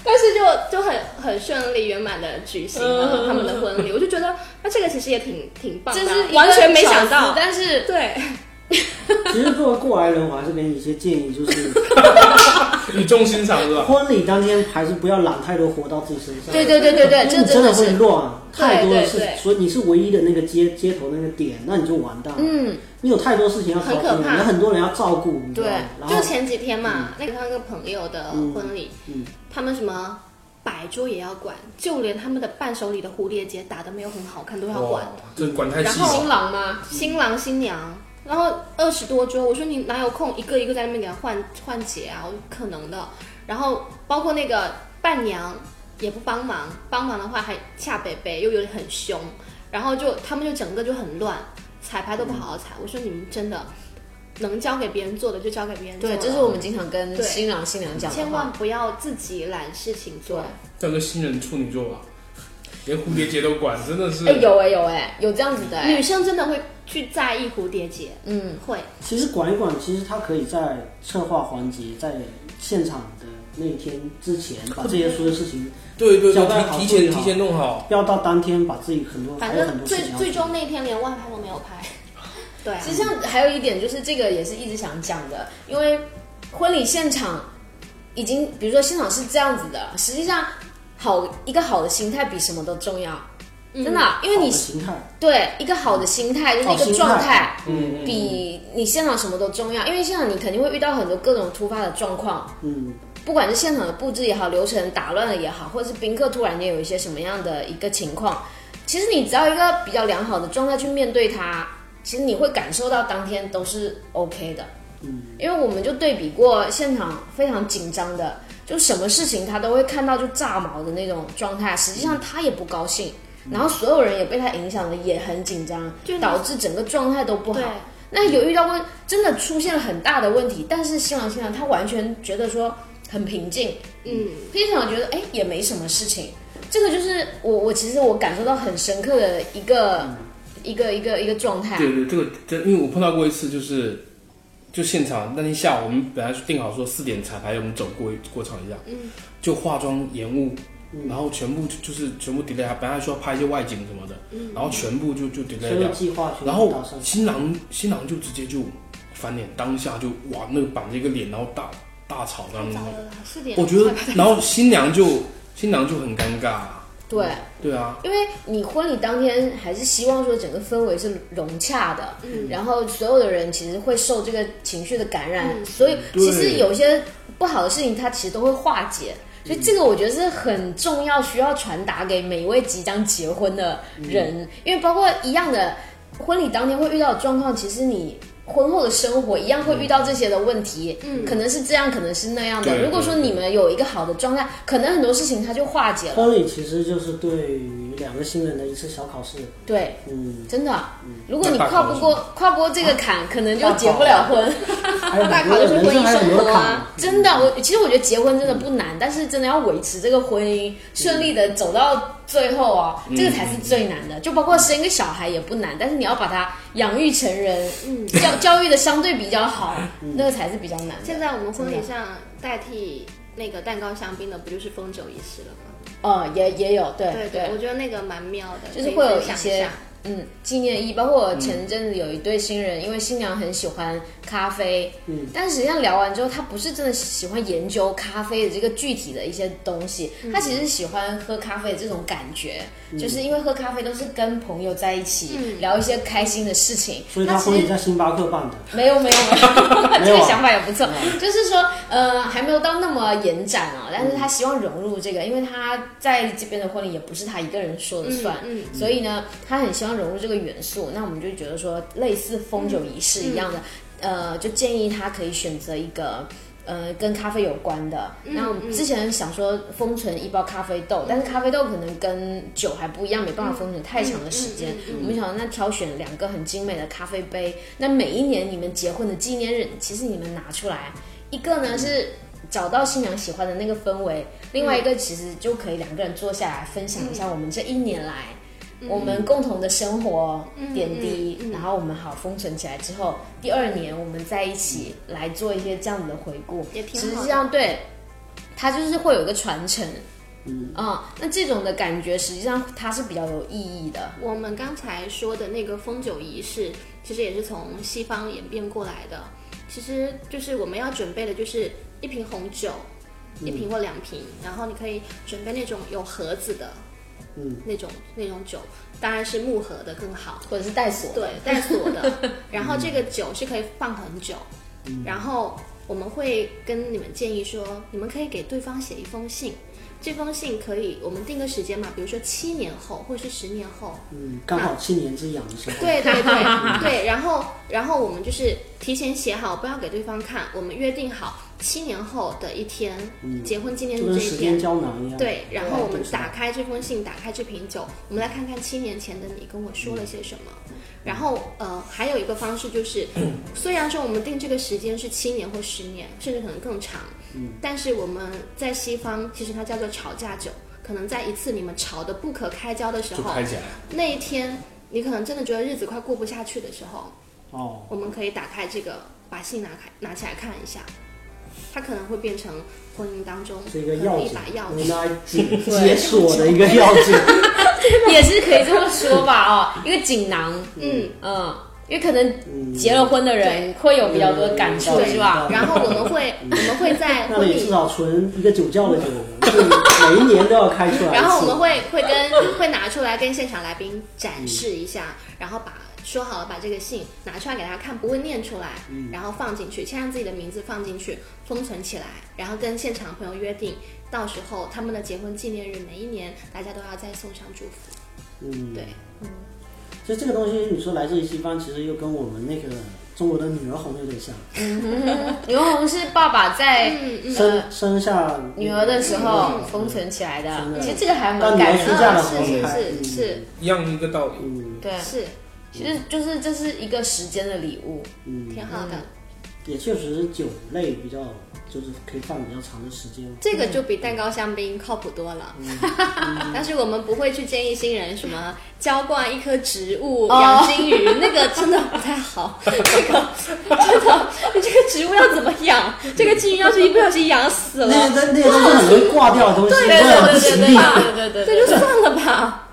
Speaker 4: 但是就就很很顺利圆满的举行了他们的婚礼，我就觉得那这个其实也挺挺棒的
Speaker 5: 嗯这
Speaker 4: 啊，
Speaker 5: 是一个
Speaker 4: 完全没想
Speaker 5: 巧思
Speaker 4: 到，
Speaker 5: 但是
Speaker 1: (laughs)
Speaker 4: 对，
Speaker 1: 其实作为过来人，我还是给你一些建议，就是 (laughs)
Speaker 2: 语重心长是吧？
Speaker 1: 婚礼当天还是不要揽太多活到自己身上。
Speaker 5: 对对对对对，
Speaker 1: 因
Speaker 5: 这
Speaker 1: 为你
Speaker 5: 真
Speaker 1: 真
Speaker 5: 的
Speaker 1: 的
Speaker 5: 是
Speaker 1: 会乱，太多的事
Speaker 4: 对对对
Speaker 1: 情，所以你是唯一的那个接接头那个点，那你就完蛋了。
Speaker 5: 嗯，
Speaker 1: 你有太多事情要操心了，
Speaker 4: 很可怕
Speaker 1: 有很多人要照顾，你知道吗？然后嗯
Speaker 4: 就前几天嘛，那个他那个朋友的婚礼，他们什么摆桌也要管，就连他们的伴手礼的蝴蝶结打的没有很好看都要管
Speaker 2: 哇。，这管太细
Speaker 4: 然后
Speaker 2: 了。
Speaker 5: 新郎吗？
Speaker 4: 新郎新娘，然后二十多桌，我说你哪有空一个一个在那边给他换换节啊？我说不可能的。然后包括那个伴娘也不帮忙，帮忙的话还恰北北又有点很凶，然后就他们就整个就很乱，彩排都不好好彩。我说你们真的能交给别人做的就交给别人做
Speaker 5: 对，
Speaker 4: 了，
Speaker 5: 这是我们经常跟
Speaker 4: 对
Speaker 5: 新郎新娘讲的话
Speaker 4: 千万不要自己揽事情做。
Speaker 2: 叫个新人处女座吧，连蝴蝶结都管，真的是。
Speaker 5: 哎、有哎、有哎、有这样子的、哎
Speaker 4: 女生真的会去在意蝴蝶结，
Speaker 5: 嗯，
Speaker 4: 会。
Speaker 1: 其实管一管，其实他可以在策划环节，在现场的那一天之前，把这些所有事情，
Speaker 2: 对对
Speaker 1: 交代好
Speaker 2: 对，提前
Speaker 1: 处理好
Speaker 2: 提前弄好。
Speaker 1: 要到当天把自己很多
Speaker 4: 反
Speaker 1: 还有很
Speaker 4: 正
Speaker 1: 多事
Speaker 4: 最
Speaker 1: 情要
Speaker 4: 最
Speaker 1: 做。
Speaker 4: 终那天连外拍都没有拍。 (laughs) 对啊
Speaker 5: 其实像还有一点就是这个也是一直想讲的，因为婚礼现场已经，比如说现场是这样子的，实际上好一个好的心态比什么都重要，真的，啊因为
Speaker 1: 嗯好
Speaker 5: 你
Speaker 1: 的形态，
Speaker 5: 对一个好的心态就是
Speaker 1: 好
Speaker 5: 一个
Speaker 1: 心态
Speaker 5: 状态，
Speaker 2: 嗯嗯
Speaker 5: 比你现场什么都重要，因为现场你肯定会遇到很多各种突发的状况，
Speaker 1: 嗯，
Speaker 5: 不管是现场的布置也好，流程打乱了也好，或者是宾客突然间有一些什么样的一个情况，其实你只要一个比较良好的状态去面对它，其实你会感受到当天都是 OK 的。嗯，因为我们就对比过现场非常紧张的，就什么事情他都会看到就炸毛的那种状态，实际上他也不高兴，然后所有人也被他影响了，也很紧张
Speaker 4: 就，你
Speaker 5: 导致整个状态都不好
Speaker 4: 对。
Speaker 5: 那有遇到问，真的出现了很大的问题，但是新郎新娘他完全觉得说很平静，
Speaker 4: 嗯，
Speaker 5: 非常觉得哎也没什么事情，这个就是我我其实我感受到很深刻的一个、一个一个一个状态，
Speaker 2: 对对，这个这因为我碰到过一次，就是就现场那天下午，我们本来是定好说四点彩排，我们走过过场一下，嗯，就化妆延误，然后全部就就是全部 delay，本来还说要拍一些外景什么的，然后全部就就
Speaker 1: 所
Speaker 2: delay
Speaker 1: 有
Speaker 2: 掉，
Speaker 1: 计划全
Speaker 2: 然
Speaker 1: 部
Speaker 2: 后
Speaker 1: 打上。
Speaker 2: 新郎新郎就直接就翻脸，当下就哇那个板着一个脸，然后大大吵这样
Speaker 4: 太
Speaker 2: 子
Speaker 4: 早，了啦，四点。
Speaker 2: 嗯我觉 (laughs) 得，然后新娘就新娘就很尴尬，
Speaker 5: 对
Speaker 2: 对啊，
Speaker 5: 因为你婚礼当天还是希望说整个氛围是融洽的，
Speaker 2: 嗯
Speaker 5: 然后所有的人其实会受这个情绪的感染，
Speaker 2: 嗯
Speaker 5: 所以
Speaker 2: 对
Speaker 5: 其实有些不好的事情它其实都会化解。所以这个我觉得是很重要，需要传达给每一位即将结
Speaker 2: 嗯
Speaker 5: 婚的人，因为包括一样的婚礼当天会遇到的状况，其实你婚后的生活一样会遇到这些的问题，
Speaker 4: 嗯
Speaker 5: 可能是这样，可能是那样的。
Speaker 2: 对
Speaker 5: 如果说你们有一个好的状态，可能很多事情它就化解了。
Speaker 1: 婚礼其实就是对于两个新人的一次小考试，
Speaker 5: 对，
Speaker 4: (laughs)
Speaker 1: 嗯，
Speaker 5: 真的，如果你
Speaker 2: 那大考
Speaker 5: 跨不过跨不过这个坎，可能就结不了婚。
Speaker 1: 还有
Speaker 4: 大
Speaker 1: 很
Speaker 4: 考
Speaker 1: 多
Speaker 4: 就是
Speaker 1: 人
Speaker 4: 婚
Speaker 1: 生
Speaker 4: 姻
Speaker 1: 还有
Speaker 4: 生
Speaker 1: 别的
Speaker 4: 活
Speaker 1: 坎
Speaker 4: 啊
Speaker 1: 嘛，
Speaker 5: 真的，我其实我觉得结婚真的不难，但是真的要维持这个婚姻顺利的走到最后哦，这个才是最难的。就包括生一个小孩也不难，但是你要把他养育成人，
Speaker 4: 嗯
Speaker 5: 教教育的相对比较好，那个才是比较难的。
Speaker 4: (laughs) 现在我们
Speaker 2: 嗯
Speaker 4: 婚礼上代替那个蛋糕香槟的，不就是风酒仪式了吗？
Speaker 5: 哦，也也有，对
Speaker 4: 对对，我觉得那个蛮妙的，
Speaker 5: 就是会有
Speaker 4: 可以分享
Speaker 5: 一些
Speaker 4: 下
Speaker 5: 嗯，纪念意义，包括我前阵子有一对新人，因为新娘很喜欢咖啡，
Speaker 1: 嗯，
Speaker 5: 但实际上聊完之后，她不是真的喜欢研究咖啡的这个具体的一些东西，
Speaker 4: 嗯
Speaker 5: 她其实喜欢喝咖啡的这种感觉，就是因为喝咖啡都是跟朋友在一起、
Speaker 4: 嗯
Speaker 5: 聊一些开心的事情，
Speaker 1: 所以
Speaker 5: 她
Speaker 1: 他
Speaker 5: 其
Speaker 1: 婚
Speaker 5: 实
Speaker 1: 礼在星巴克办的，
Speaker 5: 没有没有
Speaker 4: (laughs)
Speaker 1: 没
Speaker 5: 没有，这
Speaker 1: 有
Speaker 5: 个
Speaker 1: 啊
Speaker 5: 想法也不错。
Speaker 4: 嗯
Speaker 5: 就是说，呃，还没有到那么延展啊，但是他
Speaker 4: 嗯
Speaker 5: 希望融入这个，因为他在这边的婚礼也不是他一个人说了算，
Speaker 4: 嗯
Speaker 5: 所以呢，他很希望融入这个元素。那我们就觉得说，类似封酒仪式一样的，
Speaker 4: 嗯
Speaker 5: 呃，就建议他可以选择一个。呃，跟咖啡有关的。
Speaker 4: 嗯
Speaker 5: 那我们之前想说封存一包咖啡豆，但是咖啡豆可能跟酒还不一样，没办法封存太长的时间。
Speaker 4: 嗯嗯嗯嗯
Speaker 5: 我们想那挑选两个很精美的咖啡杯，那每一年你们结婚的纪念日，其实你们拿出来，一个呢是找到新娘喜欢的那个氛围，另外一个其实就可以两个人坐下来分享一下我们这一年来。我们共同的生活
Speaker 4: 嗯
Speaker 5: 点滴，
Speaker 4: 嗯嗯
Speaker 5: 然后我们好封存起来之后，第二年我们在一起来做一些这样子的回顾，
Speaker 4: 也挺
Speaker 5: 实
Speaker 4: 好的
Speaker 5: 际上对，它就是会有一个传承，
Speaker 1: 嗯
Speaker 5: 啊、那这种的感觉实际上它是比较有意义的，
Speaker 4: 我们刚才说的那个封酒仪式，其实也是从西方演变过来的。其实就是我们要准备的就是一瓶红酒，一
Speaker 2: 嗯
Speaker 4: 瓶或两瓶，然后你可以准备那种有盒子的
Speaker 1: 嗯，
Speaker 4: 那种那种酒，当然是木盒的更好。
Speaker 5: 或者是带锁，
Speaker 4: 对，带锁
Speaker 1: (laughs)
Speaker 4: 的。
Speaker 1: 嗯
Speaker 4: 然后这个酒是可以放很久，然后我们会跟你们建议说，你们可以给对方写一封信。这封信可以，我们定个时间嘛，比如说七年后或者是十年后，
Speaker 1: 嗯，刚好七年之痒的时候，
Speaker 4: 对对对对，然后然后我们就是提前写好，不要给对方看，我们约定好七年后的一天，结婚纪念
Speaker 1: 嗯就
Speaker 4: 日
Speaker 1: 跟
Speaker 4: 这一
Speaker 1: 时间
Speaker 4: 天。
Speaker 1: 胶囊一样，
Speaker 4: 对，然后我们
Speaker 1: 对
Speaker 4: 打开这封信，打开这瓶酒，我们来看看七年前的你跟我说了些什么。
Speaker 1: 嗯
Speaker 4: 然后呃，还有一个方式就是，虽然说我们定这个时间是七年或十年，甚至可能更长，
Speaker 1: 嗯
Speaker 4: 但是我们在西方其实它叫做吵架酒，可能在一次你们吵得不可开交的时
Speaker 2: 就
Speaker 4: 候，
Speaker 2: 开起来了。
Speaker 4: 那一天，你可能真的觉得日子快过不下去的时候，
Speaker 1: 哦，
Speaker 4: 我们可以打开这个，把信拿开拿起来看一下，它可能会变成婚姻当中
Speaker 1: 是一个
Speaker 4: 可
Speaker 1: 要
Speaker 4: 能一
Speaker 1: 紧
Speaker 4: 把钥， (laughs)
Speaker 1: 我
Speaker 4: 匙。
Speaker 1: 拿紧解锁的一个要紧，
Speaker 5: (laughs) 也是可以这么说吧， (laughs) 哦，一个锦囊，
Speaker 4: 嗯，
Speaker 5: 嗯，因为可能
Speaker 1: 嗯
Speaker 5: 结了婚的人会有比较多感触，
Speaker 1: 对
Speaker 5: 是吧？
Speaker 4: 然后我们会我们会在
Speaker 1: 嗯那
Speaker 4: 婚
Speaker 1: 里至
Speaker 4: 礼，
Speaker 1: 少存一个酒窖的
Speaker 4: (laughs)
Speaker 1: 酒，就每一年都要开出来一次。
Speaker 4: 然后我们会会跟会拿出来跟现场来宾展示一下，
Speaker 1: 嗯
Speaker 4: 然后把。说好了，把这个信拿出来给他看，不会念出来，
Speaker 1: 嗯
Speaker 4: 然后放进去，签上自己的名字放进去，封存起来，然后跟现场朋友约定，到时候他们的结婚纪念日每一年大家都要再送上祝福。
Speaker 1: 嗯，
Speaker 4: 对，
Speaker 1: 所以这个东西你说来自于西方，其实又跟我们那个中国的女儿红有点像，
Speaker 5: (laughs) 牛红是爸爸在
Speaker 4: 嗯嗯，
Speaker 1: 生生下
Speaker 5: 女儿的时候
Speaker 1: 嗯
Speaker 5: 封存起来的
Speaker 1: 真，的
Speaker 5: 其实这个还
Speaker 1: 当
Speaker 5: 蛮
Speaker 1: 女
Speaker 5: 感
Speaker 1: 儿
Speaker 5: 人
Speaker 1: 出嫁
Speaker 5: 的
Speaker 1: 了，
Speaker 4: 是
Speaker 1: 红
Speaker 4: 是
Speaker 1: 开
Speaker 4: 是是，
Speaker 2: 一样一个道理。
Speaker 1: 嗯
Speaker 5: 对，
Speaker 4: 是
Speaker 5: 其实就是这是一个时间的礼物，
Speaker 1: 嗯，
Speaker 4: 挺好的。
Speaker 1: 也确实酒类比较就是可以放比较长的时间，
Speaker 4: 这个就比蛋糕香槟靠谱多了， (laughs) 但是我们不会去建议新人什么浇灌一棵植物、养金鱼，那个真的不太好。这个真的，你这个植物要怎么养？这个金鱼要是一不小心养
Speaker 1: (laughs) 那
Speaker 4: 死了，
Speaker 1: 些东那些东西很容易挂掉的东西，
Speaker 5: 对
Speaker 1: 都很不
Speaker 5: 对
Speaker 1: 吉
Speaker 5: 对
Speaker 1: 利。
Speaker 5: 对对对
Speaker 4: 这
Speaker 5: 对，
Speaker 4: 就算了吧。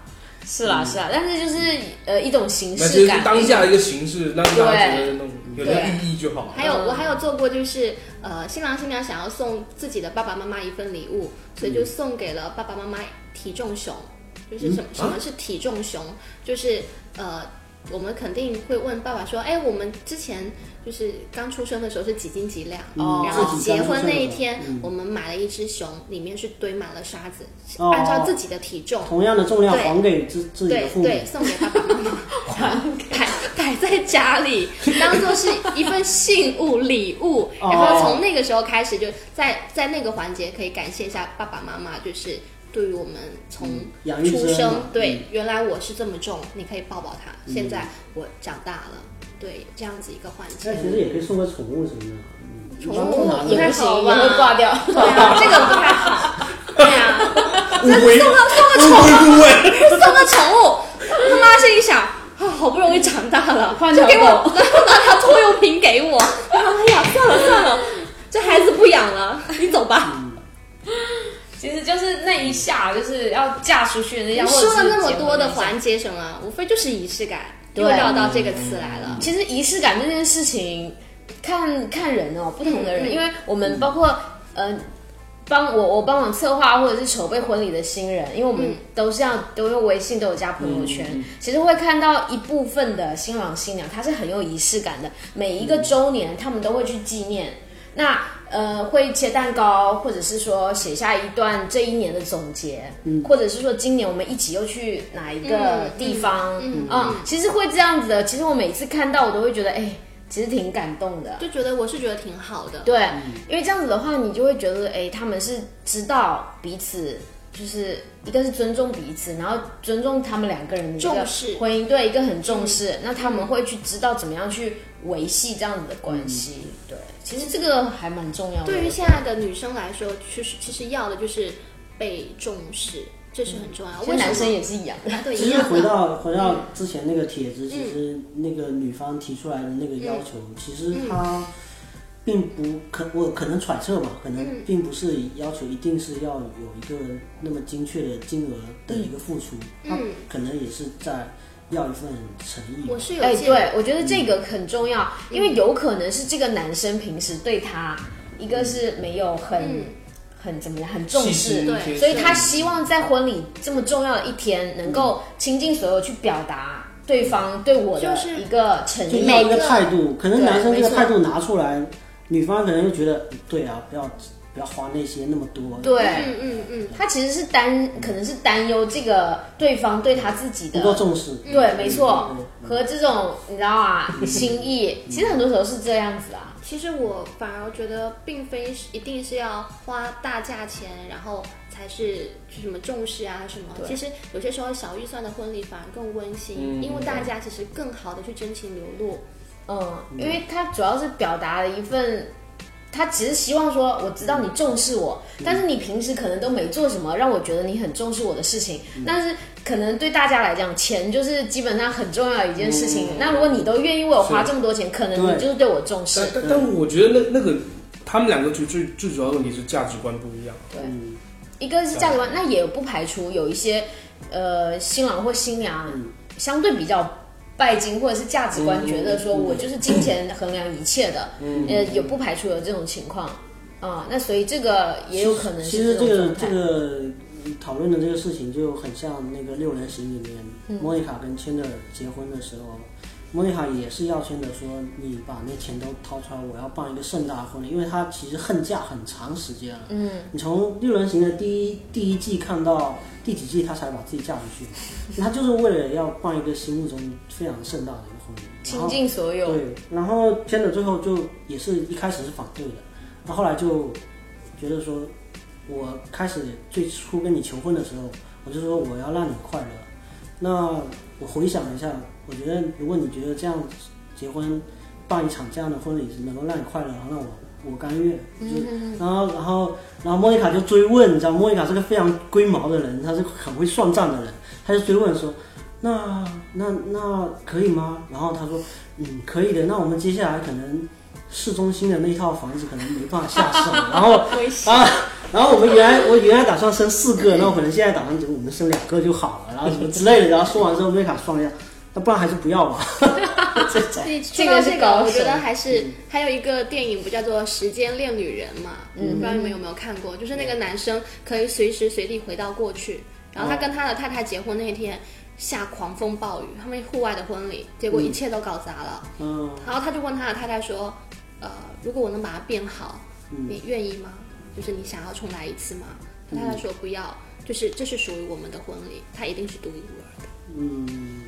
Speaker 5: 是啦是啦，但是就是呃一种形
Speaker 2: 那其
Speaker 5: 式
Speaker 2: 实是
Speaker 5: 感，
Speaker 2: 当下的一个形式，让大家觉得那种有点寓意就好。
Speaker 4: 还有
Speaker 1: 嗯
Speaker 4: 我还有做过，就是呃，新郎新娘想要送自己的爸爸妈妈一份礼物，所
Speaker 1: 嗯
Speaker 4: 以就送给了爸爸妈妈体重熊。就是
Speaker 1: 嗯
Speaker 4: 什么什
Speaker 1: 啊
Speaker 4: 么是体重熊？就是呃，我们肯定会问爸爸说，哎，我们之前就是刚出生的时候是几斤几两，
Speaker 1: 嗯
Speaker 4: 然后
Speaker 1: 自己
Speaker 4: 结
Speaker 1: 刚出
Speaker 4: 婚
Speaker 1: 生
Speaker 4: 那
Speaker 1: 的
Speaker 4: 一天，
Speaker 1: 嗯
Speaker 4: 我们买了一只熊，里面是堆满了沙子，是
Speaker 1: 哦
Speaker 4: 按照自己的体重。
Speaker 1: 同样的重量还给自自己的
Speaker 4: 对
Speaker 1: 父母， (laughs)
Speaker 4: 对，送给爸爸妈妈，还摆在家里，当做是一份信物礼物，然
Speaker 1: 哦
Speaker 4: 后从那个时候开始就在在那个环节可以感谢一下爸爸妈妈，就是对于我们从
Speaker 5: 嗯
Speaker 1: 嗯养育
Speaker 4: 出
Speaker 1: 之恩
Speaker 4: 生，
Speaker 1: 嘛嗯
Speaker 4: 对，原来我是这么重，你可以抱抱他，现在我长大了，对，这样子一个环节
Speaker 1: 但。其实也可以送个宠物什么的。嗯
Speaker 4: 宠
Speaker 1: 一般不
Speaker 4: 物
Speaker 1: 难
Speaker 4: 不
Speaker 1: 的
Speaker 4: 太
Speaker 5: 不
Speaker 4: 好
Speaker 5: 行，
Speaker 4: 吧
Speaker 5: 也会挂掉。
Speaker 4: 对啊，这个不太好。对啊，
Speaker 2: 乌龟乌龟顾问，
Speaker 4: 送个宠物，他妈心里想啊，好不容易长大了，
Speaker 5: 换
Speaker 4: 就
Speaker 5: 条
Speaker 4: 给我拿条拖油瓶给我。哎呀，算了算了，这孩子不养了，你走吧。
Speaker 5: 其实就是那一下，就是要嫁出去的那一下。
Speaker 4: 你
Speaker 5: 或者
Speaker 4: 说了
Speaker 5: 是
Speaker 4: 那么
Speaker 5: 结婚
Speaker 4: 多的
Speaker 5: 那一下
Speaker 4: 环节什么，无非就是仪式感，
Speaker 5: 对
Speaker 4: 又绕到这个词来了。
Speaker 5: 其实仪式感这件事情，看看人哦，不同的人，
Speaker 4: 嗯嗯
Speaker 5: 因为我们包括呃，帮我我帮忙策划或者是筹备婚礼的新人，因为我们
Speaker 4: 嗯
Speaker 5: 都是要都用微信都有加朋友圈，其实会看到一部分的新郎新娘他是很有仪式感的，每一
Speaker 4: 嗯
Speaker 5: 个周年他们都会去纪念。那呃，会切蛋糕，或者是说写下一段这一年的总结，或者是说今年我们一起又去哪一个
Speaker 4: 嗯
Speaker 5: 地方，
Speaker 4: 嗯嗯
Speaker 5: 啊、其实会这样子的。其实我每次看到，我都会觉得，哎，其实挺感动的。
Speaker 4: 就觉得我是觉得挺好的，
Speaker 5: 对，因为这样子的话，你就会觉得，哎，他们是知道彼此，就是一个是尊重彼此，然后尊重他们两个人的一个
Speaker 4: 重视嗯
Speaker 5: 婚姻，对，一个很重视。那他们会去知道怎么样去维系这样子的关系。对，其实这个还蛮重要的。
Speaker 4: 嗯对于现在的女生来说，其实其实要的就是被重视，这是很重要。
Speaker 5: 其
Speaker 4: 为
Speaker 5: 实
Speaker 4: 什
Speaker 5: 男
Speaker 4: 么
Speaker 5: 生也是一样的。
Speaker 4: 啊对，
Speaker 1: 其实
Speaker 4: 一样
Speaker 1: 回
Speaker 4: 的。
Speaker 1: 到回到之前那个帖子，其实那个女方提出来的那个要求，其实她并不可，我可能揣测吧，可能并不是要求一定是要有一个那么精确的金额的一个付出，她
Speaker 4: 嗯
Speaker 1: 可能也是在要一份诚意吧
Speaker 4: 我。是有
Speaker 5: 哎，
Speaker 4: 见嗯
Speaker 5: 对，我觉得这个很重要，因为有可能是这个男生平时对他，一个是没有很、
Speaker 4: 嗯
Speaker 5: 很怎么样，很
Speaker 2: (laughs)
Speaker 5: 重视，
Speaker 4: 对
Speaker 5: 所以
Speaker 1: 嗯
Speaker 5: 他希望在婚礼这么重要的一天，能
Speaker 4: 嗯
Speaker 5: 够倾尽所有去表达对方对我的
Speaker 4: 就是
Speaker 5: 一个诚
Speaker 1: 就
Speaker 5: 意。
Speaker 1: 要一个态度，可能
Speaker 5: 对
Speaker 1: 男生这
Speaker 5: 没
Speaker 1: 个
Speaker 5: 错
Speaker 1: 态度拿出来，女方可能就觉得，嗯对啊，不要不要花那些那么多，
Speaker 5: 对，
Speaker 4: 嗯嗯嗯，
Speaker 5: 他其实是担，可能是担忧这个对方对他自己
Speaker 1: 不够
Speaker 5: 的。
Speaker 1: 重视。
Speaker 5: 对，没错
Speaker 1: 嗯，
Speaker 5: 和这种你知道啊，
Speaker 1: (laughs)
Speaker 5: 心意，其实很多时候是这样子啊。
Speaker 4: 其实我反而觉得，并非是一定是要花大价钱，然后才是就什么重视啊什么。
Speaker 5: 对
Speaker 4: 其实有些时候小预算的婚礼反而更温馨，
Speaker 2: 嗯
Speaker 4: 因为大家其实更好的去真情流露。
Speaker 5: 嗯，因为他主要是表达了一份，他只是希望说，我知道你重视我，但是你平时可能都没做什么让我觉得你很重视我的事情，但是可能对大家来讲，钱就是基本上很重要的一件事情。那如果你都愿意为我花这么多钱，可能你
Speaker 1: 对
Speaker 5: 就是对我重视
Speaker 2: 但。但但我觉得那那个他们两个最最最主要的问题是价值观不一样。
Speaker 5: 一个是价值观，那也不排除有一些呃新郎或新娘
Speaker 1: 嗯
Speaker 5: 相对比较拜金，或者是价值观觉
Speaker 1: 嗯
Speaker 5: 得说我就是金钱衡量一切的，呃，也不排除有这种情况啊、那所以这个也有可能
Speaker 1: 其实
Speaker 5: 是
Speaker 1: 这
Speaker 5: 种
Speaker 1: 个
Speaker 5: 状
Speaker 1: 这
Speaker 5: 态。
Speaker 1: 个嗯讨论的这个事情就很像那个《六人行》里
Speaker 5: 嗯
Speaker 1: 面，莫妮卡跟千德结婚的时候，莫妮卡也是要千德说：“你把那钱都掏出来，我要办一个盛大的婚礼。”因为她其实恨嫁很长时间了。嗯，你从《六人行》的第一第一季看到第几季，她才把自己嫁出
Speaker 5: (laughs)
Speaker 1: 去，她就是为了要办一个心目中非常盛大的一个婚礼，然
Speaker 5: 倾
Speaker 1: 后
Speaker 5: 尽所有，
Speaker 1: 对，然后天德最后就也是一开始是反对的，那后来就觉得说，我开始最初跟你求婚的时候，我就说我要让你快乐。那我回想了一下，我觉得如果你觉得这样结婚办一场这样的婚礼是能够让你快乐，那我我甘愿。就然后然后然后莫妮卡就追问，你知道莫妮卡是个非常龟毛的人，她是很会算账的人，她就追问说。那那那可以吗？然后他说，嗯，可以的。那我们接下来可能市中心的那套房子可能没办法下手，然后啊，然后我们原来我原来打算生四个，那我可能现在打算我们生两个就好了，然后什么之类的。然后说完之后，瑞卡算了一下，那不然还是不要吧。 (laughs) 这种
Speaker 4: 对，说
Speaker 5: 这
Speaker 4: 到
Speaker 5: 个
Speaker 4: 这
Speaker 5: 是
Speaker 4: 个，
Speaker 5: 高手
Speaker 4: 我觉得还是还有一个电影不叫做《时间恋女人》嘛，嗯，不知道你们有没有看过？就是那个男生可以随时随地回到过去，然后他跟他的太太结婚那一天。下狂风暴雨，他们户外的婚礼，结果一切都搞砸了。
Speaker 1: 嗯，
Speaker 4: 然后他就问他的太太说：“呃，如果我能把它变好，你愿意吗？就是你想要重来一次吗？”他太太说：“不要，就是这是属于我们的婚礼，它一定是独一无二的。”嗯，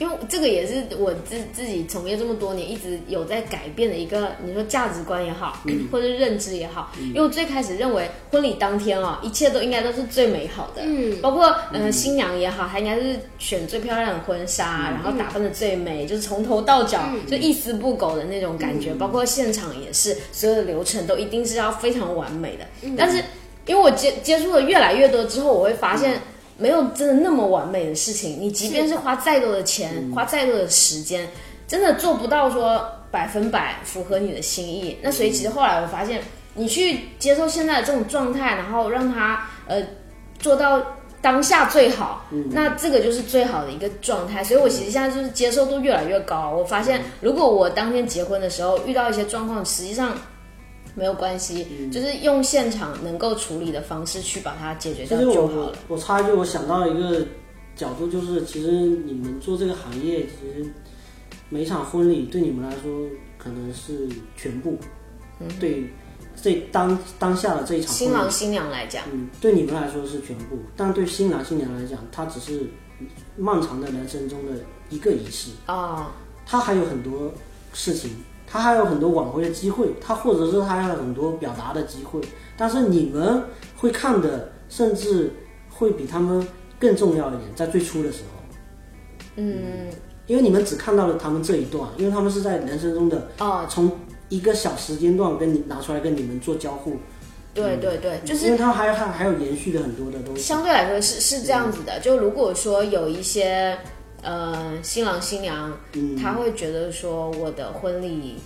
Speaker 5: 因为这个也是我自自己从业这么多年一直有在改变的一个，你说价值观也好，
Speaker 1: 嗯
Speaker 5: 或者认知也好。因为我最开始认为婚礼当天哦，一切都应该都是最美好的，
Speaker 4: 嗯
Speaker 5: 包括呃新娘也好，她应该是选最漂亮的婚纱，然后打扮的最美，就是从头到脚就一丝不苟的那种感觉。包括现场也是，所有的流程都一定是要非常完美的。但是因为我接接触的越来越多之后，我会发现。没有真的那么完美的事情，你即便是花再多的钱，花再多的时间，真的做不到说百分百符合你的心意。那所以其实后来我发现，你去接受现在的这种状态，然后让它呃做到当下最好，那这个就是最好的一个状态。所以我其实现在就是接受度越来越高。我发现，如果我当天结婚的时候遇到一些状况，实际上。没有关系，就是用现场能够处理的方式去把它解决
Speaker 1: 其
Speaker 5: 掉
Speaker 1: 实我
Speaker 5: 就好了
Speaker 1: 我。我插一句，我想到一个角度，就是其实你们做这个行业，其实每一场婚礼对你们来说可能是全部，对这当当下的这一场
Speaker 5: 嗯新
Speaker 1: 婚
Speaker 5: 郎
Speaker 1: 礼，
Speaker 5: 新娘来讲，
Speaker 1: 嗯，对你们来说是全部，但对新郎新娘来讲，它只是漫长的人生中的一个仪式，
Speaker 5: 哦，
Speaker 1: 他还有很多事情，他还有很多挽回的机会，他或者是他还有很多表达的机会。但是你们会看的，甚至会比他们更重要一点，在最初的时候，
Speaker 5: 嗯，
Speaker 1: 因为你们只看到了他们这一段，因为他们是在人生中的
Speaker 5: 哦，
Speaker 1: 从一个小时间段跟你拿出来跟你们做交互，
Speaker 5: 对对对，呃就
Speaker 1: 因
Speaker 5: 是
Speaker 1: 为他们还还还有延续的很多的东西。
Speaker 5: 相对来说是是这样子的。就如果说有一些呃新郎新娘，
Speaker 1: 嗯
Speaker 5: 他会觉得说我的婚礼，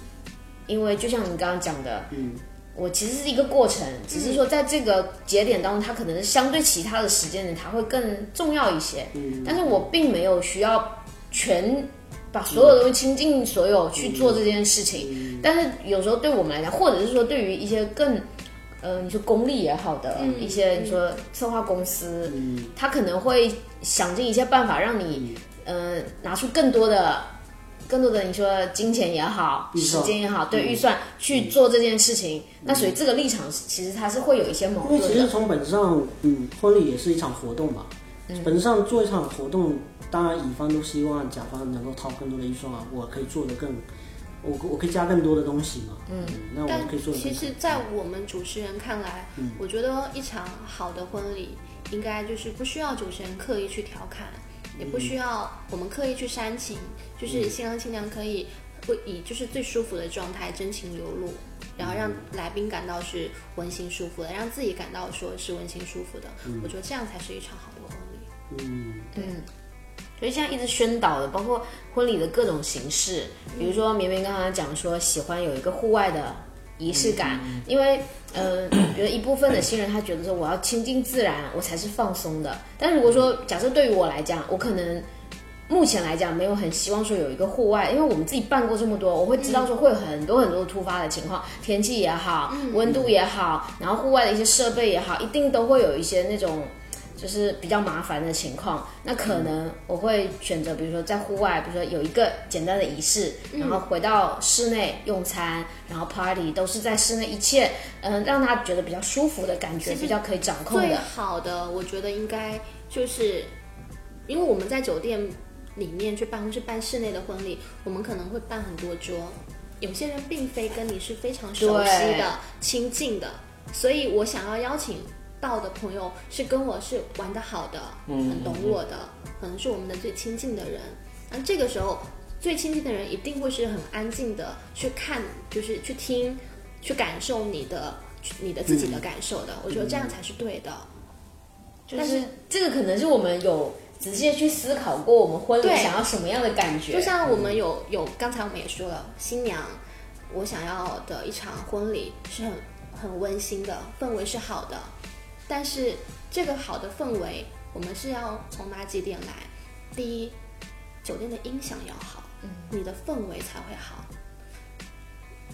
Speaker 5: 因为就像你刚刚讲的，
Speaker 1: 嗯，
Speaker 5: 我其实是一个过程，只是说在这个节点当中，它可能相对其他的时间点，它会更重要一些。
Speaker 1: 嗯，
Speaker 5: 但是我并没有需要全把
Speaker 1: 嗯
Speaker 5: 所有东西倾尽所有去做这件事情。但是有时候对我们来讲，或者是说对于一些更，呃，你说功利也好的、
Speaker 4: 嗯
Speaker 5: 一些，
Speaker 4: 嗯
Speaker 5: 你说策划公司，
Speaker 1: 嗯
Speaker 5: 他可能会想尽一切办法让你，
Speaker 1: 嗯
Speaker 5: 呃，拿出更多的、更多的，你说金钱也好，
Speaker 1: 预
Speaker 5: 时
Speaker 1: 算嗯
Speaker 5: 间也好，对预算去做这件事情。那所以这个立场其实它是会有一些矛
Speaker 1: 因为
Speaker 5: 盾
Speaker 1: 其实
Speaker 5: 的。
Speaker 1: 从本质上，嗯，婚礼也是一场活动嘛。
Speaker 4: 嗯
Speaker 1: 本质上做一场活动，当然乙方都希望甲方能够掏更多的预算啊，我可以做的更，我我可以加更多的东西嘛。嗯，那
Speaker 4: 但
Speaker 1: 我可以做的
Speaker 4: 其
Speaker 1: 更好。嗯
Speaker 4: 实，在我们主持人看来，我觉得一场好的婚礼，应该就是不需要主持人刻意去调侃，也不
Speaker 1: 嗯
Speaker 4: 需要我们刻意去煽情，就是新郎新娘可以会以就是最舒服的状态真情流露，然后
Speaker 1: 嗯
Speaker 4: 让来宾感到是温馨舒服的，让自己感到说是温馨舒服的。我觉得这样才是一场好的婚礼。
Speaker 1: 嗯，
Speaker 5: 所以现在一直宣导的，包括婚礼的各种形式，比如说绵绵刚刚讲说喜欢有一个户外的仪式感，因为呃，觉得一部分的新人他觉得说我要亲近自然，我才是放松的。但如果说假设对于我来讲，我可能目前来讲没有很希望说有一个户外，因为我们自己办过这么多，我会知道说会有很多很多突发的情况，
Speaker 4: 嗯
Speaker 5: 天气也好，温度也好，然后户外的一些设备也好，一定都会有一些那种。就是比较麻烦的情况，那可能我会选择，比如说在户外，比如说有一个简单的仪式，
Speaker 4: 嗯
Speaker 5: 然后回到室内用餐，然后 party 都是在室内，一切嗯让他觉得比较舒服的感觉，
Speaker 4: 其实
Speaker 5: 比较可以掌控
Speaker 4: 最
Speaker 5: 的。
Speaker 4: 好的，我觉得应该就是，因为我们在酒店里面去办公室办室内的婚礼，我们可能会办很多桌，有些人并非跟你是非常熟悉
Speaker 5: 对
Speaker 4: 的、亲近的，所以我想要邀请到的朋友是跟我是玩得好的，很懂我的，可能是我们的最亲近的人。那这个时候，最亲近的人一定会是很安静的去看，就是去听，去感受你的去你的自己的感受的。我觉得这样才是对的。
Speaker 5: 但是这个可能是我们有仔细地去思考过，我们婚礼
Speaker 4: 对
Speaker 5: 想要什么样的感觉。
Speaker 4: 就像我们有有刚才我们也说了，新娘，我想要的一场婚礼是很很温馨的，氛围是好的，但是这个好的氛围，我们是要从哪几点来？第一，酒店的音响要好，你的氛围才会好。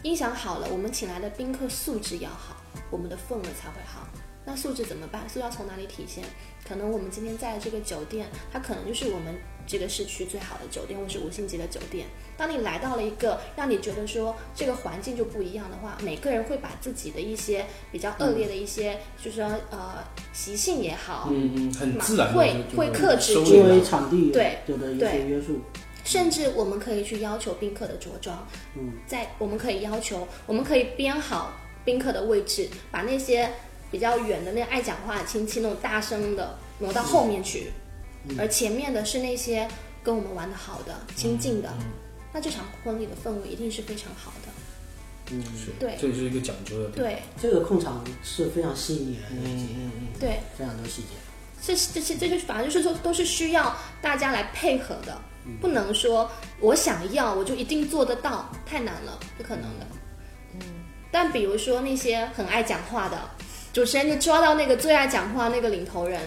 Speaker 4: 音响好了，我们请来的宾客素质要好，我们的氛围才会好。那素质怎么办？素质要从哪里体现？可能我们今天在的这个酒店，它可能就是我们这个市区最好的酒店，或是五星级的酒店。当你来到了一个让你觉得说这个环境就不一样的话，每个人会把自己的一些比较恶劣的一些，就是说呃习性也好，
Speaker 2: 嗯嗯，很自然地
Speaker 4: 哦会
Speaker 2: 就
Speaker 4: 会克制
Speaker 2: 收
Speaker 4: 住
Speaker 2: 敛
Speaker 1: 因
Speaker 2: 了
Speaker 1: 为场地
Speaker 4: 对
Speaker 1: 有的一
Speaker 4: 对
Speaker 1: 些约束，
Speaker 4: 甚至我们可以去要求宾客的着装，
Speaker 1: 嗯，
Speaker 4: 在我们可以要求，我们可以编好宾客的位置，把那些比较远的那爱讲话的亲戚那种大声的挪到后面去，而前面的是那些跟我们玩的好的、亲近的，那这场婚礼的氛围一定是非常好的。
Speaker 1: 嗯，
Speaker 2: 是
Speaker 4: 对
Speaker 2: 这就是一个讲究的地方。
Speaker 4: 对
Speaker 1: 这个控场是非常细腻的，
Speaker 2: 嗯嗯嗯，
Speaker 4: 对，
Speaker 1: 非常多细节。
Speaker 4: 这是这是这就是反正就是说都是需要大家来配合的，不能说我想要我就一定做得到，太难了，不可能的。嗯，但比如说那些很爱讲话的主持人，就抓到那个最爱讲话那个领头人，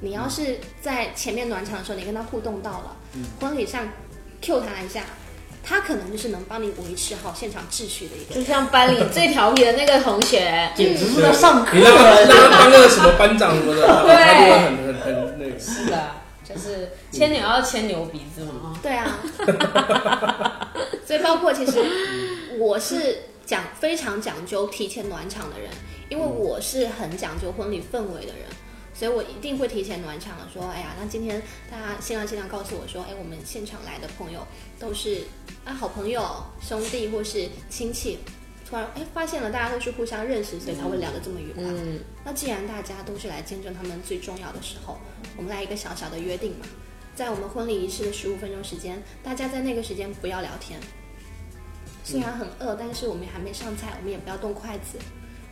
Speaker 4: 你要是在前面暖场的时候你跟他互动到了，婚礼上 Q 他一下，他可能就是能帮你维持好现场秩序的一个人。
Speaker 5: 就像班里最调皮的那个同
Speaker 4: (laughs) 哎
Speaker 5: 学，
Speaker 1: 简直是在上课
Speaker 2: 你让他
Speaker 1: 了。
Speaker 2: 让他当个什么班长什么的，他他就会很很很那个。
Speaker 4: 嗯
Speaker 5: 是的，就是牵牛要牵牛鼻子嘛。
Speaker 4: 对啊， (laughs) 所以包括其实我是讲非常讲究提前暖场的人，因为我是很讲究婚礼氛围的人，所以我一定会提前暖场说，哎呀，那今天大家新郎新娘告诉我说，哎，我们现场来的朋友都是啊好朋友、兄弟或是亲戚。突然，哎，发现了大家都是互相认识，所以才会聊得这么愉快。
Speaker 5: 嗯，
Speaker 4: 那既然大家都是来见证他们最重要的时候，我们来一个小小的约定嘛，在我们婚礼仪式的十五分钟时间，大家在那个时间不要聊天。虽然很饿，但是我们还没上菜，我们也不要动筷子，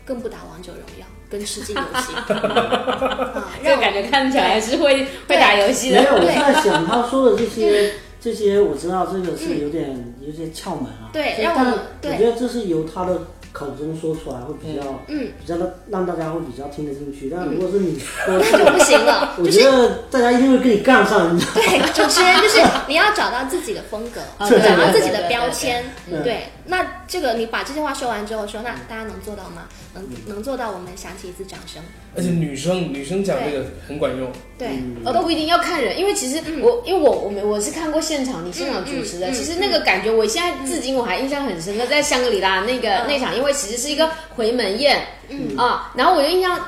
Speaker 4: 更不打王者荣耀跟吃鸡游
Speaker 1: (laughs)
Speaker 4: 戏。啊，
Speaker 5: 这
Speaker 4: 让
Speaker 5: 感觉
Speaker 4: 我
Speaker 5: 看起来是会会打游戏
Speaker 1: (laughs) 没有，
Speaker 5: 的。
Speaker 1: 我在
Speaker 4: (laughs)
Speaker 1: 想他说的这些这些，我知道这个是有点、有些窍门啊。
Speaker 4: 嗯对
Speaker 1: 就
Speaker 4: 让我
Speaker 1: 但
Speaker 4: 们对
Speaker 1: 我觉得这是由他的口中说出来会比较、
Speaker 4: 嗯，
Speaker 1: 比较的让大家会比较听得进去。但如果是
Speaker 4: (laughs)
Speaker 1: 你说，
Speaker 4: 那就不行了，
Speaker 1: 我
Speaker 4: 就是 (laughs)
Speaker 1: 觉得大家一定会跟你杠上，你知道吗？
Speaker 4: 对，主持人就是你要找到自己的风格，
Speaker 5: 啊
Speaker 1: 对
Speaker 4: 找到
Speaker 1: 对
Speaker 4: 自己
Speaker 5: 对
Speaker 4: 的
Speaker 5: 对
Speaker 4: 标
Speaker 5: 对
Speaker 4: 签。
Speaker 1: 对
Speaker 4: 对，那这个你把这些话说完之后说，那大家能做到吗？能能做到，我们响起一次掌声。
Speaker 2: 而且女生女生讲这个很管用，
Speaker 4: 对，
Speaker 5: 我呃都不一定要看人，因为其实我，因为我我们我是看过现场，你现场主持的，
Speaker 4: 嗯嗯嗯
Speaker 5: 其实那个感觉，我现在至今我还印象很深刻，在香格里拉那个
Speaker 4: 嗯
Speaker 5: 那场，因为其实是一个回门宴，啊，然后我就印象，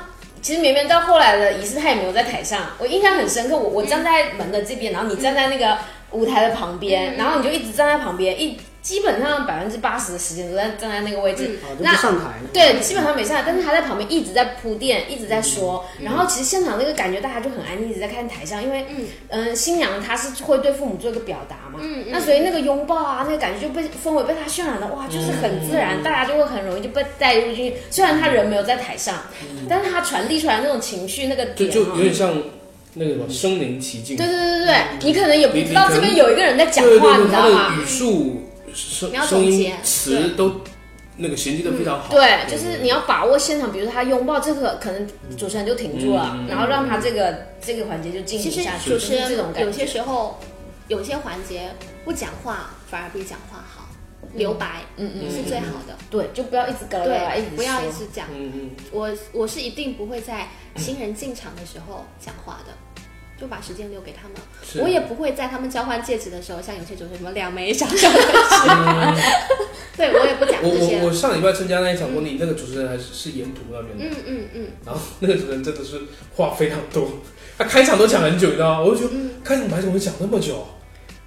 Speaker 5: 其实绵绵到后来的仪式，他也没有在台上，我印象很深刻，我我
Speaker 4: 嗯
Speaker 5: 站在门的这边，然后你站在那个舞台的旁
Speaker 4: 嗯
Speaker 5: 边，然后你就一直站在旁边，一基本上百分之八十的时间都在站在那个位置，
Speaker 4: 嗯
Speaker 1: 啊，都
Speaker 5: 那
Speaker 1: 不上台了。
Speaker 5: 对，基本上没上来，但是他在旁边一直在铺垫，一直在说。
Speaker 2: 嗯
Speaker 5: 然后其实现场那个感觉，大家就很安静，一直在看台上，因为
Speaker 4: 嗯
Speaker 5: 嗯、呃新娘她是会对父母做一个表达嘛，
Speaker 4: 嗯嗯
Speaker 5: 那所以那个拥抱啊，那个感觉就被氛围被他渲染的，哇，就是很
Speaker 2: 嗯
Speaker 5: 自然，大家就会很容易就被带入进去。虽然他人没有在台上，但是他传递出来那种情绪，那个
Speaker 2: 就
Speaker 5: 点、
Speaker 2: 嗯
Speaker 5: 啊、
Speaker 2: 就
Speaker 4: 嗯
Speaker 2: 有点像那个什么身临其境。
Speaker 5: 对对对对对，你可能也不
Speaker 2: 你
Speaker 5: 知道
Speaker 2: 你可
Speaker 5: 这
Speaker 2: 能
Speaker 5: 边有一个人在讲
Speaker 2: 对
Speaker 5: 话，
Speaker 2: 对
Speaker 5: 你
Speaker 2: 对，
Speaker 5: 知
Speaker 2: 他
Speaker 5: 道吗？
Speaker 2: 的语速、声
Speaker 4: 你要
Speaker 2: 声
Speaker 4: 总
Speaker 2: 音
Speaker 4: 结、
Speaker 2: 词都那个衔接的非常好。
Speaker 5: 对，就是你要把握现场，比如说他拥抱这个，可能主持人就停住了，
Speaker 2: 嗯
Speaker 5: 然后让他这个这个环节就进
Speaker 4: 其
Speaker 5: 行
Speaker 4: 实
Speaker 5: 下去，
Speaker 4: 主
Speaker 5: 就
Speaker 4: 持
Speaker 5: 是
Speaker 4: 人
Speaker 5: 这种感
Speaker 4: 有些
Speaker 5: 觉。
Speaker 4: 时候，有些环节不讲话反而比讲话好，留白，
Speaker 5: 嗯嗯
Speaker 4: 是最好的。
Speaker 5: 对，就不要一直跟啦，
Speaker 4: 对
Speaker 5: 一，直
Speaker 4: 不要一
Speaker 5: 说
Speaker 4: 直讲。
Speaker 2: 嗯嗯，
Speaker 4: 我我是一定不会在新人进场的时候讲话的。就把时间留给他们，
Speaker 2: 是
Speaker 4: 我也不会在他们交换戒指的时候，像有些主持人什么两枚小小的指， (laughs) 对我也不讲
Speaker 2: 我
Speaker 4: 这些
Speaker 2: 我。我上礼拜参加那一场婚礼，那个主持人还是是沿途那边的，
Speaker 4: 嗯嗯嗯，
Speaker 2: 然后那个主持人真的是话非常多，他开场都讲很久，你知道吗？我就觉得
Speaker 5: 嗯
Speaker 2: 开场白怎么会讲那么久啊？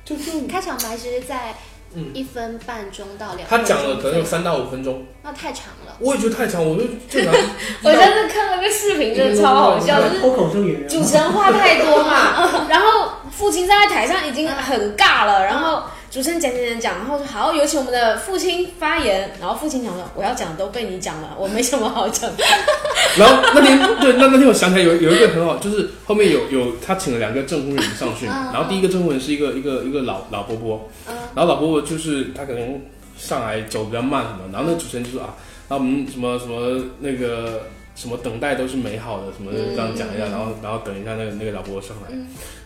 Speaker 2: 就就
Speaker 4: 开场白其实在
Speaker 2: 嗯
Speaker 4: 一分半钟到两
Speaker 2: 他
Speaker 4: 分钟左右，
Speaker 2: 讲了可能有三到五分钟，
Speaker 4: 那太长了。
Speaker 2: 我也觉得太长，我就正常。
Speaker 5: (laughs) 我上次看了个视频，真的超好笑，就是
Speaker 1: 嗯脱口秀演员
Speaker 5: 主持人话太多嘛，然后父亲站在台上已经很尬了，然后主持人讲讲讲讲，然后说好，有请我们的父亲发言，然后父亲讲了，我要讲的都被你讲了，我没什么好讲
Speaker 2: (laughs)
Speaker 5: 的。
Speaker 2: 然后那天对，那那天我想起来有有一个很好，就是后面有有他请了两个证婚人上去，
Speaker 4: 嗯
Speaker 2: 然后第一个证婚人是一个一个一个老老伯伯，然后老伯伯就是他可能上来走比较慢什么，然后那主持人就说啊，那我们什么什么那个什么等待都是美好的，什么这样讲一
Speaker 4: 嗯
Speaker 2: 下，然后然后等一下那个那个老伯伯上来，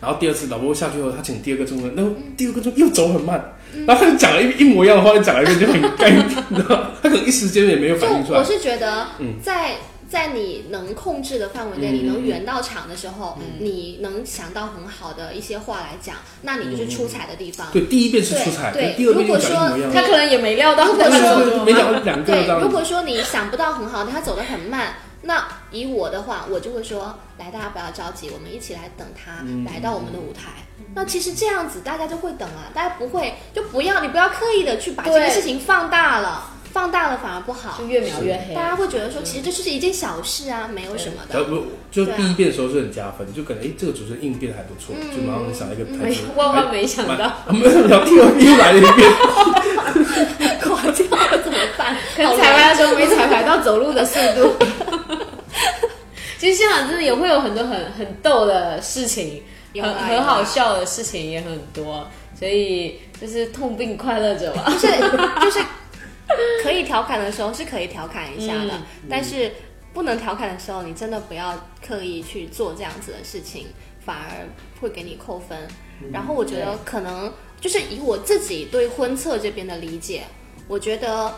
Speaker 2: 然后第二次老伯伯下去后，他请第二个证婚人，那第二个证婚又走很慢，
Speaker 4: 嗯
Speaker 2: 然后他就讲了一一模一样的话，就讲了一个就很尴尬，你知道吗，他可能一时间也没有
Speaker 4: 就
Speaker 2: 反应出来
Speaker 4: 我。是觉得
Speaker 2: 嗯
Speaker 4: 在，在你能控制的范围内，
Speaker 2: 嗯
Speaker 4: 你能圆到场的时候，你能想到很好的一些话来讲，那你就是出彩的地方。
Speaker 2: 对，第一遍是出彩，跟
Speaker 4: 对对
Speaker 2: 第二遍就讲一模一样。
Speaker 5: 他可能也没料到
Speaker 4: 如
Speaker 5: 会
Speaker 4: 果
Speaker 5: 这么
Speaker 4: 说
Speaker 5: 多
Speaker 2: 没讲两个这
Speaker 4: 对，如
Speaker 2: 样，
Speaker 4: 果说你想不到很好的，他走得很慢，那以我的话，我就会说，来，大家不要着急，我们一起来等他
Speaker 2: 嗯
Speaker 4: 来到我们的舞台。那其实这样子大家就会等了，大家不会就不要你不要刻意的去把这个
Speaker 5: 对
Speaker 4: 事情放大了，放大了反而不好
Speaker 5: 就。越描越黑。
Speaker 4: 大家会觉得说，其实这就是一件小事啊，没有什么
Speaker 2: 然
Speaker 4: 的。
Speaker 2: 后不就是第一遍的时候是很加分，就感觉哎这个主持人应变还不错，就马上想一个台
Speaker 5: 没
Speaker 2: 词，
Speaker 5: 万万没想到，
Speaker 2: 哎， (laughs) 没有聊天又来了一遍，
Speaker 4: 垮掉了 (laughs) 怎么办？
Speaker 5: (laughs) 可能
Speaker 4: 好
Speaker 5: 彩
Speaker 4: 累
Speaker 5: 排的时候没彩排到走路的速度。
Speaker 4: (laughs)
Speaker 5: 其实现场真的也会有很多很很逗的事情，
Speaker 4: 有
Speaker 5: 很
Speaker 4: 啊
Speaker 5: 很
Speaker 4: 有啊
Speaker 5: 好笑的事情也很多，所以就是痛并快乐着吧。
Speaker 4: 就是就是可以调侃的时候是可以调侃一下的，
Speaker 5: 嗯
Speaker 4: 但是不能调侃的时候，你真的不要刻意去做这样子的事情，反而会给你扣分。
Speaker 5: 嗯
Speaker 4: 然后我觉得可能就是以我自己对婚策这边的理解，我觉得。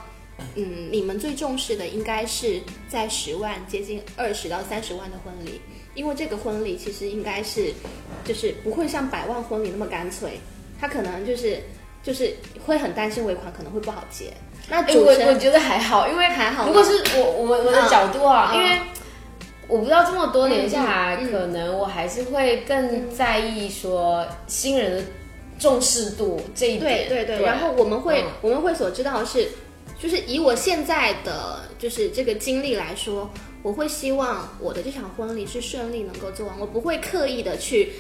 Speaker 4: 嗯，你们最重视的应该是在十万接近二十到三十万的婚礼，因为这个婚礼其实应该是，就是不会像百万婚礼那么干脆，他可能就是就是会很担心尾款可能会不好结。那
Speaker 5: 哎，
Speaker 4: 主
Speaker 5: 我
Speaker 4: 持
Speaker 5: 我
Speaker 4: 人、
Speaker 5: 觉得还好，因为
Speaker 4: 还好吗
Speaker 5: 如果是我我我的
Speaker 4: 嗯
Speaker 5: 角度啊，
Speaker 4: 嗯
Speaker 5: 因为我不知道这么多年下来，
Speaker 4: 嗯嗯
Speaker 5: 可能我还是会更在意说新人的重视度这一
Speaker 4: 对
Speaker 5: 点。
Speaker 4: 对对，然后我们会、
Speaker 5: 嗯
Speaker 4: 我们会所知道的是，就是以我现在的就是这个经历来说，我会希望我的这场婚礼是顺利能够做完，我不会刻意的去。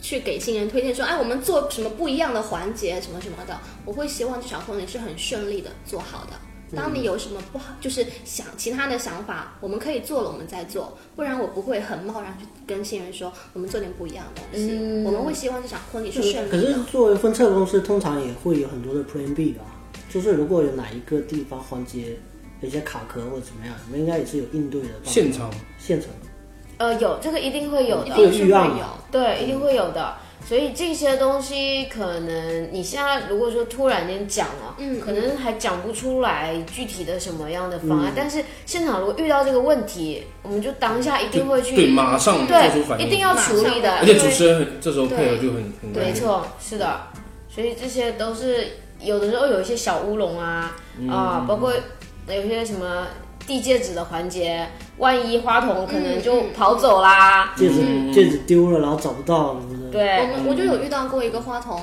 Speaker 4: 去给新人推荐说，哎，我们做什么不一样的环节，什么什么的，我会希望这场婚礼是很顺利的做好的。当你有什么不好，就是想其他的想法，我们可以做了，我们再做，不然我不会很贸然去跟新人说，我们做点不一样的东西。
Speaker 5: 嗯
Speaker 4: 我们会希望这场婚礼是
Speaker 1: 就
Speaker 4: 顺利
Speaker 1: 嗯可
Speaker 4: 的。
Speaker 1: 是作为分测公司，通常也会有很多的 Plan B 吧，就是如果有哪一个地方环节有一些卡壳或者怎么样，你们应该也是有应对的办法。
Speaker 2: 现场
Speaker 1: 现场
Speaker 5: 呃，有这个一定会有的，
Speaker 1: 会预案
Speaker 4: 有
Speaker 1: 嘛，
Speaker 5: 对，一定会有的。所以这些东西可能你现在如果说突然间讲了，
Speaker 4: 嗯
Speaker 5: 可能还讲不出来具体的什么样的方
Speaker 4: 嗯
Speaker 5: 案。但是现场如果遇到这个问题，我们就当下一定会去
Speaker 2: 对，马上做出反
Speaker 5: 对，
Speaker 2: 应，
Speaker 5: 一定要处理的，
Speaker 2: 而且
Speaker 5: 因为
Speaker 2: 主持人很这时候配合就很很
Speaker 5: 没错，是的，所以这些都是有的时候有一些小乌龙啊、
Speaker 2: 嗯
Speaker 5: 啊，包括有些什么递戒指的环节，万一花童可能
Speaker 4: 嗯
Speaker 5: 就跑走啦，
Speaker 1: 戒指、
Speaker 5: 嗯
Speaker 1: 戒指丢了，然后找不到什么的。
Speaker 4: 我
Speaker 5: 对，
Speaker 4: 们我就有遇到过一个花童，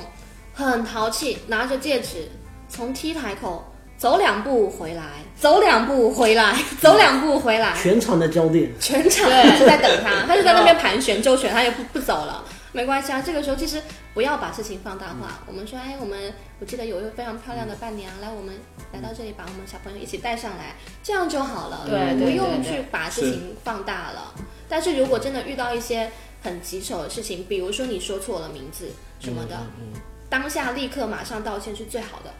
Speaker 4: 很淘气，拿着戒指从 T 台口走两步回来，走两步回来，走两步回来，
Speaker 1: 全场的焦点，
Speaker 4: 全场
Speaker 5: 对
Speaker 4: 就在等
Speaker 5: (laughs)
Speaker 4: 他，他就在那
Speaker 5: 哦
Speaker 4: 边盘旋周旋，他也不不走了。没关系啊，这个时候其实不要把事情放大
Speaker 5: 嗯
Speaker 4: 化。我们说，哎，我们我记得有一位非常漂亮的伴娘，来，我们来到这里，把我们小朋友一起带上来，这样就好了，
Speaker 5: 对对
Speaker 4: 不
Speaker 5: 对
Speaker 4: 用
Speaker 5: 对
Speaker 4: 去把事情放大了。但是如果真的遇到一些很棘手的事情，比如说你说错了名字什么的，
Speaker 5: 嗯
Speaker 4: 当下立刻马上道歉是最好的。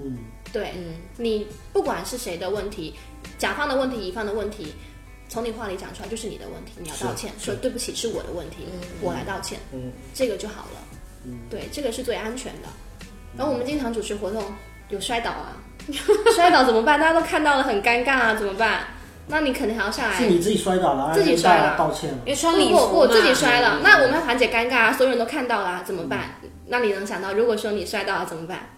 Speaker 1: 嗯，
Speaker 4: 对，
Speaker 5: 嗯，
Speaker 4: 你不管是谁的问题，甲方的问题、乙方的问题，从你话里讲出来就是你的问题，你要道歉，说对不起是我的问题，我来道歉，
Speaker 5: 嗯
Speaker 4: 这个就好了。对，这个是最安全的。
Speaker 5: 嗯
Speaker 4: 然后我们经常主持活动有摔倒
Speaker 5: (laughs)
Speaker 4: 啊，摔倒怎么办？大家都看到了，很尴尬啊，怎么办？那你肯定还要
Speaker 5: 哎
Speaker 4: 下来
Speaker 1: 是你自己摔倒了，
Speaker 4: 自己摔了
Speaker 1: 然后大家道歉了
Speaker 5: 因。为穿
Speaker 4: 如
Speaker 5: 礼服
Speaker 4: 果
Speaker 5: 嘛，嗯
Speaker 4: 我自己摔了，那我们要缓解尴尬啊，所有人都看到了啊，怎么办？那你能想到，如果说你摔倒了怎么办？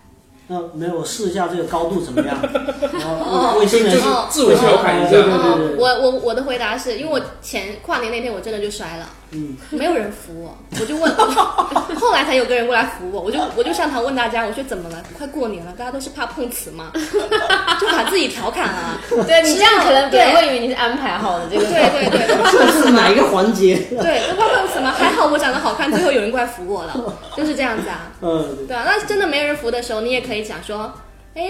Speaker 1: 那没有，我试一下这个高度怎么
Speaker 5: (laughs)
Speaker 1: 样？然
Speaker 5: 哦
Speaker 1: 后卫生人
Speaker 2: 就是自我调侃一下
Speaker 1: 对对对对
Speaker 4: 嗯，我我我的回答是因为我前跨年那天我真的就摔了，
Speaker 1: 嗯，
Speaker 4: 没有人扶我，我就问， (laughs) 后来才有个人过来扶我，我就我就上堂问大家，我说怎么了？快过年了，大家都是怕碰瓷嘛， (laughs) 就把自己调侃了啊，
Speaker 5: 对你这样可能别人
Speaker 4: 对
Speaker 5: 会以为你是安排好的这个
Speaker 4: 对，对对，都怕
Speaker 1: 这是哪一个环节？
Speaker 5: (laughs)
Speaker 4: 对都怕碰瓷嘛，还好我长得好看，最后有人过来扶我了，就是这样子啊，
Speaker 1: 嗯，
Speaker 4: 对啊，那真的没人扶的时候，你也可以讲说。哎，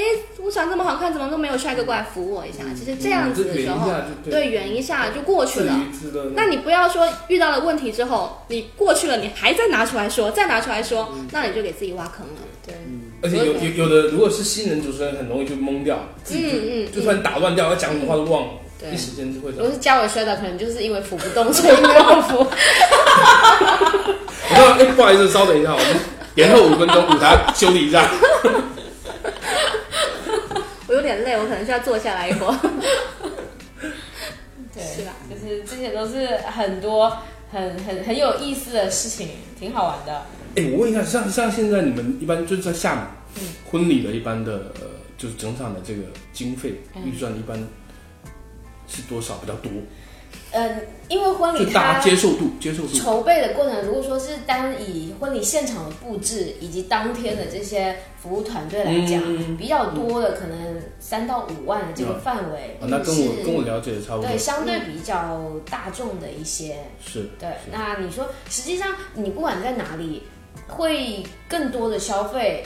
Speaker 4: 我长这么好看，怎么都没有帅哥过来扶我一下？其实这样子的时候，
Speaker 2: 嗯这
Speaker 4: 对
Speaker 2: 圆
Speaker 4: 圆一下就过去
Speaker 2: 自
Speaker 4: 了。
Speaker 2: 娱自乐。
Speaker 4: 哦那你不要说遇到了问题之后，你过去了，你还再拿出来说，再拿出来说，
Speaker 5: 嗯
Speaker 4: 那你就给自己挖坑了。
Speaker 5: 对，
Speaker 2: 而且有有有的，如果是新人主持人，很容易就懵掉，自己
Speaker 4: 嗯嗯
Speaker 2: 就就突然打乱掉，要讲什么话都忘了，
Speaker 5: 对
Speaker 2: 一时间就会这
Speaker 5: 如果
Speaker 2: 样。
Speaker 5: 是嘉伟摔倒，可能就是因为扶不动，所以没有扶。
Speaker 2: 我说哎，不好意思，稍等一下，我们延后五分钟，舞台修理一 (laughs) 下。
Speaker 4: 我有点累，我可能需要坐下来一会儿。
Speaker 5: (laughs) 对，
Speaker 4: 是吧？
Speaker 5: 就是这些都是很多很很很有意思的事情，挺好玩的。
Speaker 2: 哎，我问一下，像像现在你们一般就是在厦门、婚礼的一般的，呃就是整场的这个经费预算一般是多少比较多？
Speaker 5: 呃，因为婚
Speaker 2: 就
Speaker 5: 礼
Speaker 2: 大家
Speaker 5: 它
Speaker 2: 接受度，接受度，
Speaker 5: 筹备的过程，如果说是单以婚礼现场的布置以及当天的这些服务团队来讲，
Speaker 2: 嗯
Speaker 5: 比较多的可能三到五万的这个范围
Speaker 2: 啊，那跟我
Speaker 5: 是
Speaker 2: 跟我嗯了解的差不多
Speaker 5: 对，相对比较大众的一些。
Speaker 2: 是
Speaker 5: 对
Speaker 2: 是，
Speaker 5: 那你说，实际上你不管在哪里，会更多的消费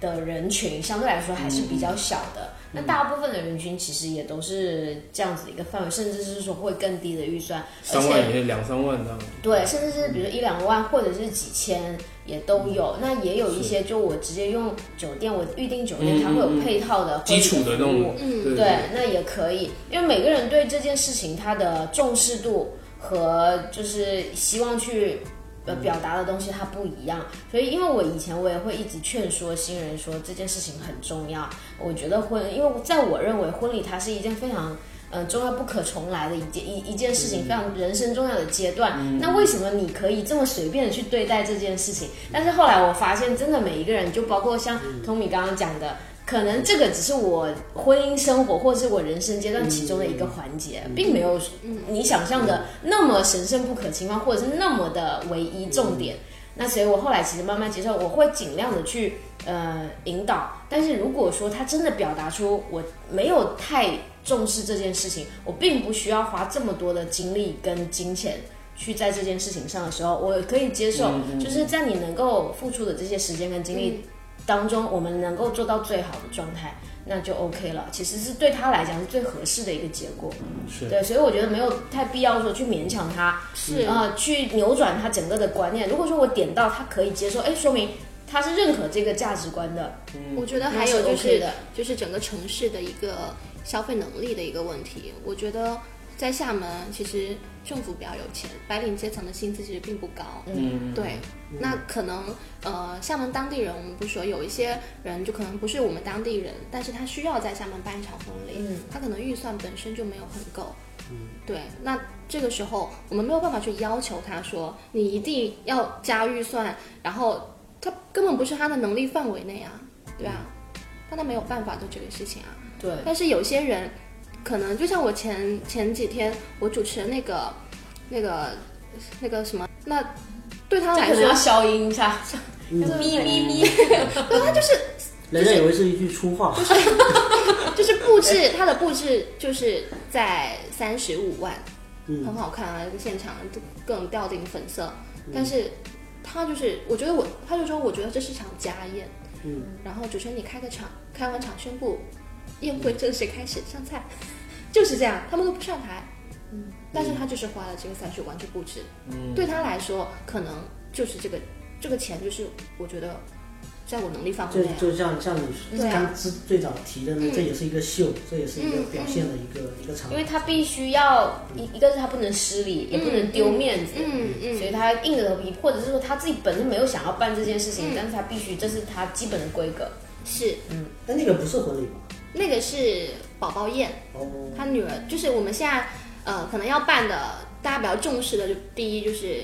Speaker 5: 的人群相对来说还是比较小的。
Speaker 2: 嗯
Speaker 5: 那大部分的人群其实也都是这样子一个范围，甚至是说会更低的预算，而
Speaker 2: 三
Speaker 5: 且
Speaker 2: 万以内两三万这样。
Speaker 5: 对，甚至是比如一两万或者是几千也都
Speaker 2: 嗯
Speaker 5: 有。那也有一些就我直接用酒店，我预订酒店，
Speaker 2: 嗯
Speaker 5: 它会有配套的
Speaker 2: 基础的那种
Speaker 5: 服务
Speaker 4: 嗯
Speaker 2: 对
Speaker 5: 对，那也可以，因为每个人对这件事情他的重视度和就是希望去呃表达的东西它不一样，所以因为我以前我也会一直劝说新人说这件事情很重要，我觉得婚，因为在我认为婚礼它是一件非常。呃，重要不可重来的一件一一件事情，非常人生重要的阶段。那为什么你可以这么随便的去对待这件事情？但是后来我发现，真的每一个人，就包括像 Tommy 刚刚讲的，可能这个只是我婚姻生活或者是我人生阶段其中的一个环节，并没有你想象的那么神圣不可侵犯，或者是那么的唯一重点。那所以我后来其实慢慢接受，我会尽量的去呃引导。但是如果说他真的表达出我没有太重视这件事情，我并不需要花这么多的精力跟金钱。去在这件事情上的时候，我可以接受，就是在你能够付出的这些时间跟精力当中，我们能够做到最好的状态，那就 OK 了。其实是对他来讲是最合适的一个结果。
Speaker 2: 是
Speaker 5: 对，所以我觉得没有太必要说去勉强他，
Speaker 4: 是
Speaker 5: 啊、去扭转他整个的观念。如果说我点到他可以接受，哎，说明他是认可这个价值观的。
Speaker 4: 我觉得
Speaker 5: 那
Speaker 4: 还
Speaker 5: 是
Speaker 4: 有就
Speaker 5: OK
Speaker 4: 是
Speaker 5: 的
Speaker 4: 就是整个城市的一个消费能力的一个问题。我觉得在厦门，其实政府比较有钱，白领阶层的薪资其实并不高。
Speaker 2: 嗯，
Speaker 4: 对，那可能呃，厦门当地人，我们不说，有一些人就可能不是我们当地人，但是他需要在厦门办一场婚礼，
Speaker 5: 嗯
Speaker 4: 他可能预算本身就没有很够。
Speaker 2: 嗯
Speaker 4: 对，那这个时候我们没有办法去要求他说你一定要加预算，然后他根本不是他的能力范围内啊，对啊，
Speaker 2: 嗯
Speaker 4: 但他没有办法做这个事情啊。
Speaker 5: 对，
Speaker 4: 但是有些人，可能就像我前前几天我主持的那个那个那个什么，那对他来
Speaker 5: 可能要
Speaker 4: 说，
Speaker 5: 消音一
Speaker 4: (laughs)
Speaker 5: 下，咪咪咪，
Speaker 1: 人家以为是一句粗话，
Speaker 4: 就是布置他的布置就是在三十五万，
Speaker 1: 嗯
Speaker 4: 很好看啊，这个现场各种吊顶粉色，但是他就是我觉得我他就说我觉得这是场家宴，
Speaker 1: 嗯，
Speaker 4: 然后主持人你开个场，开完场宣布宴会正式开始上菜， (laughs) 就是这样，他们都不上台，嗯，但是他就是花了这个三十万去布置，嗯，对他来说可能就是这个这个钱就是我觉得在我能力范围
Speaker 1: 就
Speaker 4: 内啊，
Speaker 1: 就像像你
Speaker 4: 对啊
Speaker 1: 刚之最早提的呢，这也是一个秀，这也是一个表现的一个一个场
Speaker 5: 嗯因。为他必须要一一个是他不能失礼，也不能丢面子。
Speaker 4: 嗯嗯
Speaker 5: 所以他硬着头皮，或者是说他自己本身没有想要办这件事
Speaker 4: 嗯
Speaker 5: 情，但是他必须，这是他基本的规格。
Speaker 4: 是
Speaker 1: 但那个不是婚礼吧？
Speaker 4: 那个是宝宝宴。
Speaker 1: 哦，
Speaker 4: 他女儿就是我们现在呃可能要办的，大家比较重视的就第一就是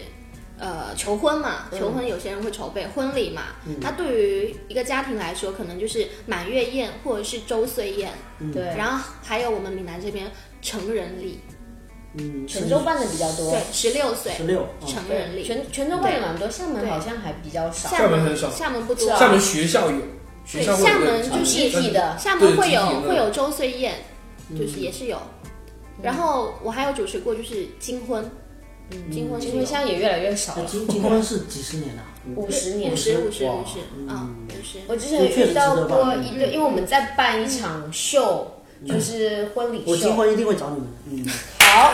Speaker 4: 呃求婚嘛，
Speaker 2: 嗯
Speaker 4: 求婚有些人会筹备、婚礼嘛。那对于一个家庭来说，可能就是满月宴或者是周岁宴，
Speaker 5: 对，
Speaker 4: 然后还有我们闽南这边成人礼，
Speaker 1: 嗯，
Speaker 5: 泉州办的比较多
Speaker 4: 对，，十六岁
Speaker 1: 十六，哦
Speaker 4: 成
Speaker 5: 对
Speaker 4: 人礼。
Speaker 5: 泉泉州办的蛮多，厦门好像还比较少。
Speaker 2: 厦门很少
Speaker 4: 厦门不多，
Speaker 2: 厦门学校有，学
Speaker 4: 对，
Speaker 2: 校会有
Speaker 4: 厦
Speaker 2: 这个
Speaker 4: 门
Speaker 2: 场
Speaker 4: 就
Speaker 2: 地
Speaker 4: 是
Speaker 5: 集体的
Speaker 4: 厦门会有
Speaker 2: 对集体的嗯
Speaker 4: 会有周岁宴，就是也是有。然后我还有主持过就是金婚，
Speaker 2: 嗯
Speaker 4: 金婚是
Speaker 5: 因为
Speaker 4: 有
Speaker 5: 现在也越来越少
Speaker 1: 那
Speaker 5: 了，
Speaker 1: 金金婚是几十年了，
Speaker 5: 五十年
Speaker 4: 五。十五十
Speaker 2: 哇
Speaker 4: 五十，嗯，五十。
Speaker 5: 我之前有遇到过一对，因为我们在办一场秀，就是婚礼
Speaker 1: 我金
Speaker 5: 秀，
Speaker 1: 婚一定会找你们。嗯，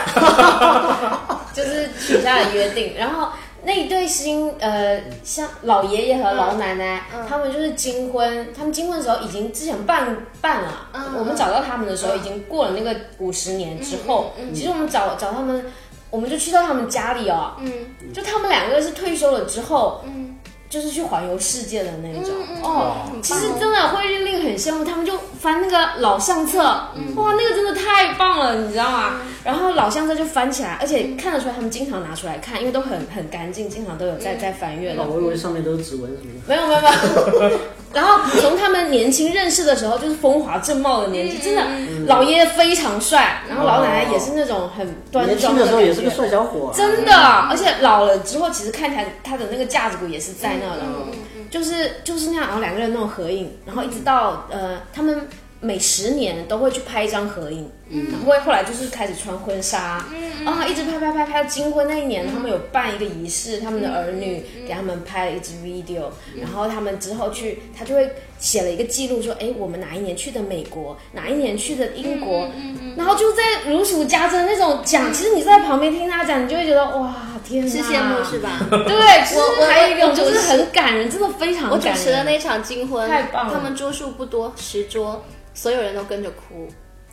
Speaker 5: 好，就是许下了约定。然后那一对新呃，像老爷爷和老奶奶，他们就是金婚，他们金婚的时候已经之前办办了，我们找到他们的时候已经过了那个五十年之后，其实我们找找他们，我们就去到他们家里哦，
Speaker 4: 嗯
Speaker 5: 就他们两个是退休了之后，
Speaker 4: 嗯
Speaker 5: 就是去环游世界的那种
Speaker 4: 嗯
Speaker 5: 哦。
Speaker 4: 嗯
Speaker 5: 其实真的会令人很羡慕，他们就翻那个老相册，
Speaker 4: 嗯
Speaker 5: 哇，那个真的太棒了，你知道吗？然后老相册就翻起来，而且看得出来他们经常拿出来看，因为
Speaker 4: 嗯
Speaker 5: 都很很干净，经常都有在在翻阅的。
Speaker 1: 哦我以为上面都是指纹什么的。
Speaker 4: (laughs)
Speaker 5: 没有没有没有，然后从他们年轻认识的时候，就是风华正茂的
Speaker 4: 嗯
Speaker 5: 年纪，真的老爷爷非常帅，然后老奶奶也是那种很端
Speaker 1: 哦年
Speaker 5: 庄
Speaker 1: 轻的时候
Speaker 5: 感
Speaker 1: 也是
Speaker 5: 觉
Speaker 1: 个。帅小伙、啊，
Speaker 5: 真的，而且老了之后，其实看起来他的那个架子鼓也是在那的，
Speaker 4: 嗯
Speaker 5: 就是就是那样，然后两个人那种合影，然后一直到呃，他们每十年都会去拍一张合影，然后会后来就是开始穿婚纱，然后一直拍拍拍拍到金婚那一年，他们有办一个仪式，他们的儿女给他们拍了一支 video，然后他们之后去，他就会写了一个记录，说，哎，我们哪一年去的美国，哪一年去的英
Speaker 4: 嗯
Speaker 5: 国，然后就在如数家珍那种讲，其实你在旁边听他讲，你就会觉得哇，天哪，
Speaker 4: 是羡慕是
Speaker 5: (laughs)
Speaker 4: 吧？
Speaker 5: 对，其
Speaker 4: 我
Speaker 5: 实
Speaker 4: 我
Speaker 5: 还有一
Speaker 4: 我
Speaker 5: 种就是
Speaker 4: 主持
Speaker 5: 很感人，真的非常
Speaker 4: 我
Speaker 5: 感
Speaker 4: 主
Speaker 5: 人。
Speaker 4: 持的那场金婚，
Speaker 5: 太棒了
Speaker 4: 他们桌数不多，十桌，所有人都跟着哭，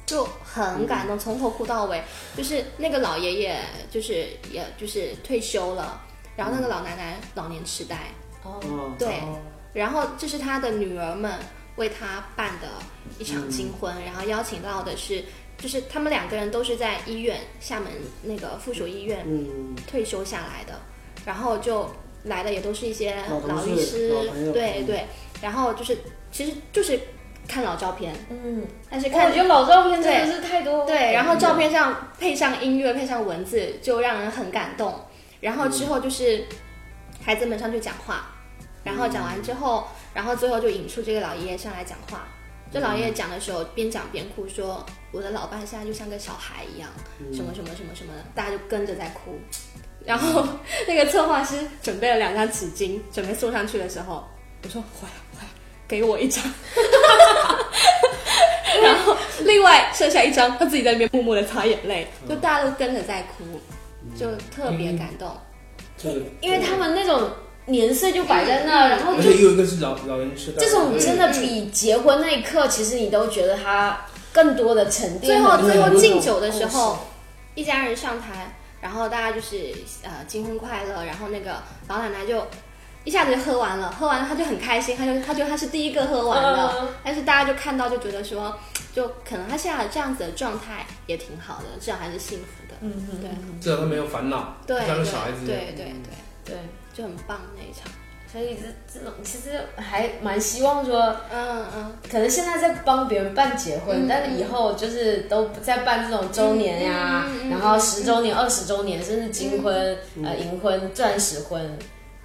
Speaker 4: 就
Speaker 5: 嗯
Speaker 4: 很感动，从头哭到尾。就是那个老爷爷，就是也就是退休了，然后
Speaker 5: 嗯
Speaker 4: 那个老奶奶老年痴呆，
Speaker 1: 哦，
Speaker 4: 对
Speaker 1: 哦
Speaker 4: 然后这是他的女儿们为他办的一场金
Speaker 5: 嗯
Speaker 4: 婚，然后邀请到的是，就是他们两个人都是在医院厦门那个附属医院
Speaker 1: 嗯，
Speaker 4: 退休下来的，然后就来的也都是一些
Speaker 1: 老同
Speaker 4: 老
Speaker 1: 事
Speaker 4: 律师
Speaker 1: 老朋友，
Speaker 4: 对
Speaker 1: 嗯
Speaker 4: 对，然后就是其实就是看老照片，
Speaker 5: 嗯，
Speaker 4: 但是
Speaker 5: 我
Speaker 4: 看
Speaker 5: 觉得老照片真的
Speaker 4: 对
Speaker 5: 是太多
Speaker 4: 对，然后照片上配上音乐，配上文字，就让人很感动。然后之后就是孩子们上去讲话，然后讲完之后，然后最后就引出这个老爷爷上来讲话。这老爷爷讲的时候，边讲边哭，说：“我的老伴现在就像个小孩一样，
Speaker 1: 嗯
Speaker 4: 什么什么什么什么的。”大家就跟着在哭。然后那个策划师准备了两张纸巾，准备送上去的时候，我说：“回来，回来，给我一张。”然后另外剩下一张，他自己在那边默默的擦眼泪，就大家都跟着在哭，就特别感动。
Speaker 2: 这个，
Speaker 5: 因为他们那种年岁就摆在
Speaker 4: 嗯
Speaker 5: 那儿，然后
Speaker 2: 而
Speaker 5: 就
Speaker 2: 且又有一个是老老人痴呆，
Speaker 5: 这种真的比结婚那一刻，其实你都觉得他更多的沉淀。
Speaker 4: 最后
Speaker 5: 很多
Speaker 4: 最后
Speaker 2: 嗯
Speaker 5: 那种
Speaker 4: 敬酒的时
Speaker 5: 故
Speaker 4: 候
Speaker 5: 事，，
Speaker 4: 一家人上台，然后大家就是呃金婚快乐，然后那个老奶奶就。一下子就喝完了，喝完了她就很开心，她就她觉得她是第一个喝完的，
Speaker 5: 嗯
Speaker 4: 但是大家就看到就觉得说，就可能她现在这样子的状态也挺好的，至少还是幸福的，
Speaker 5: 嗯嗯，
Speaker 4: 对
Speaker 2: 至少他没有烦恼，
Speaker 4: 对
Speaker 2: 像个小孩子一
Speaker 4: 对
Speaker 2: 样。
Speaker 4: 对对对，
Speaker 5: 对，
Speaker 4: 就很棒那一场，
Speaker 5: 所以这这种其实还蛮希望说，
Speaker 4: 嗯嗯，
Speaker 5: 可能现在在帮别人办结婚，
Speaker 4: 嗯
Speaker 5: 但是以后就是都不再办这种周年呀、
Speaker 4: 嗯嗯嗯嗯
Speaker 5: 然后十周年、二十周年，甚至金婚、呃银婚、钻石婚，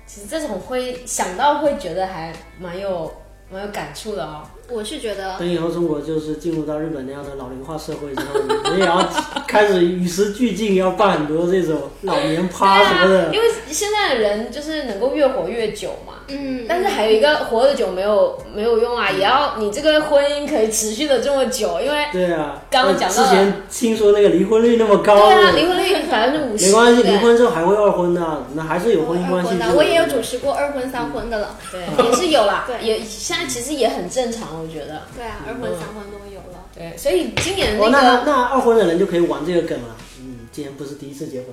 Speaker 5: 其实这种会想到会觉得还蛮有蛮有感触的哦。
Speaker 4: 我是觉得
Speaker 1: 等以后中国就是进入到日本那样的老龄化社会之后，我们也
Speaker 5: (laughs)
Speaker 1: 要开始与时俱进，要办很多这种老年趴什么
Speaker 5: 啊，
Speaker 1: 的。
Speaker 5: 因为现在的人就是能够越活越久嘛。
Speaker 4: 嗯，
Speaker 5: 但是还有一个活得久没有没有用啊，也要你这个婚姻可以持续的这么久，因为
Speaker 1: 对啊，
Speaker 5: 刚刚讲到
Speaker 1: 之前听说那个离婚率那么高，
Speaker 5: 对
Speaker 4: 哦
Speaker 5: 啊，离婚率百分之五十，
Speaker 1: 没关系，离
Speaker 5: 对哦
Speaker 1: 婚之后还会二婚的，那还是有婚姻
Speaker 4: 二
Speaker 1: 关系
Speaker 4: 婚
Speaker 1: 制
Speaker 4: 的，
Speaker 1: 的。
Speaker 4: 我也有主持过二婚三婚的了。
Speaker 5: 对也是有啦，
Speaker 4: 对
Speaker 5: 也现在其实也很正常，我觉得。
Speaker 4: 对啊，二婚三婚都有了。
Speaker 5: 对，所以今年
Speaker 1: 哦，
Speaker 5: 那
Speaker 1: 那
Speaker 5: 个
Speaker 1: 那二婚的人就可以玩这个梗了。嗯，既然不是第一次结
Speaker 5: (laughs)
Speaker 1: 婚，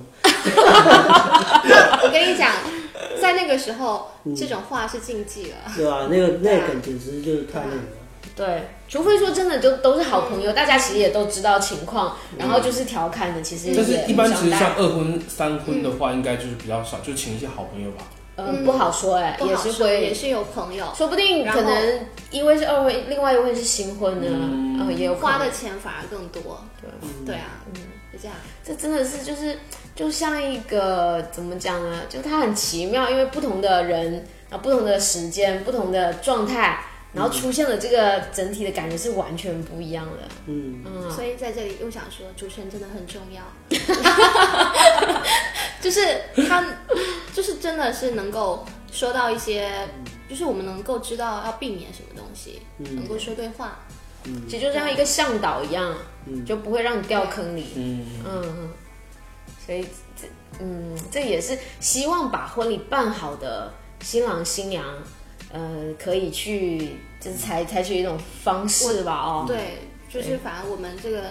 Speaker 4: (laughs) 我跟你讲，在那个时候，这种话是禁
Speaker 5: 嗯
Speaker 4: 忌了。
Speaker 1: 对吧？那个那
Speaker 4: 对
Speaker 1: 个
Speaker 4: 啊
Speaker 1: 梗简直就是太那个了。
Speaker 5: 对，嗯除非说真的就都是好朋友，大家其实也都知道情况，然后就是调侃的，其实
Speaker 2: 但嗯是
Speaker 5: 也，
Speaker 2: 一般
Speaker 5: 互
Speaker 2: 其实
Speaker 5: 相带
Speaker 2: 像二婚、三婚的
Speaker 4: 嗯
Speaker 2: 话，应该就是比较少，就请一些好朋友吧。
Speaker 5: 嗯不好说哎，
Speaker 4: 不
Speaker 5: 也
Speaker 4: 好
Speaker 5: 是
Speaker 4: 说，也
Speaker 5: 会，
Speaker 4: 是有朋友
Speaker 5: 说不定
Speaker 4: 然
Speaker 5: 可
Speaker 4: 后
Speaker 5: 能一位是二婚，另外一位是新婚呢，
Speaker 2: 嗯
Speaker 5: 嗯，也有可能
Speaker 4: 花的钱反而更多。对对啊，
Speaker 5: 嗯
Speaker 4: 就这样。
Speaker 5: 这真的是就是就像一个怎么讲呢？就它很奇妙，因为不同的人啊、不同的时间、不同的状态，然后出现的这个整体的感觉是完全不一样的。
Speaker 1: 嗯，
Speaker 5: 嗯，
Speaker 4: 所以在这里又想说，主持人真的很重
Speaker 5: (laughs)
Speaker 4: 要，就是他，就是真的是能够说到一些，就是我们能够知道要避免什么东西，
Speaker 5: 嗯
Speaker 4: 能够说对话。
Speaker 5: 其实就像一个向导一样，
Speaker 1: 嗯
Speaker 5: 就不会让你掉坑里。
Speaker 2: 嗯，
Speaker 5: 嗯嗯，所以这嗯，这也是希望把婚礼办好的新郎新娘，呃，可以去就是采采取一种方式吧，哦，
Speaker 4: 对，就是反正我们这个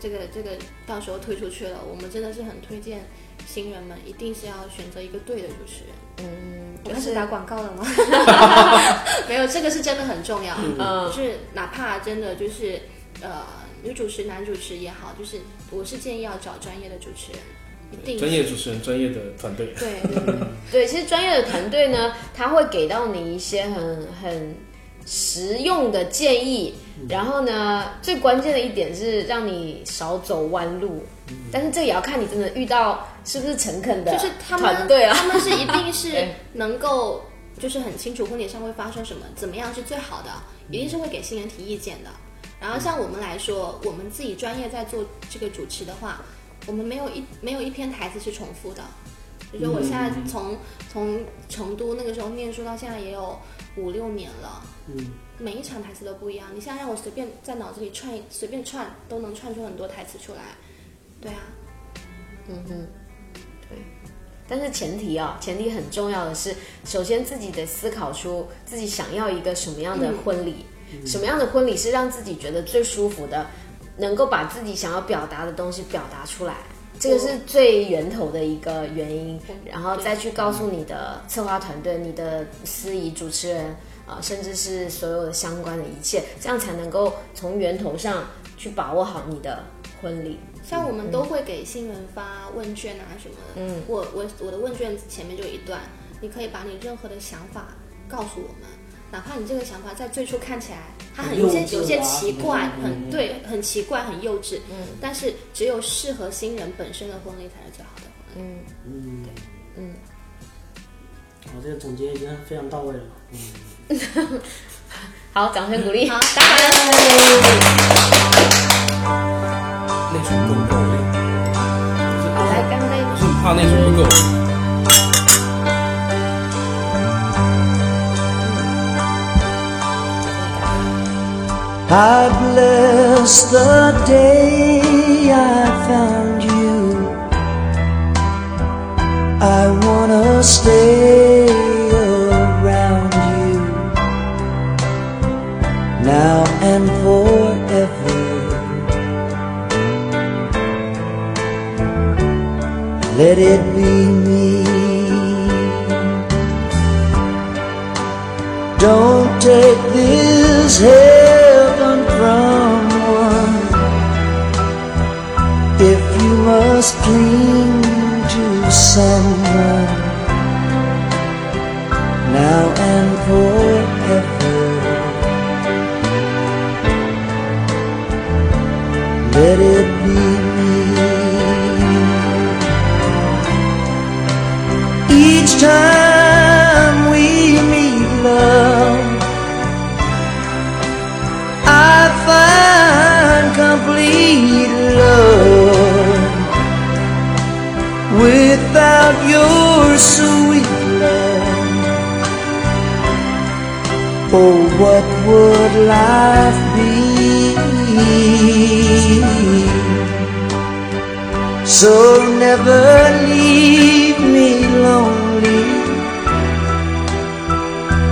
Speaker 4: 这个这个到时候推出去了，我们真的是很推荐新人们一定是要选择一个对的主持人。
Speaker 5: 嗯，
Speaker 4: 我
Speaker 5: 就
Speaker 4: 开
Speaker 5: 是
Speaker 4: 始打广告了吗？没有，这个是真 (laughs) 的很重要。
Speaker 5: 嗯
Speaker 4: 就是哪怕真的就是呃女主持、男主持也好，就是我是建议要找专业的主持人，一定
Speaker 2: 专业主持人、专业的团队。
Speaker 4: 对对对
Speaker 5: 对，其实专业的团队呢，他会给到你一些很很实用的建议。然后呢，最关键的一点是让你少走弯路，但是这也要看你真的遇到是不是诚恳的，
Speaker 4: 就是他
Speaker 5: 团
Speaker 4: 们
Speaker 5: 队啊， (laughs)
Speaker 4: 他们是一定是
Speaker 5: 对
Speaker 4: 能够就是很清楚婚礼上会发生什么，怎么样是最好的，一定是会给新人提意见的。然后像我们来说，我们自己专业在做这个主持的话，我们没有一没有一篇台词是重复的。比如说我现在从、从成都那个时候念书到现在也有五六年了，
Speaker 1: 嗯，
Speaker 4: 每一场台词都不一样。你现在让我随便在脑子里串一，随便串都能串出很多台词出来。对啊，
Speaker 5: 嗯哼，对。但是前提啊，前提很重要的是，首先自己得思考出自己想要一个什么样
Speaker 4: 嗯
Speaker 5: 的婚礼，什么样的婚礼是让自己觉得最舒服的，能够把自己想要表达的东西表达出来，这个是最源头的一个原因
Speaker 4: 嗯，
Speaker 5: 然后再去告诉你的策划团队、你的司仪、主持人啊、呃甚至是所有的相关的一切，这样才能够从源头上去把握好你的婚礼。
Speaker 4: 像我
Speaker 1: 嗯
Speaker 4: 们都会给新人发问卷啊什么的。
Speaker 5: 嗯，
Speaker 4: 我我我的问卷前面就有一段，你可以把你任何的想法告诉我们，哪怕你这个想法在最初看起来它很有些
Speaker 1: 很幼稚啊
Speaker 4: 有些奇怪，
Speaker 1: 嗯
Speaker 4: 很对，很奇怪，很幼稚。嗯，但是只有适合新人本身的婚礼才是最好的婚礼。
Speaker 1: 嗯
Speaker 5: 嗯，
Speaker 1: 我这个总结已经非常到位了。嗯，
Speaker 5: 好，掌声鼓励，
Speaker 4: 好
Speaker 5: 打 (laughs) 赏。
Speaker 2: 那群不够，
Speaker 5: 好，来干杯！
Speaker 2: 我是很怕那群不够。
Speaker 6: I bless the day I found you. I wanna stay around you now and forever. Let it be me. Don't take this heaven from one if you must cling to someone now and forever. Let it be me. Each time we meet, love, I find complete love without your sweet love. Oh, what would life be? So never leave me lonely.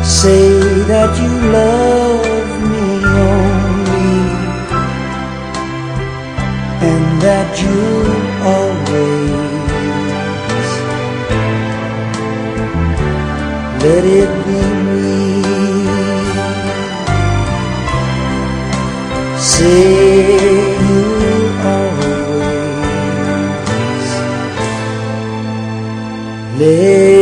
Speaker 6: Say that you love me only, and that you'll always let it be me. Say you always. Live.